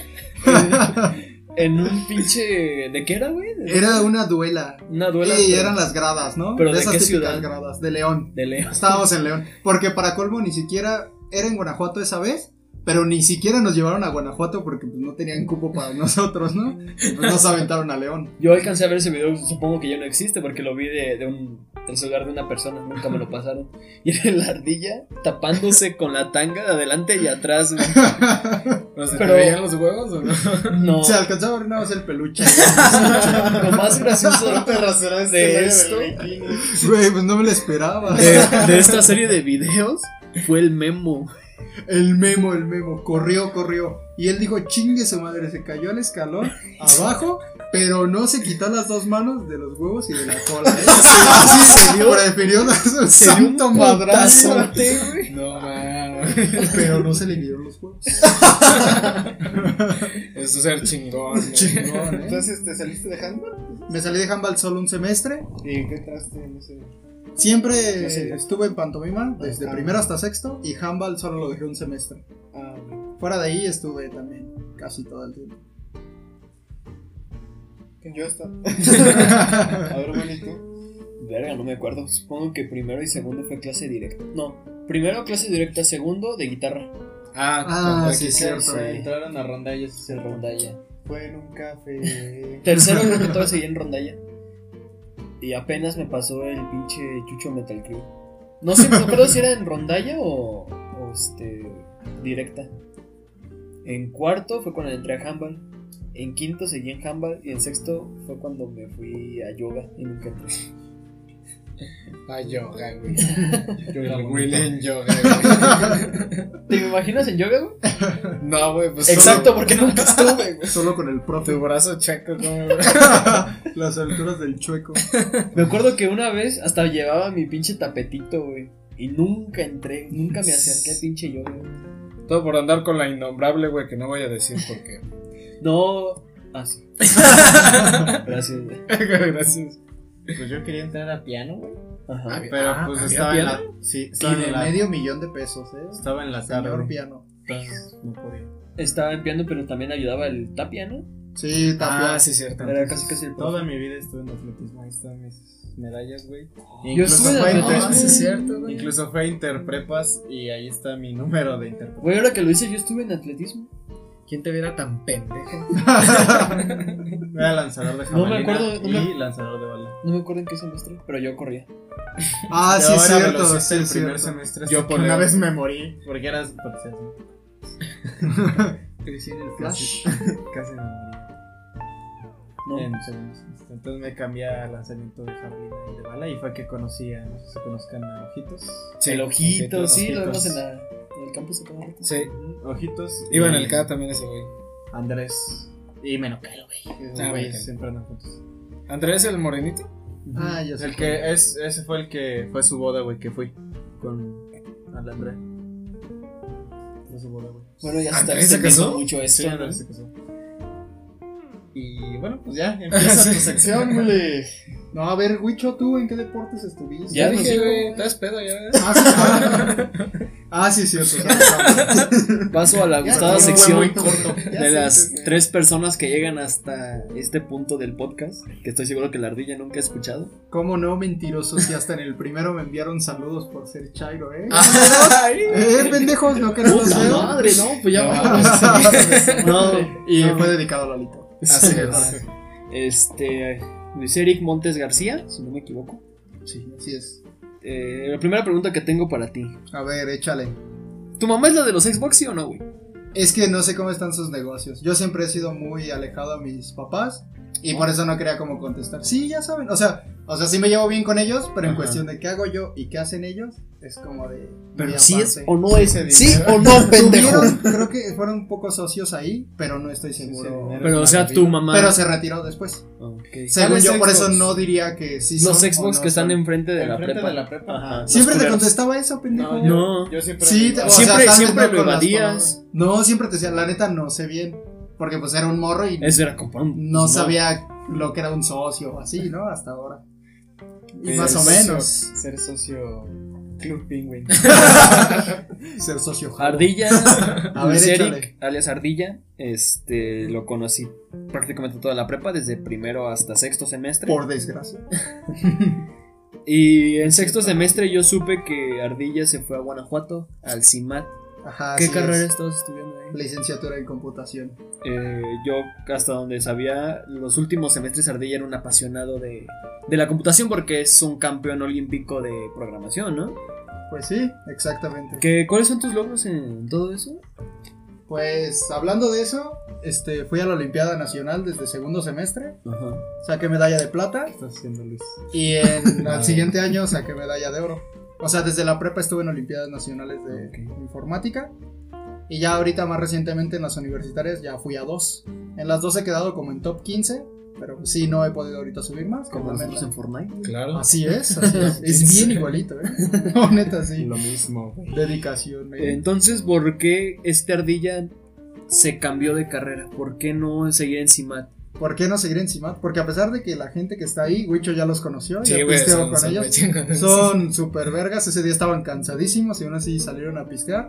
Speaker 5: En, en un pinche. ¿De qué era, güey? De-
Speaker 4: Era una duela.
Speaker 5: Una duela.
Speaker 4: y
Speaker 5: pero-
Speaker 4: eran las gradas, ¿no?
Speaker 5: ¿Pero de
Speaker 4: esas
Speaker 5: qué
Speaker 4: típicas
Speaker 5: ciudad?
Speaker 4: gradas, de León.
Speaker 5: De Leo.
Speaker 4: Estábamos en León. Porque para colmo ni siquiera era en Guanajuato esa vez. Pero ni siquiera nos llevaron a Guanajuato porque pues, no tenían cupo para nosotros, ¿no? Y, pues, nos aventaron a León.
Speaker 5: Yo alcancé a ver ese video, supongo que ya no existe porque lo vi de, de un, del celular de una persona, nunca me lo pasaron. Y era la ardilla tapándose con la tanga de adelante y atrás, güey.
Speaker 3: ¿No se
Speaker 5: Pero-
Speaker 3: te veían los huevos o no?
Speaker 5: No.
Speaker 4: Se alcanzaba a ver nada más el peluche.
Speaker 5: Lo más gracioso
Speaker 7: te rasuraste
Speaker 5: de
Speaker 7: el labio
Speaker 5: esto.
Speaker 7: del bikini.
Speaker 4: Güey, pues no me lo
Speaker 5: Eh,
Speaker 4: esperaba.
Speaker 5: de, de esta serie de videos fue el memo.
Speaker 4: El memo, el memo, corrió, corrió. Y él dijo, chingue su madre, se cayó al escalón, abajo, pero no se quitó las dos manos de los huevos y de la cola. ¿eh? Así se dio. Prefirió darse un
Speaker 5: Se dio un
Speaker 4: santo madrazo,
Speaker 5: putazote, güey.
Speaker 3: No, mames.
Speaker 4: pero no se le vieron los huevos.
Speaker 3: Eso es ser chingón. güey.
Speaker 4: Chingón, ¿eh?
Speaker 7: Entonces, ¿te saliste de handball?
Speaker 4: Me salí de handball solo un semestre.
Speaker 7: ¿Y en qué entraste en ese?
Speaker 4: Siempre
Speaker 7: Ya sé.
Speaker 4: estuve en pantomima, desde
Speaker 7: Ah.
Speaker 4: primero hasta sexto, y handball solo lo dejé un semestre.
Speaker 7: Ah, ok.
Speaker 4: Fuera de ahí estuve también casi todo el tiempo.
Speaker 7: yo estaba. A ver, bueno, ¿y tú?
Speaker 5: Verga, no me acuerdo. Supongo que primero y segundo fue clase directa. No, primero clase directa, segundo de guitarra.
Speaker 3: Ah,
Speaker 4: Ah,
Speaker 3: con-
Speaker 4: sí,
Speaker 3: aquí,
Speaker 4: cierto,
Speaker 3: sí.
Speaker 4: eh.
Speaker 7: Entraron a rondallas y se
Speaker 5: De
Speaker 7: rondallas.
Speaker 5: rondalla.
Speaker 7: Fue en un café.
Speaker 5: Tercero creo que todo seguía en rondalla. Y apenas me pasó el pinche Chucho Metal Crew. No sé, no creo si era en rondalla o, o, este directa. En cuarto fue cuando entré a handball. En quinto seguí en handball. Y en sexto fue cuando me fui a yoga y nunca entré.
Speaker 3: Ah, yoga, güey.
Speaker 5: Yoga,
Speaker 3: El
Speaker 5: bonito.
Speaker 3: Will en yoga, güey.
Speaker 5: ¿Te imaginas en yoga, güey?
Speaker 3: No, güey, pues.
Speaker 5: Exacto, porque nunca estuve, güey.
Speaker 4: Solo con el
Speaker 3: solo Tu
Speaker 4: profe.
Speaker 3: brazo checo, como.
Speaker 4: Las alturas del chueco.
Speaker 5: Me acuerdo que una vez hasta llevaba mi pinche tapetito, güey. Y nunca entré, nunca me acerqué al pinche yoga. güey.
Speaker 3: Todo por andar con la innombrable, güey, que no voy a decir por qué.
Speaker 5: No. Ah, sí. Gracias, güey.
Speaker 3: Gracias.
Speaker 1: Pues yo quería entrar a piano, güey.
Speaker 5: Ajá.
Speaker 1: Pero
Speaker 3: Ah,
Speaker 1: pues
Speaker 3: ¿había
Speaker 1: estaba en la. Sí,
Speaker 4: Y
Speaker 1: estaba
Speaker 4: de
Speaker 1: en la. Ah,
Speaker 4: medio millón de pesos, ¿eh?
Speaker 1: Estaba en la tarde.
Speaker 4: Señor piano.
Speaker 1: Entonces no podía.
Speaker 5: Estaba empeando, pero también ayudaba el tapia, ¿no?
Speaker 4: Sí, tapia.
Speaker 3: Ah, sí, cierto.
Speaker 5: Era casi casi el
Speaker 1: Toda
Speaker 5: profe.
Speaker 1: mi vida estuve en atletismo.
Speaker 7: Ahí están mis medallas, güey.
Speaker 5: Yo estuve en
Speaker 1: fue
Speaker 5: atletismo.
Speaker 1: inter-
Speaker 3: Ah, sí, es cierto, güey.
Speaker 1: Incluso fue a interprepas y ahí está mi número de interprepas.
Speaker 5: Güey, ahora que lo hice, yo estuve en atletismo.
Speaker 3: ¿Quién te viera tan pendejo?
Speaker 1: Era lanzador de
Speaker 5: No
Speaker 1: jabalina
Speaker 5: me acuerdo, no
Speaker 1: y
Speaker 5: me-
Speaker 1: lanzador de bala.
Speaker 5: No me acuerdo en qué semestre, pero yo corría.
Speaker 4: Ah, sí,
Speaker 1: Yo
Speaker 4: es
Speaker 1: era
Speaker 4: cierto.
Speaker 1: velocista
Speaker 4: sí,
Speaker 1: el
Speaker 4: es
Speaker 1: primer
Speaker 4: cierto.
Speaker 1: semestre.
Speaker 3: Yo
Speaker 1: Yo por
Speaker 3: poleo.
Speaker 1: una vez me morí porque era supercesio.
Speaker 4: Flash.
Speaker 1: Casi me morí
Speaker 5: No.
Speaker 1: en segundo semestre. Entonces me cambié a lanzamiento de jabalina y de bala y fue que conocí a, no sé si conozcan a Ojitos.
Speaker 5: el ojito,
Speaker 1: ojitos,
Speaker 5: sí, lo
Speaker 1: ojitos.
Speaker 5: vemos en, la, en el
Speaker 7: campus a cada rato.
Speaker 3: Sí.
Speaker 6: Ojitos.
Speaker 3: Iba en
Speaker 6: y
Speaker 3: el K también ese güey.
Speaker 6: Andrés. Y Menocalo, güey. Esos güeyes
Speaker 3: Ah, Menocalo.
Speaker 6: siempre andan juntos.
Speaker 3: ¿Andrés el morenito?
Speaker 7: Ah, ya sé.
Speaker 6: El que es, ese fue el que fue su boda, güey, que fui con al Andrés. Fue su boda, güey.
Speaker 7: Bueno, ya se está
Speaker 3: ¿Andrés se
Speaker 7: extendiendo
Speaker 3: casó?
Speaker 7: mucho esto.
Speaker 6: Sí,
Speaker 7: ¿no?
Speaker 6: Andrés se casó. Y bueno, pues ya, empieza tu sección, güey.
Speaker 4: No, a ver, Huicho, ¿tú en qué deportes estuviste?
Speaker 5: Ya
Speaker 3: pues,
Speaker 5: nos dijo,
Speaker 3: Estás pedo ya.
Speaker 4: Ah, sí, ah. Ah, sí, cierto.
Speaker 5: Paso a la
Speaker 4: Ya,
Speaker 5: gustada
Speaker 4: no, fue
Speaker 5: sección
Speaker 4: muy corto. Ya
Speaker 5: de
Speaker 4: sé,
Speaker 5: las
Speaker 4: pues,
Speaker 5: tres personas que llegan hasta este punto del podcast, que estoy seguro que la ardilla nunca ha escuchado.
Speaker 4: ¿Cómo no, mentirosos? Si hasta en el primero me enviaron saludos por ser Chairo, ¿eh? Eh, pendejos, no queremos los
Speaker 5: Ah. ¡Puta
Speaker 4: veo.
Speaker 5: madre! No, pues ya
Speaker 3: No,
Speaker 5: vámonos. No,
Speaker 4: Y fue dedicado a Lolito.
Speaker 3: Así es.
Speaker 5: Este, Luis Eric Montes García, si no me equivoco.
Speaker 4: Sí, así es.
Speaker 5: Eh, la primera pregunta que tengo para ti.
Speaker 4: A ver, échale.
Speaker 5: ¿Tu mamá es la de los Xbox, sí o no, güey?
Speaker 4: Es que no sé cómo están sus negocios. Yo siempre he sido muy alejado a mis papás y
Speaker 5: Ah.
Speaker 4: por eso no quería como contestar. Sí, ya saben. O sea, o sea, sí me llevo bien con ellos, pero en
Speaker 3: Ajá.
Speaker 4: cuestión de qué hago yo y qué hacen ellos, es como de. muy
Speaker 5: ¿Sí es
Speaker 4: aparte.
Speaker 5: o no es?
Speaker 6: Ese
Speaker 5: ¿Sí
Speaker 6: dinero.
Speaker 5: o no, pendejo?
Speaker 4: Tuvieron- creo que fueron un poco socios ahí, pero no estoy seguro.
Speaker 5: Pero, o sea, tu mamá.
Speaker 4: pero se retiró después.
Speaker 5: Ok.
Speaker 4: Según
Speaker 6: ¿Cuáles
Speaker 4: yo, por eso
Speaker 6: Xbox?
Speaker 4: no diría que sí
Speaker 5: Los
Speaker 4: son o
Speaker 5: Xbox
Speaker 4: no
Speaker 5: que están
Speaker 4: son.
Speaker 5: enfrente de la
Speaker 7: Enfrente
Speaker 5: prepa.
Speaker 7: de la prepa.
Speaker 5: Ajá, los
Speaker 4: Siempre te
Speaker 5: culeros.
Speaker 4: contestaba eso, pendejo.
Speaker 5: No.
Speaker 7: Yo siempre.
Speaker 4: Sí, te-
Speaker 7: Ah,
Speaker 4: o
Speaker 5: Siempre-
Speaker 4: sea, tal vez
Speaker 5: siempre
Speaker 4: no
Speaker 5: lo
Speaker 4: con las
Speaker 5: evadías.
Speaker 4: palabras. No, siempre te decía, la neta no sé bien. Porque pues era un morro y
Speaker 5: Eso era comprar un-
Speaker 4: no sabía lo que era un socio o así, ¿no? Hasta ahora. Y
Speaker 7: Ser
Speaker 4: más o
Speaker 7: socio-
Speaker 4: menos.
Speaker 7: Ser socio Club Penguin.
Speaker 4: Ser socio.
Speaker 5: Ardilla,
Speaker 4: A ver,
Speaker 5: Luis Eric,
Speaker 4: échale.
Speaker 5: alias Ardilla, este, lo conocí prácticamente toda la prepa, desde primero hasta sexto semestre.
Speaker 4: Por desgracia.
Speaker 5: Y en sexto semestre yo supe que Ardilla se fue a Guanajuato, al CIMAT.
Speaker 4: Ajá.
Speaker 5: ¿Qué
Speaker 4: así
Speaker 5: carrera
Speaker 4: es.
Speaker 5: estabas estudiando ahí?
Speaker 4: Licenciatura en computación.
Speaker 5: Eh, yo, hasta donde sabía, los últimos semestres Ardilla era un apasionado de, de la computación porque es un campeón olímpico de programación, ¿no?
Speaker 4: Pues sí, exactamente.
Speaker 5: ¿Qué, ¿Cuáles son tus logros en todo eso?
Speaker 4: Pues hablando de eso, este, fui a la Olimpiada Nacional desde segundo semestre.
Speaker 5: Ajá.
Speaker 4: Saqué medalla de plata.
Speaker 6: Estás haciendo Luis.
Speaker 4: Y en, al siguiente año saqué medalla de oro. O sea, desde la prepa estuve en Olimpiadas Nacionales de Informática. Y ya ahorita más recientemente en las universitarias ya fui a dos. En las dos he quedado como en top 15, pero sí no he podido ahorita subir más.
Speaker 5: Como
Speaker 4: la
Speaker 5: nosotros
Speaker 4: meta.
Speaker 5: en Fortnite.
Speaker 3: Claro.
Speaker 4: Así es, así es. Es bien igualito, ¿eh? No, neta, sí.
Speaker 6: Lo mismo, güey.
Speaker 4: Dedicación. ¿eh?
Speaker 5: Entonces, ¿por qué este Ardilla se cambió de carrera? ¿Por qué no seguir en CIMAT?
Speaker 4: ¿Por qué no seguir encima? Porque a pesar de que la gente que está ahí, Wicho ya los conoció,
Speaker 3: Sí,
Speaker 4: ya
Speaker 3: güey.
Speaker 4: pisteó
Speaker 3: Son,
Speaker 4: con
Speaker 3: son
Speaker 4: ellos.
Speaker 3: muy chingones.
Speaker 4: Son super vergas, ese día estaban cansadísimos y aún así salieron a pistear.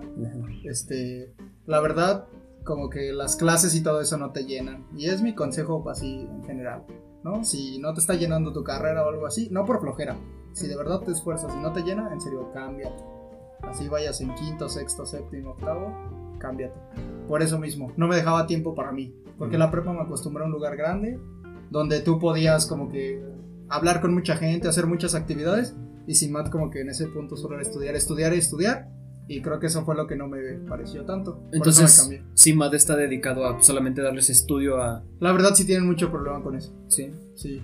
Speaker 4: Este, la verdad, como que las clases y todo eso no te llenan. Y es mi consejo así en general, ¿no? Si no te está llenando tu carrera o algo así, no por flojera. Si de verdad te esfuerzas y no te llena, en serio, cámbiate. Así vayas en quinto, sexto, séptimo, octavo, cámbiate. Por eso mismo, no me dejaba tiempo para mí. Porque la prepa me acostumbré a un lugar grande donde tú podías como que hablar con mucha gente, hacer muchas actividades. Y sin mat como que en ese punto solo era estudiar, estudiar y estudiar. Y creo que eso fue lo que no me pareció tanto. Por eso
Speaker 5: Entonces,
Speaker 4: me cambié.
Speaker 5: CIMAT está dedicado a solamente darles estudio a...
Speaker 4: La verdad sí tienen mucho problema con eso.
Speaker 5: Sí.
Speaker 4: Sí.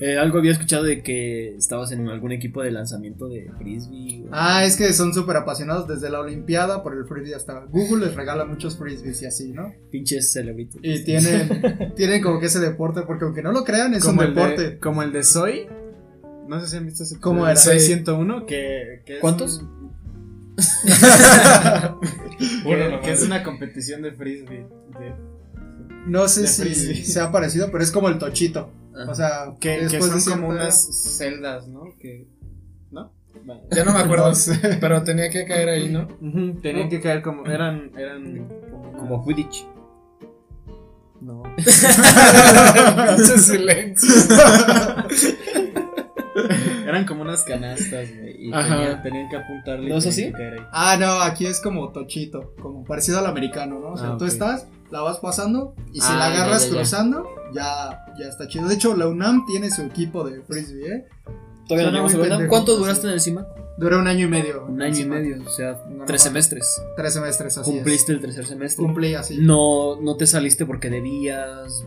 Speaker 5: Eh, algo había escuchado de que estabas en algún equipo de lanzamiento de frisbee. o-
Speaker 4: Ah, es que son súper apasionados desde la Olimpiada por el frisbee hasta Google les regala muchos frisbees y así, ¿no?
Speaker 5: Pinches celebrities.
Speaker 4: Y tienen, tienen como que ese deporte, porque aunque no lo crean, es
Speaker 6: Como
Speaker 4: un
Speaker 6: el,
Speaker 4: deporte.
Speaker 6: de, como el de Soy. No sé si han visto ese
Speaker 4: ¿Cómo
Speaker 6: el
Speaker 4: era?
Speaker 6: Soy 101, que, que es
Speaker 5: ¿Cuántos?
Speaker 6: que,
Speaker 3: Uno
Speaker 6: que es
Speaker 3: nomás.
Speaker 6: una competición de frisbee. de-
Speaker 4: No sé
Speaker 6: De
Speaker 4: si
Speaker 6: frisbee.
Speaker 4: se ha parecido, pero es como el tochito.
Speaker 5: Ajá.
Speaker 4: O sea,
Speaker 6: que, que
Speaker 4: después
Speaker 6: son
Speaker 4: de
Speaker 6: como
Speaker 4: cierta-
Speaker 6: unas celdas, ¿no? Que, ¿No? Bueno.
Speaker 3: Ya no me acuerdo. Pero tenía que caer ahí, ¿no?
Speaker 6: Ujú, Tenían que caer como. Eran. eran como.
Speaker 5: Como Quidditch.
Speaker 6: No.
Speaker 3: Ese silencio.
Speaker 6: Eran como unas canastas, güey. Y
Speaker 3: Ajá.
Speaker 6: tenían, tenían que apuntarle. y
Speaker 5: ¿No es
Speaker 6: tenían
Speaker 5: así?
Speaker 6: que caer ahí.
Speaker 4: Ah, no, aquí es como tochito, como parecido al americano, ¿no? O sea,
Speaker 6: Ah,
Speaker 4: tú
Speaker 6: ok.
Speaker 4: estás, la vas pasando y si
Speaker 6: Ah,
Speaker 4: la
Speaker 6: ya,
Speaker 4: agarras
Speaker 6: ya, ya.
Speaker 4: cruzando, ya, ya está chido. De hecho, la UNAM tiene su equipo de frisbee, ¿eh?
Speaker 5: Todavía
Speaker 4: Suena
Speaker 5: no llegamos
Speaker 4: muy
Speaker 5: a verla.
Speaker 4: pendejo,
Speaker 5: ¿Cuánto
Speaker 4: sí.
Speaker 5: duraste en el CIMAT?
Speaker 4: Dura un año y medio.
Speaker 5: Un año y
Speaker 4: encima.
Speaker 5: medio, o sea,
Speaker 4: No,
Speaker 5: tres
Speaker 4: no,
Speaker 5: semestres.
Speaker 4: Tres semestres, así
Speaker 5: Cumpliste el tercer
Speaker 4: es.
Speaker 5: semestre.
Speaker 4: Cumplí así.
Speaker 5: No, no te saliste porque debías.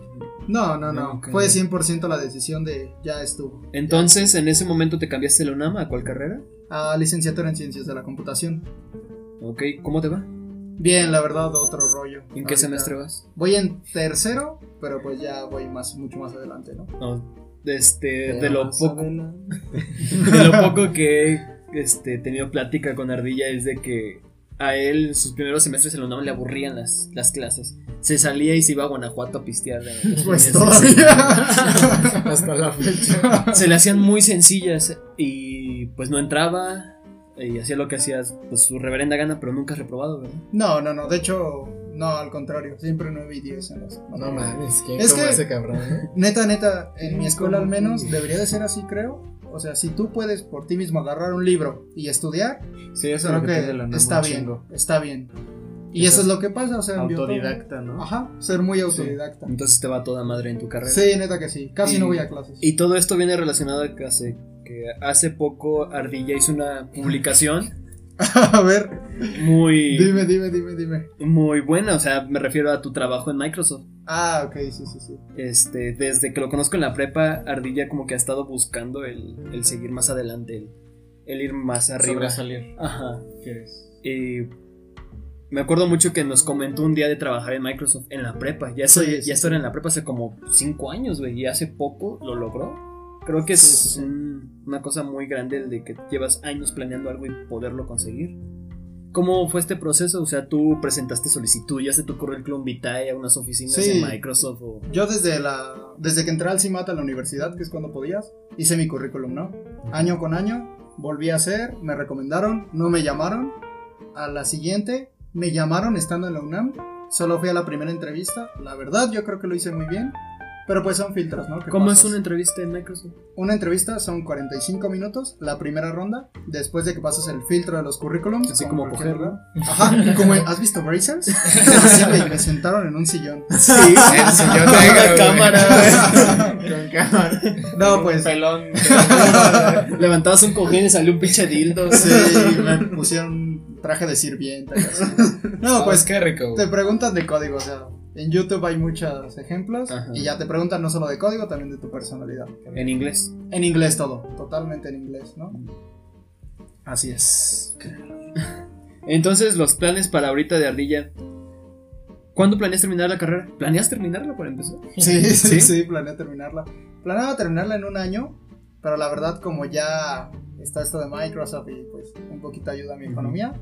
Speaker 4: No, no, no.
Speaker 5: No, ok.
Speaker 4: Fue 100% la decisión de ya estuvo.
Speaker 5: Entonces, en ese momento te
Speaker 4: Ah,
Speaker 5: cambiaste de la UNAM a cuál carrera?
Speaker 4: A licenciatura en ciencias de la computación.
Speaker 5: Ok, ¿cómo te va?
Speaker 4: Bien, la verdad, otro rollo.
Speaker 5: ¿En qué semestre vas?
Speaker 4: Voy en tercero, pero pues ya voy más, mucho más adelante, ¿no?
Speaker 5: No, este, de lo poco, de lo poco que he este, tenido plática con Ardilla es de que a él en sus primeros semestres en la UNAM le aburrían las, las clases. Se salía y se iba a Guanajuato a pistear. de-
Speaker 4: Pues
Speaker 5: de-
Speaker 4: todavía.
Speaker 3: Hasta la fecha.
Speaker 5: se le hacían muy sencillas y pues no entraba y hacía lo que hacía pues su reverenda gana, pero nunca has reprobado, ¿verdad?
Speaker 4: No, no, no. De hecho, no, al contrario. Siempre 9 y 10 en las.
Speaker 3: No mames, ¿quién
Speaker 4: Es
Speaker 3: como
Speaker 4: que-
Speaker 3: ese cabrón? eh?
Speaker 4: Neta, neta, en mi escuela al menos debería de ser así, creo. O sea, si tú puedes por ti mismo agarrar un libro y estudiar,
Speaker 1: Sí, eso es
Speaker 4: creo
Speaker 1: lo que te
Speaker 4: que
Speaker 1: la
Speaker 4: está
Speaker 1: un
Speaker 4: bien,
Speaker 1: chingo.
Speaker 4: está bien. Y
Speaker 1: Eso
Speaker 4: eso es lo que pasa, o sea, en Biotopo.
Speaker 1: Autodidacta, ¿no?
Speaker 4: Ajá, ser muy autodidacta.
Speaker 5: Entonces te va toda madre en tu carrera.
Speaker 4: Sí, neta que sí. Casi
Speaker 5: Y-
Speaker 4: no voy a clases.
Speaker 5: Y todo esto viene relacionado a que hace, que hace poco Ardilla hizo una publicación
Speaker 4: a ver,
Speaker 5: muy,
Speaker 4: dime, dime, dime, dime.
Speaker 5: muy buena, o sea, me refiero a tu trabajo en Microsoft.
Speaker 4: Ah, ok, sí, sí, sí.
Speaker 5: Este, desde que lo conozco en la prepa, Ardilla como que ha estado buscando el, el seguir más adelante, el, el ir más arriba.
Speaker 1: Sobresalir.
Speaker 5: Ajá. Y me acuerdo mucho que nos comentó un día de trabajar en Microsoft en la prepa. Ya eso,
Speaker 4: Sí, sí,
Speaker 5: ya esto era en la prepa hace como 5 años, güey. Y hace poco lo logró. Creo que es un- una cosa muy grande el de que llevas años planeando algo y poderlo conseguir. ¿Cómo fue este proceso? O sea, tú presentaste solicitud, ya se te ocurrió el Club Vitae a unas oficinas
Speaker 4: Sí.
Speaker 5: de Microsoft o...
Speaker 4: Yo desde la desde que entré al CIMAT a la universidad, que es cuando podías, hice mi currículum, ¿no? Año con año, volví a hacer, me recomendaron, no me llamaron. A la siguiente, me llamaron estando en la UNAM. Solo fui a la primera entrevista. La verdad, yo creo que lo hice muy bien. Pero pues son filtros, ¿no? Que
Speaker 5: ¿Cómo es
Speaker 4: pasas.
Speaker 5: una entrevista en Microsoft?
Speaker 4: Una entrevista son 45 minutos, la primera ronda, después de que pasas el filtro de los currículums.
Speaker 5: Así como
Speaker 4: cualquier
Speaker 5: coger, ¿no?
Speaker 4: lugar. Ajá, como en- ¿has visto Brazers? Sí, güey, me sentaron en un sillón.
Speaker 5: Sí,
Speaker 3: El señor negro, güey.
Speaker 1: Con cámara.
Speaker 4: No, pues
Speaker 1: Pelón.
Speaker 5: Levantabas un cojín y salió un pinche dildo.
Speaker 4: Sí, me pusieron un traje de sirvienta. casi. No,
Speaker 3: Pues
Speaker 4: pues
Speaker 3: qué rico.
Speaker 4: te
Speaker 3: güey.
Speaker 4: preguntan de código, o sea, en YouTube hay muchos ejemplos
Speaker 5: Ajá.
Speaker 4: y ya te preguntan no solo de código, también de tu personalidad.
Speaker 5: En inglés.
Speaker 4: En inglés todo, totalmente en inglés, ¿no? Así es.
Speaker 5: Entonces, los planes para ahorita de Ardilla. ¿Cuándo planeas terminar la carrera? ¿Planeas terminarla para empezar?
Speaker 4: Sí,
Speaker 5: ¿Sí?
Speaker 4: sí, sí, planeé terminarla. Planeaba terminarla en un año, pero la verdad como ya está esto de Microsoft y pues un poquito ayuda a mi economía,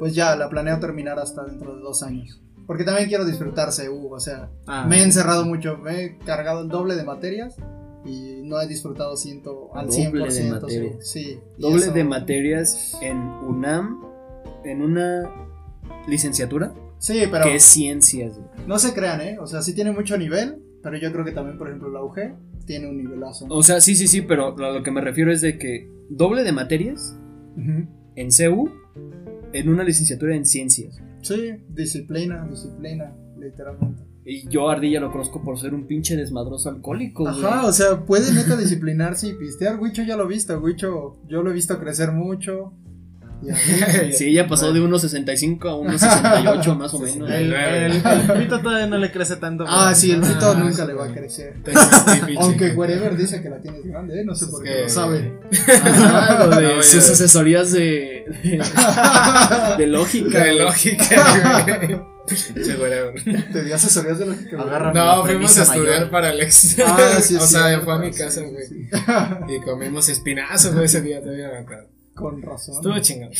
Speaker 4: pues ya la planeo terminar hasta dentro de dos años. Porque también quiero disfrutarse, Hugo, o sea,
Speaker 1: Ah,
Speaker 4: Me he encerrado mucho, me he cargado el doble de materias y no he disfrutado ciento, al
Speaker 5: Ah, Doble
Speaker 4: 100%.
Speaker 5: de
Speaker 4: sí,
Speaker 5: materias.
Speaker 4: Sí, y
Speaker 5: Doble
Speaker 4: eso-
Speaker 5: de materias en UNAM, en una licenciatura
Speaker 4: Sí, pero
Speaker 5: que es ciencias. güey.
Speaker 4: no se crean, ¿eh? O sea, sí tiene mucho nivel, pero yo creo que también, por ejemplo, la UG tiene un nivelazo.
Speaker 5: O sea, sí, sí, sí, pero a lo que me refiero es de que doble de materias
Speaker 4: Ujú.
Speaker 5: en CU en una licenciatura en ciencias.
Speaker 4: Sí, disciplina, disciplina, literalmente.
Speaker 5: Y yo a Ardilla lo conozco por ser un pinche desmadroso alcohólico,
Speaker 3: Pues
Speaker 5: güey.
Speaker 4: Ajá, o sea, puede neta disciplinarse y pistear. Huicho ya lo he visto, Huicho, yo lo he visto crecer mucho. Y así.
Speaker 5: Sí, ella pasó de 1.65 a 1.68 más o menos.
Speaker 1: El, el, el pito todavía no le crece tanto.
Speaker 4: Ah, sí, el pito
Speaker 3: Ah,
Speaker 4: nunca
Speaker 3: sí,
Speaker 4: le va a
Speaker 3: güey.
Speaker 4: crecer.
Speaker 3: Sí, pinche
Speaker 4: Aunque
Speaker 3: gente.
Speaker 4: Wherever dice que la tienes grande, ¿eh? No sé por
Speaker 3: Es
Speaker 4: qué
Speaker 3: que-
Speaker 4: lo sabe.
Speaker 5: Ajá, lo de
Speaker 1: No, ya.
Speaker 5: sus asesorías de, de, de lógica.
Speaker 3: Qué
Speaker 5: güey.
Speaker 3: lógica, güey. Che, güey.
Speaker 4: Te di asesorías de lo que
Speaker 1: Agarra
Speaker 3: No,
Speaker 1: la
Speaker 3: fuimos
Speaker 1: premisa
Speaker 3: a estudiar
Speaker 1: mayor.
Speaker 3: para el examen.
Speaker 4: Ah, sí,
Speaker 3: o
Speaker 4: es
Speaker 3: sea,
Speaker 4: cierto,
Speaker 3: fue a mi
Speaker 4: sí,
Speaker 3: casa,
Speaker 4: sí,
Speaker 3: güey.
Speaker 4: sí.
Speaker 3: Y comimos espinazos, güey, ese día todavía me acuerdo.
Speaker 4: Con razón.
Speaker 3: Estuvo chingón.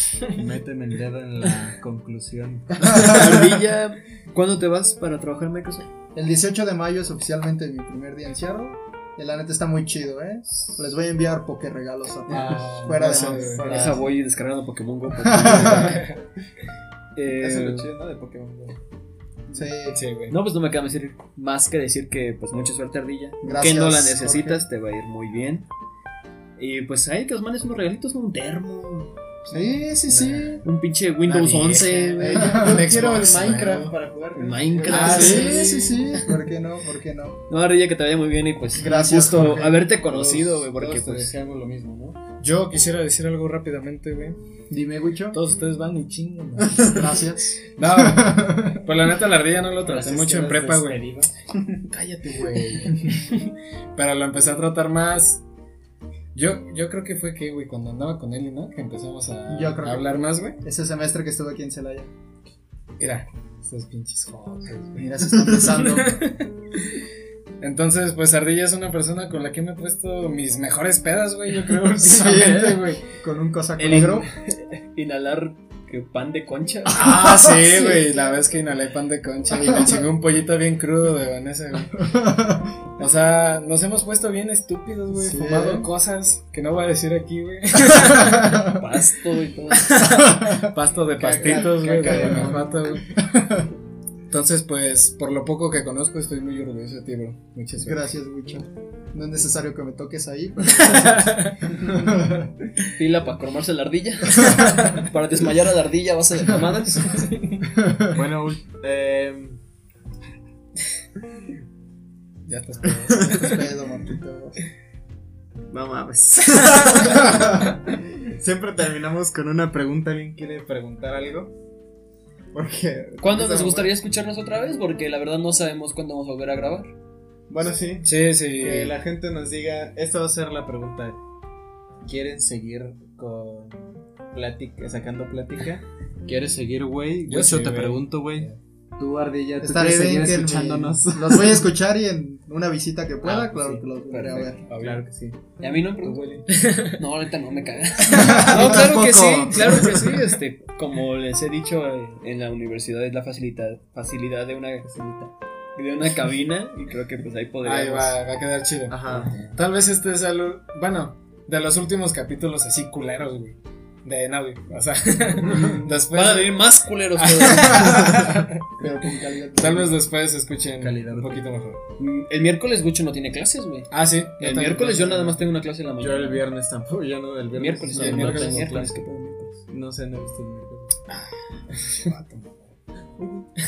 Speaker 1: Méteme el dedo en la conclusión.
Speaker 5: Ardilla, ¿cuándo te vas para trabajar en Microsoft?
Speaker 4: El 18 de mayo es oficialmente mi primer día en Seattle. Y la neta está muy chido, ¿eh? Les voy a enviar poke regalos a
Speaker 3: Ah,
Speaker 1: Ah,
Speaker 4: todos. Fuera de
Speaker 3: no,
Speaker 4: eso.
Speaker 3: no,
Speaker 4: fuera de
Speaker 5: Deja,
Speaker 4: eso.
Speaker 5: voy descargando Pokémon Go. Eh,
Speaker 7: Eso es lo chido, ¿no? De Pokémon Go.
Speaker 4: Sí.
Speaker 3: Sí, güey.
Speaker 5: no, pues no me queda más decir- más que decir que pues mucha suerte Ardilla.
Speaker 4: Gracias,
Speaker 5: que no la necesitas, te va a ir muy bien. Y pues ahí que os mandes unos regalitos, un termo,
Speaker 4: Sí, sí, sí.
Speaker 5: un pinche Windows
Speaker 3: Una
Speaker 5: 11,
Speaker 3: vieja,
Speaker 5: güey.
Speaker 3: güey. Un
Speaker 7: Quiero el
Speaker 3: Xbox, güey.
Speaker 7: Minecraft para jugar. ¿no?
Speaker 5: Minecraft.
Speaker 3: Ah,
Speaker 4: sí,
Speaker 3: sí.
Speaker 4: sí, sí. ¿Por qué no? ¿Por qué no?
Speaker 5: No, Ardilla, que te vaya muy bien y pues
Speaker 4: Gracias,
Speaker 5: gusto
Speaker 4: Jorge.
Speaker 5: haberte
Speaker 7: Todos-
Speaker 5: conocido, güey, porque
Speaker 7: todos te
Speaker 5: pues
Speaker 7: deseamos lo mismo, ¿no?
Speaker 3: Yo quisiera decir algo rápidamente, güey.
Speaker 4: Dime, Gucho.
Speaker 3: Todos ustedes van y chingan.
Speaker 4: Gracias.
Speaker 3: No, pues la neta, la ardilla no lo traté mucho en prepa, güey. Cállate, güey. Pero lo empecé a tratar más. Yo, yo creo que fue que, güey, cuando andaba con Eli, ¿no? Que empezamos a,
Speaker 4: Yo creo Este
Speaker 3: a hablar más, güey.
Speaker 4: Ese semestre que estuve aquí en Celaya.
Speaker 3: Mira, estos pinches jotos. Mira, se están pasando. Entonces, pues Ardilla es una persona con la que me he puesto mis mejores pedas, güey, yo creo,
Speaker 4: ¿eh?
Speaker 3: últimamente, güey.
Speaker 4: Con un cosa
Speaker 5: El negro. Inhalar que pan de concha.
Speaker 3: Ah, sí, güey, la vez que inhalé pan de concha y me chingué un pollito bien crudo de Vanessa, güey. O sea, nos hemos puesto bien estúpidos, güey,
Speaker 4: Sí.
Speaker 3: fumado cosas que no voy a decir aquí, güey.
Speaker 5: Pasto y todo.
Speaker 3: Pasto de pastitos, güey, de Guanajuato, güey. Entonces, pues, por lo poco que conozco, estoy muy orgulloso de ti, bro. Muchas gracias.
Speaker 4: Gracias, Wicho. No es necesario que me toques ahí. pero-
Speaker 5: Pila para cromarse la ardilla. para desmayar a la ardilla, vas a de mamadas.
Speaker 1: Bueno, ul- eh,
Speaker 3: Ya estás.
Speaker 4: Pedo, Martito.
Speaker 1: no mames. Siempre terminamos con una pregunta. ¿Alguien quiere preguntar algo? Porque.
Speaker 5: ¿Cuándo nos gustaría escucharnos otra vez? Porque la verdad no sabemos cuándo vamos a volver a grabar.
Speaker 1: Bueno, sí.
Speaker 3: Sí, sí.
Speaker 1: Que la gente nos diga. Esta va a ser la pregunta. ¿Quieren seguir con plática, sacando plática? ¿Quieres seguir, güey?
Speaker 3: Yo
Speaker 1: Yo
Speaker 3: sí,
Speaker 1: te
Speaker 3: güey.
Speaker 1: pregunto, güey. Tú, Ardilla, tú
Speaker 4: Estaré
Speaker 1: quieres seguir
Speaker 4: bien que en mi-
Speaker 1: escuchándonos.
Speaker 4: los voy a escuchar y en una visita que pueda,
Speaker 1: Ah,
Speaker 4: claro
Speaker 1: sí.
Speaker 4: que los volveré a ver.
Speaker 1: Claro que sí.
Speaker 5: Y a mí no me preocupa. No, ahorita no me cagas.
Speaker 4: Yo
Speaker 5: No, claro que sí,
Speaker 4: tampoco.
Speaker 5: claro que sí. Este, como les he dicho, eh, en la universidad es la facilidad, facilidad de una facilidad, de una cabina y creo que pues ahí podríamos.
Speaker 3: Ahí va, va a quedar chido.
Speaker 4: Ah.
Speaker 1: Ajá.
Speaker 3: Tal vez este es algo. Bueno, de los últimos capítulos así culeros, güey. De nadie. O sea, después.
Speaker 5: Van a venir más culeros. todavía.
Speaker 4: Pero con calidad.
Speaker 3: Tal vez después escuchen
Speaker 1: Calidad.
Speaker 3: un poquito mejor.
Speaker 5: Mm, el miércoles Gucho no tiene clases, güey.
Speaker 3: Ah, sí.
Speaker 5: El
Speaker 3: también.
Speaker 5: miércoles yo nada más tengo una clase en la
Speaker 1: Yo
Speaker 5: mañana.
Speaker 1: el viernes tampoco, yo no, el viernes.
Speaker 5: Miércoles,
Speaker 3: Sí,
Speaker 5: no,
Speaker 3: el
Speaker 5: no,
Speaker 3: miércoles
Speaker 5: no,
Speaker 3: no,
Speaker 5: miércoles, ¿qué pedo?
Speaker 1: No sé, no he visto el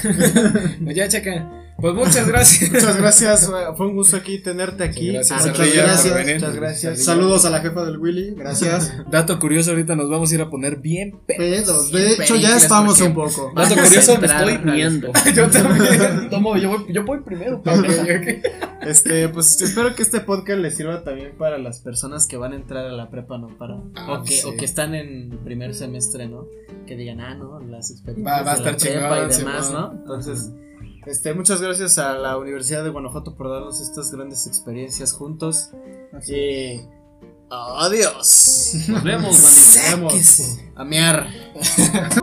Speaker 1: miércoles.
Speaker 3: Pues Ya, checa. Pues muchas gracias.
Speaker 1: Muchas gracias, güey, fue un gusto aquí tenerte aquí.
Speaker 3: gracias,
Speaker 1: Ah,
Speaker 4: Muchas
Speaker 3: Ardilla,
Speaker 4: gracias,
Speaker 3: por venir.
Speaker 4: muchas gracias. Saludos a la jefa del Willy, gracias.
Speaker 3: Dato curioso, ahorita nos vamos a ir a poner bien
Speaker 4: Pedos, de hecho ya estamos un poco.
Speaker 5: Dato
Speaker 1: Vamos a
Speaker 5: curioso, me
Speaker 1: entrar
Speaker 5: estoy
Speaker 1: otra vez.
Speaker 5: viendo.
Speaker 3: Yo también.
Speaker 5: Tomo, yo voy, yo voy primero.
Speaker 1: este, pues espero que este podcast les sirva también para las personas que van a entrar a la prepa, ¿no? Para,
Speaker 3: Ah,
Speaker 1: o, que,
Speaker 3: sí.
Speaker 1: o que están en primer semestre, ¿no? Que digan, ah, no, las experiencias
Speaker 3: Va- va a
Speaker 1: de la
Speaker 3: estar
Speaker 1: prepa
Speaker 3: chingón,
Speaker 1: y demás,
Speaker 3: Simón.
Speaker 1: ¿no? Entonces, este, muchas gracias a la Universidad de Guanajuato por darnos estas grandes experiencias juntos. Y... Adiós.
Speaker 5: Nos vemos, manito.
Speaker 1: Nos vemos. A mear.